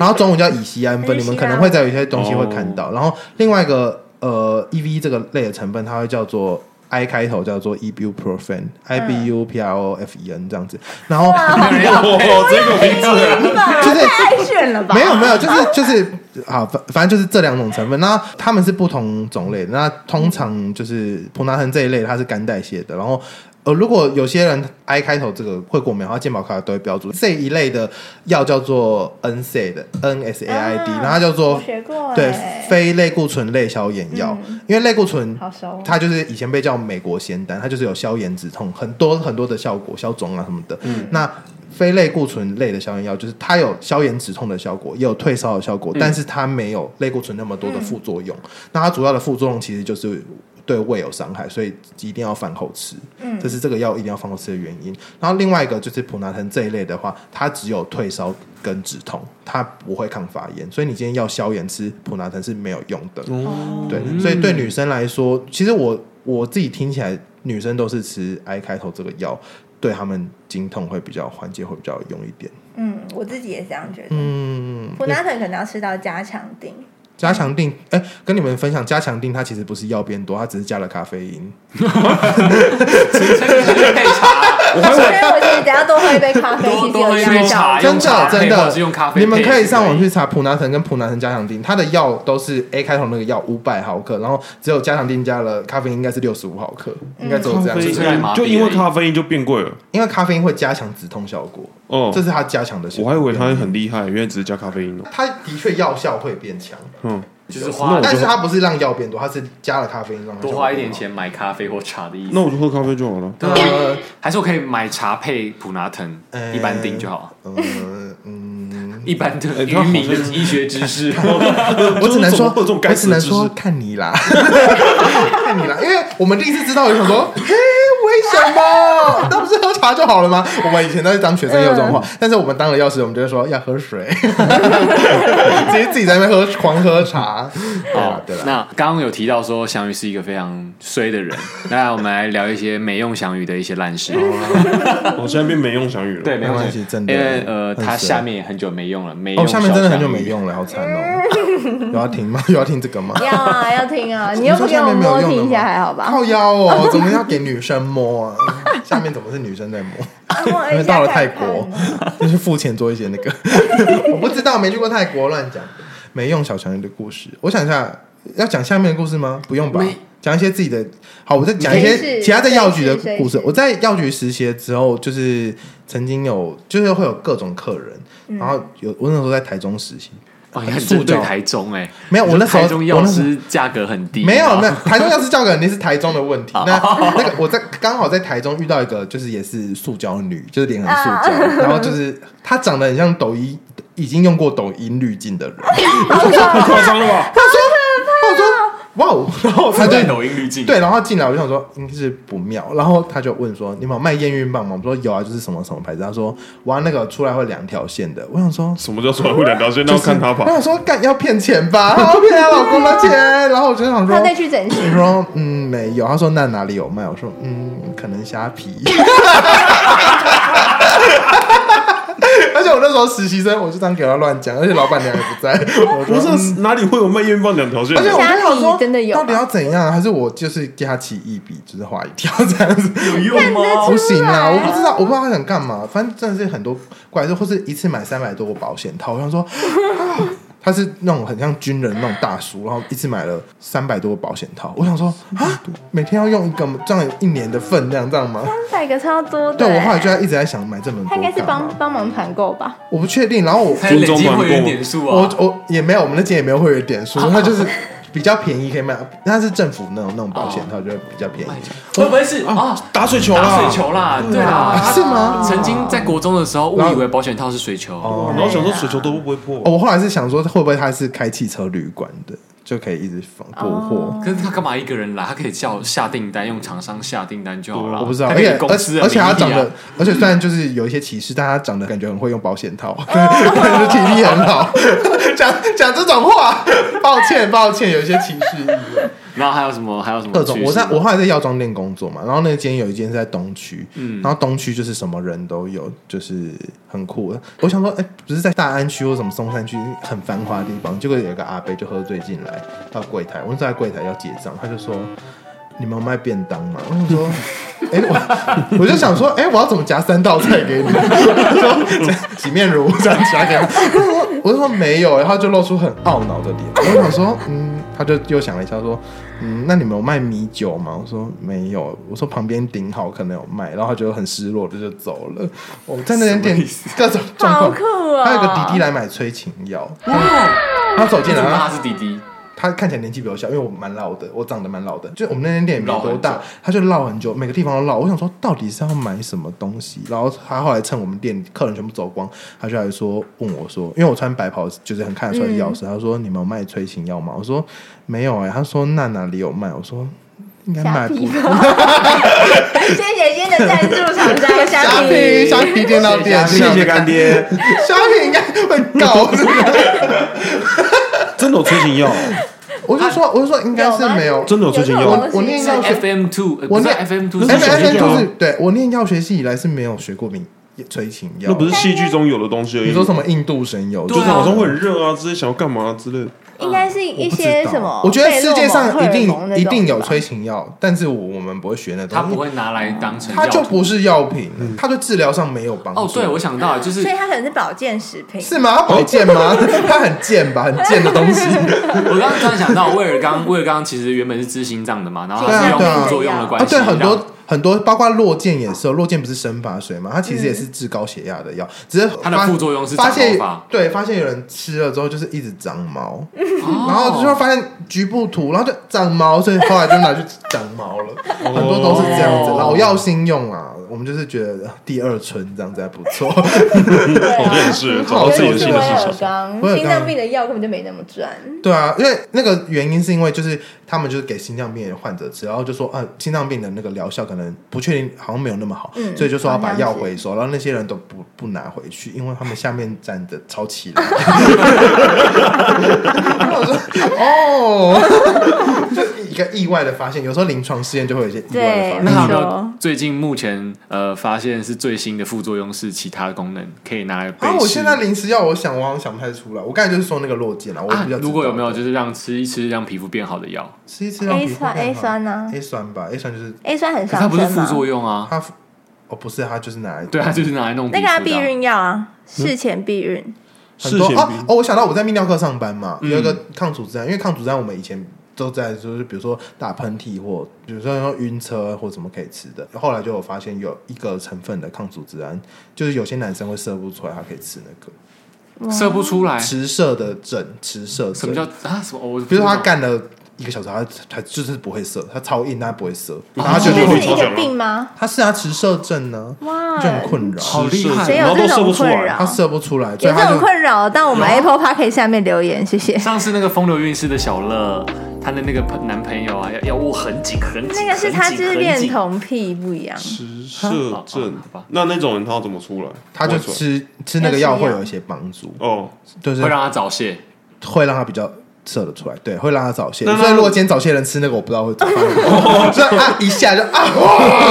[SPEAKER 5] 然后中文叫乙酰氨酚，你们可能会在有一些东西会看
[SPEAKER 2] 哦
[SPEAKER 5] 到，然后另外一个呃 EV 这个类的成分，它会叫做。I 开头叫做 ibuprofen，I B U P R O F E N 这样子，然后
[SPEAKER 2] 哦，这个名 字，
[SPEAKER 5] 就是
[SPEAKER 1] 太炫了吧？
[SPEAKER 5] 没有 没有，就是就是啊，反反正就是这两种成分，那它们是不同种类的。那通常就是普拿疼这一类，它是肝代谢的。然后呃，如果有些人 I 开头这个会过敏，然后健保卡都会标注这一类的药叫做 NSAID 的 NSAID，、
[SPEAKER 1] 啊
[SPEAKER 5] 然后它叫做
[SPEAKER 1] 我学过欸嗯
[SPEAKER 5] 对非类固醇类消炎药，因为类固醇
[SPEAKER 1] 好熟哦
[SPEAKER 5] 它就是以前被叫美国仙丹，它就是有消炎止痛很多很多的效果，消肿啊什么的。嗯，那非类固醇类的消炎药，就是它有消炎止痛的效果，也有退烧的效果，但是它没有类固醇那么多的副作用。那它主要的副作用其实就是对胃有伤害，所以一定要饭后吃。嗯，这是这个药一定要饭后吃的原因。然后另外一个就是普拿疼这一类的话，它只有退烧跟止痛，它不会抗发炎，所以你今天要消炎吃普拿疼是没有用的。对，
[SPEAKER 3] 嗯
[SPEAKER 5] 所以对女生来说，其实我我自己听起来，女生都是吃 I 开头这个药，对她们经痛会比较缓解，会比较有用一点。
[SPEAKER 1] 嗯，我自己也这样觉得。
[SPEAKER 5] 嗯，
[SPEAKER 1] 普拿疼可能要吃到加强定，
[SPEAKER 5] 加强定，哎、跟你们分享，加强定它其实不是药变多，它只是加了咖啡因。
[SPEAKER 3] 这个就是配茶，
[SPEAKER 1] 我觉得我觉得等一下多喝一杯咖啡，其实
[SPEAKER 3] 多
[SPEAKER 1] 有
[SPEAKER 3] 喝一杯
[SPEAKER 1] 效
[SPEAKER 3] 茶
[SPEAKER 1] 果。
[SPEAKER 5] 真
[SPEAKER 3] 啊用茶
[SPEAKER 5] 的
[SPEAKER 3] 配
[SPEAKER 5] 真
[SPEAKER 3] 或
[SPEAKER 5] 的
[SPEAKER 3] 者是用咖，啡
[SPEAKER 5] 你们
[SPEAKER 3] 配
[SPEAKER 5] 可以
[SPEAKER 3] 也
[SPEAKER 5] 上
[SPEAKER 3] 可
[SPEAKER 5] 网
[SPEAKER 3] 以
[SPEAKER 5] 去查普拿疼跟普拿疼加强定，它的药都是 A 开头那个药五百毫克，然后只有加强定加了咖啡因应该是六十五毫克，应该只有这
[SPEAKER 2] 咖
[SPEAKER 5] 样
[SPEAKER 2] 啡
[SPEAKER 5] 子
[SPEAKER 2] 因
[SPEAKER 3] 就。是来麻痹
[SPEAKER 2] 就因为
[SPEAKER 3] 而已
[SPEAKER 2] 咖啡因就变贵了。
[SPEAKER 5] 因为咖啡因会加强止痛效果，
[SPEAKER 2] 哦
[SPEAKER 5] 这，是它加强的效
[SPEAKER 2] 我
[SPEAKER 5] 果。
[SPEAKER 2] 还以为它很厉害，原来只是加咖啡因哦。
[SPEAKER 5] 它的确药效会变强，
[SPEAKER 2] 嗯，
[SPEAKER 3] 就是花
[SPEAKER 2] 那我就
[SPEAKER 5] 但是它不是让药变多，它是加了咖啡因让它
[SPEAKER 3] 多花一点。钱买咖啡或茶的意思。啊
[SPEAKER 2] 那我就喝咖啡就好了。
[SPEAKER 5] 呃
[SPEAKER 3] 还是我可以买茶配普拿疼，一般定就好。
[SPEAKER 5] 呃嗯，
[SPEAKER 3] 一般的
[SPEAKER 2] 哎
[SPEAKER 3] 渔民的医学知 识，
[SPEAKER 5] 我只能
[SPEAKER 2] 怎么
[SPEAKER 5] 说，
[SPEAKER 2] 会有这种
[SPEAKER 5] 我
[SPEAKER 2] 该死
[SPEAKER 5] 只
[SPEAKER 2] 的
[SPEAKER 5] 能
[SPEAKER 2] 知识
[SPEAKER 5] 说看你啦，看你啦，因为我们第一次知道，我就想说，嘿，为什么？那不是喝茶就好了吗？我们以前都是当学生也有这种话，
[SPEAKER 1] 嗯
[SPEAKER 5] 但是我们当了药师，我们就会说要喝水， 直接自己在那边喝狂喝茶。对啦
[SPEAKER 3] 哦，
[SPEAKER 5] 对啦，
[SPEAKER 3] 那刚刚有提到说翔宇是一个非常衰的人，那我们来聊一些没用翔宇的一些烂事。
[SPEAKER 2] 我现在变没用翔宇了。
[SPEAKER 3] 对，没
[SPEAKER 5] 没
[SPEAKER 3] 关
[SPEAKER 5] 关
[SPEAKER 3] 系
[SPEAKER 5] 系，真的
[SPEAKER 3] 因为呃，
[SPEAKER 5] 很
[SPEAKER 3] 他
[SPEAKER 5] 衰
[SPEAKER 3] 下面也很久没用了，没用
[SPEAKER 5] 哦，下面真的很久
[SPEAKER 3] 小
[SPEAKER 5] 没
[SPEAKER 3] 翔宇。
[SPEAKER 5] 用了，好惨哦。 有要听吗？有要听这个吗？
[SPEAKER 1] 要啊，要听啊！你
[SPEAKER 5] 你
[SPEAKER 1] 又不
[SPEAKER 5] 说
[SPEAKER 1] 给
[SPEAKER 5] 下
[SPEAKER 1] 我
[SPEAKER 5] 面没有
[SPEAKER 1] 摸
[SPEAKER 5] 用的
[SPEAKER 1] 听一下
[SPEAKER 5] 吗
[SPEAKER 1] 还好吧？
[SPEAKER 5] 靠腰 哦，怎么要给女生摸啊？下面怎么是女生在摸？
[SPEAKER 1] 啊摸
[SPEAKER 5] 因
[SPEAKER 1] 一
[SPEAKER 5] 为
[SPEAKER 1] 哎下
[SPEAKER 5] 到了
[SPEAKER 1] 看
[SPEAKER 5] 泰
[SPEAKER 1] 看
[SPEAKER 5] 国，就是付钱做一些那 个，我不知道，没去过泰国，乱讲。没用小强人的故事，我想一下，要讲下面的故事吗？不用吧，讲一些自己的。好，我再讲一
[SPEAKER 1] 谁
[SPEAKER 5] 些
[SPEAKER 1] 是
[SPEAKER 5] 其他在药局的
[SPEAKER 1] 谁是
[SPEAKER 5] 故事
[SPEAKER 1] 谁。是
[SPEAKER 5] 我在药局实习的时候，就是曾经有，就是会有各种客
[SPEAKER 1] 嗯
[SPEAKER 5] 人，然后有我那时候在台中实习，
[SPEAKER 3] 哦，你很针对
[SPEAKER 5] 塑胶
[SPEAKER 3] 台中哎，
[SPEAKER 5] 没有我那时候
[SPEAKER 3] 台中
[SPEAKER 5] 我
[SPEAKER 3] 药
[SPEAKER 5] 那时候
[SPEAKER 3] 师价格很低，
[SPEAKER 5] 没有，
[SPEAKER 3] 你知
[SPEAKER 5] 那
[SPEAKER 3] 道吗
[SPEAKER 5] 台中要是叫个肯定是台中的问题。那那个我在刚好在台中遇到一个，就是也是塑胶女，就是脸很塑胶，然后就是她长得很像抖音已经用过抖音滤镜的人。
[SPEAKER 2] 太夸张了吧？
[SPEAKER 5] 我说哇哦，然后她
[SPEAKER 3] 他
[SPEAKER 5] 就
[SPEAKER 3] 对抖音滤镜，
[SPEAKER 5] 对，然后她进来我就想说应该是不妙，然后她就问说你们有卖验孕棒吗？我说有啊，就是什么什么牌子。她说哇那个出来会两条线的，我想说
[SPEAKER 2] 什么叫出来会两条线？那要看他吧
[SPEAKER 5] 然。后我说干要骗钱吧，她要骗她老公的钱，然后我就想说
[SPEAKER 1] 他再去整 形。
[SPEAKER 5] 我说嗯没有，他说那哪里有卖？我说嗯可能虾皮。 而且我那时候实习生，我就这样给他乱讲，而且老板娘也不 在。我
[SPEAKER 2] 不
[SPEAKER 5] 说嗯
[SPEAKER 2] 是哪里会有卖验孕棒两条线
[SPEAKER 5] 而且
[SPEAKER 2] 的？
[SPEAKER 5] 我就想
[SPEAKER 1] 虾
[SPEAKER 5] 说
[SPEAKER 1] 皮真的有吗
[SPEAKER 5] 到底要怎样？还是我就是给他起一笔，就是画一条这样子？有用吗？不行啊，我不知道，我不知道他想干嘛。反正真的是很多怪事，或是一次买三百多个保险套，我想说。啊他是那种很像军人那种大叔，然后一次买了三百多个保险套。我想说啊，每天要用一个这样一年的分量，这样吗？
[SPEAKER 1] 三百个超多的，欸
[SPEAKER 5] 对我后来就在一直在想买这么
[SPEAKER 1] 他应该
[SPEAKER 5] 多
[SPEAKER 1] 是
[SPEAKER 5] 干
[SPEAKER 1] 帮
[SPEAKER 5] 嘛？
[SPEAKER 1] 帮忙团购吧？
[SPEAKER 5] 我不确定。然后我
[SPEAKER 3] 他累积会员点数
[SPEAKER 5] 我
[SPEAKER 3] 啊，
[SPEAKER 5] 我也没有，我们那间也没有会员点
[SPEAKER 1] 哦
[SPEAKER 5] 数，它就是比较便宜可以买，它是政府那种那种保险
[SPEAKER 1] 哦
[SPEAKER 5] 套，就会比较便宜。
[SPEAKER 3] 会不会是啊？
[SPEAKER 2] 打水球
[SPEAKER 3] 打水
[SPEAKER 2] 啦！
[SPEAKER 3] 球啦，对啦，
[SPEAKER 5] 啊是
[SPEAKER 1] 哦
[SPEAKER 5] 吗
[SPEAKER 3] 曾经在国中的时候，误以为保险套是水球，
[SPEAKER 2] 然后想说水球都不会破
[SPEAKER 5] 哦，，我后来是想说，会不会它是开汽车旅馆的，就可以一直放补货？
[SPEAKER 3] 可是他干嘛一个人来？他可以叫下订单，用厂商下订单就好了。
[SPEAKER 5] 我不知道，
[SPEAKER 3] 他
[SPEAKER 5] 而
[SPEAKER 3] 可以
[SPEAKER 5] 且
[SPEAKER 3] 公
[SPEAKER 5] 而
[SPEAKER 3] 司的
[SPEAKER 5] 且而且它
[SPEAKER 3] 名义啊
[SPEAKER 5] 长得，而且虽然就是有一些歧视，但它长得感觉很会用保险 套，就是体力很好。讲讲这种话，抱歉抱歉，有一些歧视意味。
[SPEAKER 3] 然后还有什么？还有什么
[SPEAKER 5] 各
[SPEAKER 3] 趋势？
[SPEAKER 5] 种，我在我后来在药妆店工作嘛，然后那间有一间是在东区，然后东区就是什么人都有，就是很酷的。我想说，哎、不是在大安区或什么松山区很繁华的地方，结果有一个阿伯就喝醉进来到柜台，我就在柜台要结账，他就说。你们有卖便当吗？我想说， 哎、我我就想说，哎、我要怎么夹三道菜给你？我就说 洗面乳这样夹给他。我就说没有、然后就露出很懊恼的脸。我想说，嗯，他就又想了一下，说，嗯，那你们有卖米酒吗？我说没有，我说旁边顶好可能有卖，然后他就很失落的就走了。我在那间店各种状
[SPEAKER 1] 好
[SPEAKER 5] 况，
[SPEAKER 1] 酷哦！
[SPEAKER 5] 还有一个弟弟来买催情药，他走进
[SPEAKER 3] 为什
[SPEAKER 5] 来，
[SPEAKER 3] 么
[SPEAKER 5] 然后
[SPEAKER 3] 他是弟弟？
[SPEAKER 5] 他看起来年纪比我小，因为我蛮老的，我长得蛮老的，就我们那间店也没
[SPEAKER 3] 唠
[SPEAKER 5] 多
[SPEAKER 3] 很
[SPEAKER 5] 大
[SPEAKER 3] 久，
[SPEAKER 5] 他就唠很久，每个地方都唠。我想说，到底是要买什么东西？然后他后来趁我们店客人全部走光，他就来说问我说，因为我穿白袍，就是很看得出来是药师，他说你们有卖催情药吗？我说没有哎、他说那哪里有卖？我说应该
[SPEAKER 1] 虾
[SPEAKER 5] 卖不
[SPEAKER 1] 皮吧， 谢谢今天的赞助厂商
[SPEAKER 5] 虾
[SPEAKER 1] 虾
[SPEAKER 5] 皮
[SPEAKER 1] 皮，
[SPEAKER 5] 虾皮电到店，
[SPEAKER 2] 谢谢干爹，
[SPEAKER 5] 虾皮应该会告。是不是
[SPEAKER 2] 真的有催情药，
[SPEAKER 5] 我就说，我就说应该是没有
[SPEAKER 2] 啊真的有催情药
[SPEAKER 5] 我我念药学
[SPEAKER 3] FM two，呃
[SPEAKER 5] 我
[SPEAKER 3] 不是
[SPEAKER 5] 念
[SPEAKER 3] FM two，
[SPEAKER 2] 那
[SPEAKER 5] 哎
[SPEAKER 2] 是小
[SPEAKER 5] 哎
[SPEAKER 2] 学
[SPEAKER 5] 哎
[SPEAKER 2] 就
[SPEAKER 5] 就
[SPEAKER 3] 啊
[SPEAKER 2] 好
[SPEAKER 5] 是对我念药学系以来是没有学过名催情药，
[SPEAKER 2] 那不是戏剧中有的东西而已。
[SPEAKER 5] 你说什么印度神油？
[SPEAKER 3] 对
[SPEAKER 5] 就
[SPEAKER 2] 就是啊是好像会很热啊，之类想要干嘛之类的。
[SPEAKER 1] 应该是一些什么
[SPEAKER 5] 我觉得世界上一
[SPEAKER 1] 贝洛蒙
[SPEAKER 5] 定一定有
[SPEAKER 1] 荷尔蒙那种吧
[SPEAKER 5] 催情药，但是我们不会学那东
[SPEAKER 3] 他
[SPEAKER 5] 西，
[SPEAKER 3] 不会拿来当成
[SPEAKER 5] 它就
[SPEAKER 3] 药
[SPEAKER 5] 不
[SPEAKER 3] 品
[SPEAKER 5] 是药品，它对治疗上没有帮助。
[SPEAKER 3] 哦，对，我想到了就是
[SPEAKER 5] 啊
[SPEAKER 1] 所以它可能是保健食品。
[SPEAKER 5] 是吗？它保 健吗？ 它很贱吧，很贱的东西。
[SPEAKER 3] 我刚刚突然想到，威尔刚，威尔刚其实原本是治心脏的嘛，然后
[SPEAKER 1] 对
[SPEAKER 3] 他
[SPEAKER 1] 啊
[SPEAKER 3] 是用
[SPEAKER 5] 对啊
[SPEAKER 3] 副作用的关
[SPEAKER 5] 啊，
[SPEAKER 3] 系，
[SPEAKER 5] 对，很
[SPEAKER 3] 让
[SPEAKER 5] 多很多，包括洛健也是哦，洛健不是生发水嘛，它其实也是
[SPEAKER 1] 嗯
[SPEAKER 5] 治高血压的药，只是
[SPEAKER 3] 它的
[SPEAKER 5] 发
[SPEAKER 3] 副作用是
[SPEAKER 5] 发
[SPEAKER 3] 长头
[SPEAKER 5] 现
[SPEAKER 3] 发
[SPEAKER 5] 对，发现有人吃了之后就是一直长毛，然
[SPEAKER 3] 哦
[SPEAKER 5] 后就会发现局部涂，然后就长毛，所以后来就拿去长毛了，很多都是这样子，老药新用啊。我们就是觉得第二春这样子还不错，
[SPEAKER 1] 对啊
[SPEAKER 2] 我也是
[SPEAKER 1] 好
[SPEAKER 5] 找到自己
[SPEAKER 1] 我
[SPEAKER 5] 的
[SPEAKER 1] 是
[SPEAKER 5] 新
[SPEAKER 1] 威
[SPEAKER 5] 的市
[SPEAKER 2] 场
[SPEAKER 1] 尔刚，
[SPEAKER 5] 威尔刚
[SPEAKER 1] 心脏病的药根本就没那么赚。
[SPEAKER 5] 对啊，因为那个原因是因为就是他们就是给心脏病的患者吃，然后就说啊，心脏病的那个疗效可能不确定，好像没有那么好，
[SPEAKER 1] 嗯
[SPEAKER 5] 所以就说要把
[SPEAKER 1] 好像
[SPEAKER 5] 药
[SPEAKER 1] 是
[SPEAKER 5] 回收，然后那些人都不不拿回去，因为他们下面站的超起来。然后我说 哦，就一个意外的发现，有时候临床试验就会有一些意外的
[SPEAKER 1] 对
[SPEAKER 5] 发
[SPEAKER 3] 那他
[SPEAKER 5] 现。啊
[SPEAKER 3] 有没
[SPEAKER 1] 没
[SPEAKER 3] 有
[SPEAKER 1] 错
[SPEAKER 3] 最近目前呃发现是最新的副作用是其他功能可以拿来背
[SPEAKER 5] 啊！我
[SPEAKER 3] 试
[SPEAKER 5] 现在临时要我想，我好像想不太出来。我刚才就是说那个落剑了，我也
[SPEAKER 3] 啊
[SPEAKER 5] 比较、，
[SPEAKER 3] 如果有没有就是让吃一吃让皮肤变好的药，
[SPEAKER 5] 吃一吃让
[SPEAKER 1] A
[SPEAKER 5] 皮肤
[SPEAKER 1] 酸
[SPEAKER 5] 变
[SPEAKER 1] A
[SPEAKER 5] 好
[SPEAKER 1] 酸呢
[SPEAKER 5] ？A 酸吧，A 酸就是
[SPEAKER 1] ，A 酸很
[SPEAKER 3] 可是
[SPEAKER 1] 上
[SPEAKER 3] 它
[SPEAKER 1] 升
[SPEAKER 3] 不是副作
[SPEAKER 1] 嘛。
[SPEAKER 3] 用啊，
[SPEAKER 5] 它，哦不是，它就是拿来
[SPEAKER 3] 对啊，就是拿来弄
[SPEAKER 1] 那
[SPEAKER 3] 皮肤
[SPEAKER 1] 个
[SPEAKER 3] 的
[SPEAKER 1] 啊
[SPEAKER 3] 啊。
[SPEAKER 1] 避孕药啊，
[SPEAKER 5] 嗯
[SPEAKER 1] 事前避孕，
[SPEAKER 5] 很多
[SPEAKER 2] 事前
[SPEAKER 5] 哦
[SPEAKER 2] 避孕
[SPEAKER 5] 哦，我想到我在泌尿科上班嘛，
[SPEAKER 3] 嗯
[SPEAKER 5] 有一个抗组织胺，因为抗组织胺我们以前都在就是比如说打喷嚏或比如说晕车或什么可以吃的，后来就有发现有一个成分的抗组织胺，就是有些男生会射不出来，他可以吃那个
[SPEAKER 3] 射不出来，
[SPEAKER 5] 迟射的疹，迟射
[SPEAKER 3] 哎什
[SPEAKER 5] 疹
[SPEAKER 3] 么叫啊什么？我
[SPEAKER 5] 嗯比如说他
[SPEAKER 3] 不懂
[SPEAKER 5] 干了一个小时，他他就是不会射，他超硬，他不会射，然后他
[SPEAKER 1] 这
[SPEAKER 5] 就
[SPEAKER 2] 哦
[SPEAKER 5] 会
[SPEAKER 1] 是
[SPEAKER 5] 痛
[SPEAKER 1] 一个病吗？
[SPEAKER 5] 他是他迟射症呢，
[SPEAKER 1] 哇
[SPEAKER 5] 就，很困扰，
[SPEAKER 2] 哦
[SPEAKER 3] 好厉害
[SPEAKER 1] 谁有
[SPEAKER 2] 然后
[SPEAKER 1] 这
[SPEAKER 2] 都
[SPEAKER 1] 种
[SPEAKER 2] 射不出
[SPEAKER 1] 困
[SPEAKER 2] 来
[SPEAKER 1] 扰。
[SPEAKER 5] 他射不出
[SPEAKER 1] 有
[SPEAKER 5] 来，所以
[SPEAKER 1] 这
[SPEAKER 5] 他
[SPEAKER 1] 种
[SPEAKER 5] 就。
[SPEAKER 1] 困扰，到我们 Apple Park 下面留言，谢谢。
[SPEAKER 3] 上次那个风流韵事的小乐，她的那个朋男朋友啊，要要握很紧很 紧，
[SPEAKER 1] 那个是
[SPEAKER 3] 很紧
[SPEAKER 1] 他就是恋，
[SPEAKER 3] 很紧
[SPEAKER 1] 童癖不一样，
[SPEAKER 2] 直射症
[SPEAKER 3] 好好好吧，
[SPEAKER 2] 那那种人他要怎么出来？
[SPEAKER 5] 他就
[SPEAKER 2] 不会出来
[SPEAKER 5] 吃吃那个药会有一些帮助，
[SPEAKER 2] 哦，
[SPEAKER 5] 就是
[SPEAKER 3] 会让他早泄。
[SPEAKER 5] 会让他比较射得出来，对，会让他早泄。
[SPEAKER 2] 那那
[SPEAKER 5] 所以如果今天早泄人吃那个，我不知道会怎么办。 所以啊，一下就啊，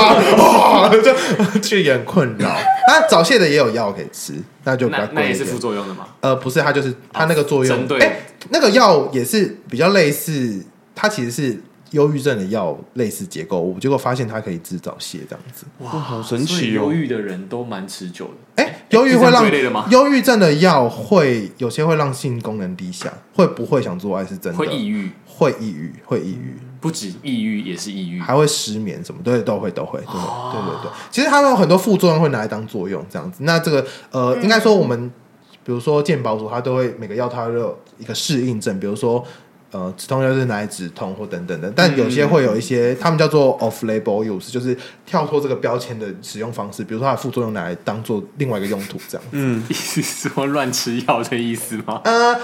[SPEAKER 5] 哇哇就 就也很困扰。那早泄的也有药可以吃，那就比较
[SPEAKER 3] 那那
[SPEAKER 5] 贵
[SPEAKER 3] 也
[SPEAKER 5] 一
[SPEAKER 3] 是
[SPEAKER 5] 点
[SPEAKER 3] 副。作用的嘛？
[SPEAKER 5] 呃，不是，它就是它那个作用
[SPEAKER 3] 针，对
[SPEAKER 5] 哎，那个药也是比较类似，它其实是忧郁症的药，类似结构物，结果发现它可以治早泄这样子。
[SPEAKER 3] 哇，
[SPEAKER 2] 好神奇哦
[SPEAKER 3] 所以忧郁的人都蛮持久的。
[SPEAKER 5] 哎，忧郁会
[SPEAKER 3] 是这样
[SPEAKER 5] 让
[SPEAKER 3] 归类的吗
[SPEAKER 5] 忧郁症的药会有些会让性功能低下，会不会想做爱是真的？
[SPEAKER 3] 会抑郁，
[SPEAKER 5] 会抑郁，会抑郁，
[SPEAKER 3] 不止抑郁，也是抑郁。
[SPEAKER 5] 还会失眠什么，对，都会，都会，对，
[SPEAKER 3] 哦
[SPEAKER 5] 对对对。其实它有很多副作用会拿来当作用这样子。那这个呃，应该说我们比如说健保组，它都会每个药它都有一个适应症，比如说。呃，止痛药就是拿来止痛或等等的，但有
[SPEAKER 3] 嗯
[SPEAKER 5] 些会有一些，他们叫做 off-label use，就是跳脱这个标签的使用方式，比如说它的副作用拿来当做另外一个用途这样。
[SPEAKER 2] 嗯，
[SPEAKER 3] 意思是说乱吃药的意思吗？
[SPEAKER 5] 呃，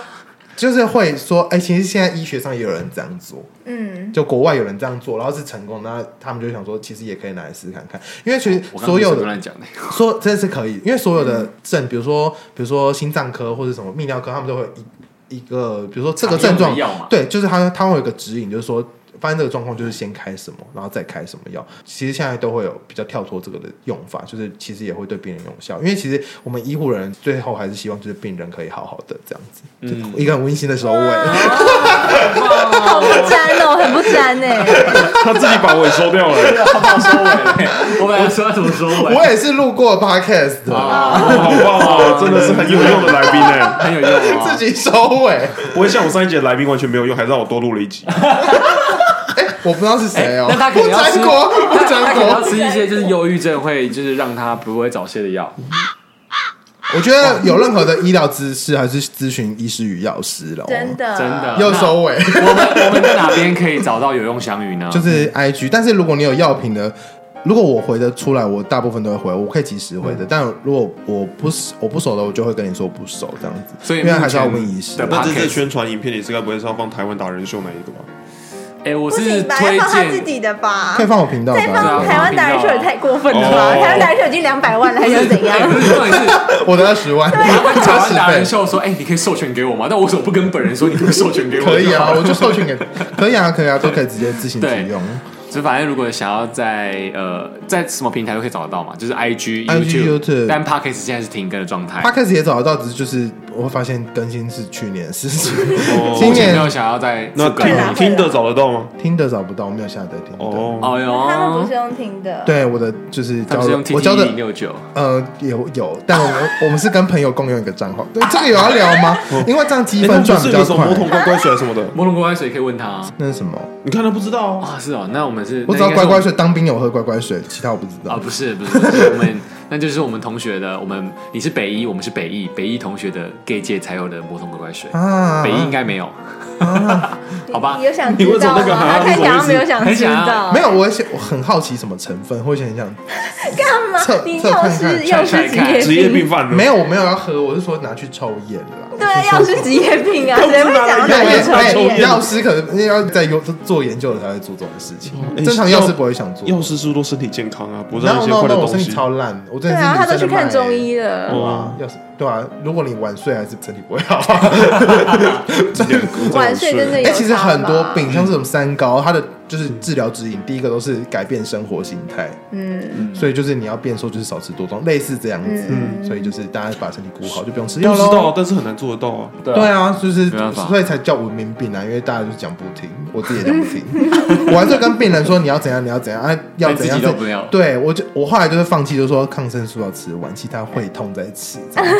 [SPEAKER 5] 就是会说，哎、其实现在医学上也有人这样做，
[SPEAKER 1] 嗯，
[SPEAKER 5] 就国外有人这样做，然后是成功，那他们就想说，其实也可以拿来试试看看，因为其实
[SPEAKER 3] 哦我刚刚
[SPEAKER 5] 所有
[SPEAKER 3] 不是
[SPEAKER 5] 的
[SPEAKER 3] 乱讲的，
[SPEAKER 5] 说这是可以，因为所有的症，比如说比如说心脏科或者什么泌尿科，他们都会有一一个，比如说这个
[SPEAKER 3] 常
[SPEAKER 5] 症
[SPEAKER 3] 用
[SPEAKER 5] 状
[SPEAKER 3] 的，药嘛，
[SPEAKER 5] 对，就是他他会有一个指引，就是说。发现这个状况就是先开什么，然后再开什么药。其实现在都会有比较跳脱这个的用法，就是其实也会对病人有效。因为其实我们医护人员最后还是希望就是病人可以好好的这样子，
[SPEAKER 2] 嗯
[SPEAKER 5] 就一个很温馨的收尾。
[SPEAKER 1] 好不沾哦，很不沾哎。
[SPEAKER 2] 他自己把我也收掉 了，
[SPEAKER 3] 好不好收尾嘞？我本来说要怎 么收尾，
[SPEAKER 5] 我也是录过 podcast 的，
[SPEAKER 3] 啊，
[SPEAKER 2] 好棒哦，真的是很有用的来宾欸呢。
[SPEAKER 3] 很有用啊
[SPEAKER 5] 自。己收尾。
[SPEAKER 2] 不会像我上一节来宾完全没有用，还让我多录了 一集。
[SPEAKER 5] 我不知道是谁哦、
[SPEAKER 3] 那他可
[SPEAKER 5] 不
[SPEAKER 3] 能要吃
[SPEAKER 5] 粘锅，不
[SPEAKER 3] 他
[SPEAKER 5] 粘
[SPEAKER 3] 可能要
[SPEAKER 5] 锅。
[SPEAKER 3] 吃一些就是忧郁症会就是让他不会早泄的药。
[SPEAKER 5] 我觉得有任何的医疗知识，还是咨询医师与药师了。
[SPEAKER 1] 真的，
[SPEAKER 3] 真的
[SPEAKER 5] 又收 尾，
[SPEAKER 3] 我们我们在哪边可以找到有用香鱼呢？
[SPEAKER 5] 就是 IG。但是如果你有药品的，如果我回的出来，我大部分都会回，我可以及时回
[SPEAKER 3] 嗯
[SPEAKER 5] 的。但如果我不我不熟的，我就会跟你说不熟这样子。
[SPEAKER 3] 所以
[SPEAKER 5] 因为还是要问医师
[SPEAKER 3] 目前的
[SPEAKER 2] 那这
[SPEAKER 3] podcast
[SPEAKER 2] 次宣传影片，你是该不会是要放台湾达人秀那一个吧？
[SPEAKER 3] 哎、我
[SPEAKER 1] 不
[SPEAKER 3] 是
[SPEAKER 1] 行吧？要
[SPEAKER 3] 推
[SPEAKER 1] 放他自
[SPEAKER 3] 荐，
[SPEAKER 1] 己的吧
[SPEAKER 5] 可以。放啊我频道
[SPEAKER 1] 再
[SPEAKER 5] 吧，
[SPEAKER 1] 放台湾达人秀也太过分了吧？
[SPEAKER 2] 哦
[SPEAKER 1] 台湾达人秀已经两百万了，还想怎样？
[SPEAKER 3] 哎不是重点 是，
[SPEAKER 5] 我的二十万，
[SPEAKER 3] 我跟台
[SPEAKER 5] 加
[SPEAKER 3] 湾
[SPEAKER 5] 十
[SPEAKER 3] 达人
[SPEAKER 5] 倍。
[SPEAKER 3] 秀说，哎、你可以授权给我吗？但我怎么不跟本人说你可以授权给 我？
[SPEAKER 5] 可以啊，我就授权给，可以啊，可以啊，都可以直接自行
[SPEAKER 3] 对
[SPEAKER 5] 使用。
[SPEAKER 3] 就反正如果想要在呃在什么平台都可以找得到嘛，就是 I G
[SPEAKER 5] IG YouTube
[SPEAKER 3] YouTube，但 Podcast 现在是停更的状态。
[SPEAKER 5] Podcast 也找得到，只是就是我会发现更新是去年的 事情，
[SPEAKER 3] 目
[SPEAKER 5] 今
[SPEAKER 3] 前没
[SPEAKER 5] 年
[SPEAKER 3] 有想要再
[SPEAKER 2] 哦那
[SPEAKER 3] 更
[SPEAKER 1] 啦
[SPEAKER 2] 听听得找得到吗？
[SPEAKER 5] 听的找不到，我没有下载听的。
[SPEAKER 2] 哦，
[SPEAKER 3] 哦
[SPEAKER 1] 他们不
[SPEAKER 3] 哟
[SPEAKER 1] 是，用听的，，
[SPEAKER 5] 对，我的就是
[SPEAKER 3] 他
[SPEAKER 5] 交
[SPEAKER 3] 们是
[SPEAKER 5] 了
[SPEAKER 3] 用 T
[SPEAKER 5] 我
[SPEAKER 3] T E
[SPEAKER 5] 交的
[SPEAKER 3] 零六九，
[SPEAKER 5] 呃有有，但我们我们是跟朋友共用一个账号，对这个有要聊 吗？
[SPEAKER 3] 哦
[SPEAKER 5] 因为这样
[SPEAKER 3] 哎
[SPEAKER 5] 积分赚比
[SPEAKER 2] 是
[SPEAKER 5] 较
[SPEAKER 2] 有什么
[SPEAKER 5] 快
[SPEAKER 2] 魔。童乖乖水啊什么的，
[SPEAKER 3] 摩龙乖乖水可以问他啊
[SPEAKER 5] 那是什么？
[SPEAKER 2] 你看他不知道啊。
[SPEAKER 3] 啊，是哦，那我们是
[SPEAKER 5] 我只知道
[SPEAKER 3] 那应该
[SPEAKER 5] 乖
[SPEAKER 3] 是
[SPEAKER 5] 乖水，当兵有喝乖乖水，其他我不知
[SPEAKER 3] 啊，
[SPEAKER 5] 道。
[SPEAKER 3] 不是不是，不是我们 那就是我们同学的，我们你是北一，我们是北一，北一同学的 gay 界才有的魔童乖乖水，
[SPEAKER 5] 啊，
[SPEAKER 3] 北一应该没有， 好吧
[SPEAKER 1] 你有想
[SPEAKER 2] 你
[SPEAKER 1] 知
[SPEAKER 2] 为什
[SPEAKER 1] 道
[SPEAKER 2] 么
[SPEAKER 1] 吗？
[SPEAKER 2] 那个还要
[SPEAKER 1] 他看起来好像没有想
[SPEAKER 3] 很
[SPEAKER 1] 知
[SPEAKER 3] 想啊
[SPEAKER 1] 道，
[SPEAKER 5] 没有，我想我很好奇什么成分，或者很想
[SPEAKER 3] 嗯
[SPEAKER 1] 干嘛
[SPEAKER 5] 测？
[SPEAKER 1] 你
[SPEAKER 5] 测
[SPEAKER 1] 又
[SPEAKER 5] 看
[SPEAKER 1] 是
[SPEAKER 5] 看
[SPEAKER 1] 又是职业
[SPEAKER 2] 职业病犯人
[SPEAKER 5] 没有，我没有要喝，我是说拿去抽烟啦。
[SPEAKER 1] 对啊，药 师职业病啊，
[SPEAKER 2] 都不
[SPEAKER 1] 谁会
[SPEAKER 2] 拿
[SPEAKER 1] 想
[SPEAKER 2] 来
[SPEAKER 1] 到
[SPEAKER 2] 用
[SPEAKER 1] 会
[SPEAKER 2] 也
[SPEAKER 1] 抽
[SPEAKER 2] 太抽
[SPEAKER 1] 烟
[SPEAKER 2] 烟？
[SPEAKER 5] 药师可能要在有做研究的才会做这种事情，
[SPEAKER 3] 嗯
[SPEAKER 2] 哎
[SPEAKER 5] 正常药师不会想做。
[SPEAKER 2] 药师是不是都身体健康啊，不是
[SPEAKER 5] 然
[SPEAKER 2] 那
[SPEAKER 5] 后
[SPEAKER 2] 些
[SPEAKER 5] 那
[SPEAKER 2] 坏的
[SPEAKER 5] 那我
[SPEAKER 2] 东
[SPEAKER 5] 身体
[SPEAKER 2] 西。哦
[SPEAKER 5] 超烂，我真
[SPEAKER 1] 对
[SPEAKER 5] 的是
[SPEAKER 1] 啊，他都去看中
[SPEAKER 5] 医。
[SPEAKER 1] 医了，
[SPEAKER 5] 哇，要是对啊，如果你晚睡还是身体不会好。
[SPEAKER 1] 晚睡真的有 差
[SPEAKER 5] 哎、
[SPEAKER 1] 吧。
[SPEAKER 5] 其实很多病，像这种三高，它的就是治疗指引，第一个都是改变生活形态，
[SPEAKER 1] 嗯，
[SPEAKER 5] 所以就是你要变瘦，就是少吃多动，类似这样子。
[SPEAKER 1] 嗯
[SPEAKER 5] 所以就是大家把身体顾好，就不用吃
[SPEAKER 2] 不
[SPEAKER 5] 药
[SPEAKER 2] 知
[SPEAKER 5] 喽。
[SPEAKER 2] 道，但是很难做得到啊。
[SPEAKER 5] 对啊，就是
[SPEAKER 3] 没办法
[SPEAKER 5] 所以才叫文明病啊，因为大家就是讲不听，我自己也讲不听， 我还是跟病人说你要怎样，你要怎样啊，要
[SPEAKER 3] 但
[SPEAKER 5] 怎
[SPEAKER 3] 自
[SPEAKER 5] 样
[SPEAKER 3] 己
[SPEAKER 5] 怎
[SPEAKER 3] 都
[SPEAKER 5] 样。
[SPEAKER 3] 不要，
[SPEAKER 5] 对我就我后来就是放弃，就说抗生素要吃完，其他会痛再吃，这样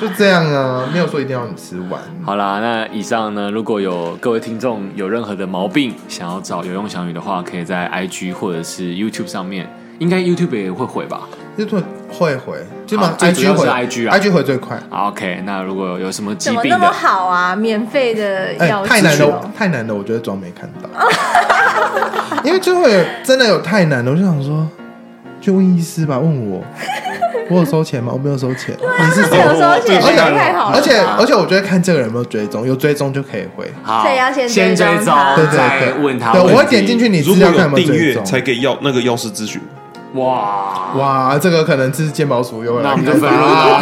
[SPEAKER 5] 就这样啊，没有说一定要你吃完。
[SPEAKER 3] 好啦，那以上呢，如果有各位听众有任何的毛病想要找有用小雨的话，可以在 IG 或者是 YouTube 上面，应该 YouTube 也会回吧。
[SPEAKER 5] 就会会回，基本上
[SPEAKER 3] 好哦最主
[SPEAKER 5] IG
[SPEAKER 3] 要
[SPEAKER 5] 回
[SPEAKER 3] 是 IG 啊
[SPEAKER 5] IG 回最快。
[SPEAKER 3] 好 OK，那如果有什么疾
[SPEAKER 1] 怎么
[SPEAKER 3] 病
[SPEAKER 1] 那么
[SPEAKER 3] 的，
[SPEAKER 1] 好啊？免费的
[SPEAKER 5] 哎、
[SPEAKER 1] 药
[SPEAKER 5] 太难
[SPEAKER 1] 师
[SPEAKER 5] 了
[SPEAKER 1] 哦，，
[SPEAKER 5] 太难了，我觉得装没看到， 因为就会有真的有太难了，我就想说，去问医师吧，问我，我有收钱吗？我没有收钱，你是
[SPEAKER 1] 而且
[SPEAKER 5] 谁？
[SPEAKER 1] 有时候
[SPEAKER 2] 哦
[SPEAKER 1] 显示
[SPEAKER 5] 而且
[SPEAKER 1] 太好了吧，啊
[SPEAKER 5] 而且而且我觉得看这个人有没有追踪，有追踪就可以回。
[SPEAKER 3] 好，
[SPEAKER 1] 所以要先
[SPEAKER 3] 先
[SPEAKER 1] 追
[SPEAKER 3] 追
[SPEAKER 1] 踪
[SPEAKER 3] 踪
[SPEAKER 1] 他，
[SPEAKER 5] 对对
[SPEAKER 3] 再
[SPEAKER 5] 对，
[SPEAKER 3] 问他
[SPEAKER 5] 对，
[SPEAKER 3] 问题
[SPEAKER 5] 我会点进去。你
[SPEAKER 2] 如
[SPEAKER 5] 资
[SPEAKER 2] 果
[SPEAKER 5] 料看有
[SPEAKER 2] 有
[SPEAKER 5] 没有
[SPEAKER 2] 订
[SPEAKER 5] 追
[SPEAKER 2] 阅，
[SPEAKER 5] 踪。
[SPEAKER 2] 才给药那个药师咨询。
[SPEAKER 3] 哇，
[SPEAKER 5] 哇，这个可能是肩膀鼠又会
[SPEAKER 3] 那
[SPEAKER 5] 来
[SPEAKER 3] 我们
[SPEAKER 5] 开
[SPEAKER 3] 就
[SPEAKER 5] 罚啊，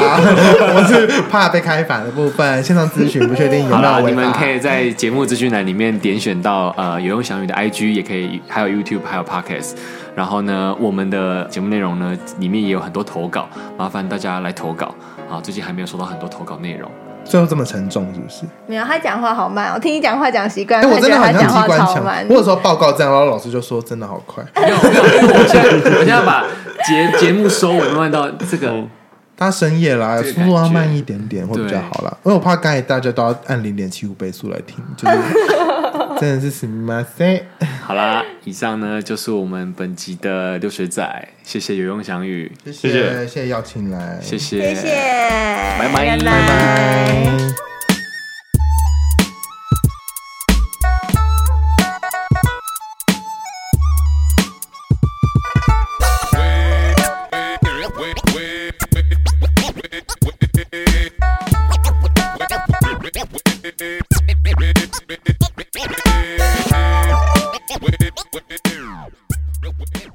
[SPEAKER 5] 我是怕被开罚的部分。线上咨询不确定有
[SPEAKER 3] 好
[SPEAKER 5] 没
[SPEAKER 3] 啦，
[SPEAKER 5] 有
[SPEAKER 3] 你
[SPEAKER 5] 违
[SPEAKER 3] 们
[SPEAKER 5] 法
[SPEAKER 3] 可。以在节目资讯栏里面点选到呃有用小雨的 IG，也可以还有 YouTube，还有 Podcast。然后呢，我们的节目内容呢，里面也有很多投稿，麻烦大家来投稿。啊，最近还没有收到很多投稿内容，
[SPEAKER 5] 最后这么沉重是不是？
[SPEAKER 1] 没有他讲话好慢哦，我听你讲话讲习惯，
[SPEAKER 5] 哎、我
[SPEAKER 1] 他觉
[SPEAKER 5] 真
[SPEAKER 1] 得
[SPEAKER 5] 的
[SPEAKER 1] 他
[SPEAKER 5] 很像
[SPEAKER 1] 讲话
[SPEAKER 5] 机关
[SPEAKER 1] 超
[SPEAKER 5] 枪
[SPEAKER 1] 慢。。
[SPEAKER 5] 我有时候报告这样，然后老师就说真的好快，
[SPEAKER 3] 没有没有，因为我现在我现在把节节目收尾，慢慢到这个
[SPEAKER 5] 他深夜啦，
[SPEAKER 3] 这个
[SPEAKER 5] 速
[SPEAKER 3] 感觉
[SPEAKER 5] 度要慢一点点会比较好啦，因为我怕刚才大家都要按零点七五倍速来听，就是真的是什么塞。
[SPEAKER 3] 好啦，以上呢就是我们本集的流水仔，谢谢有用翔宇，
[SPEAKER 5] 谢
[SPEAKER 2] 谢谢
[SPEAKER 5] 谢谢邀请来，
[SPEAKER 3] 谢
[SPEAKER 1] 谢
[SPEAKER 3] 谢，
[SPEAKER 1] 谢，拜拜
[SPEAKER 3] 拜
[SPEAKER 5] 拜拜。
[SPEAKER 7] Wait, wait, wait, wait.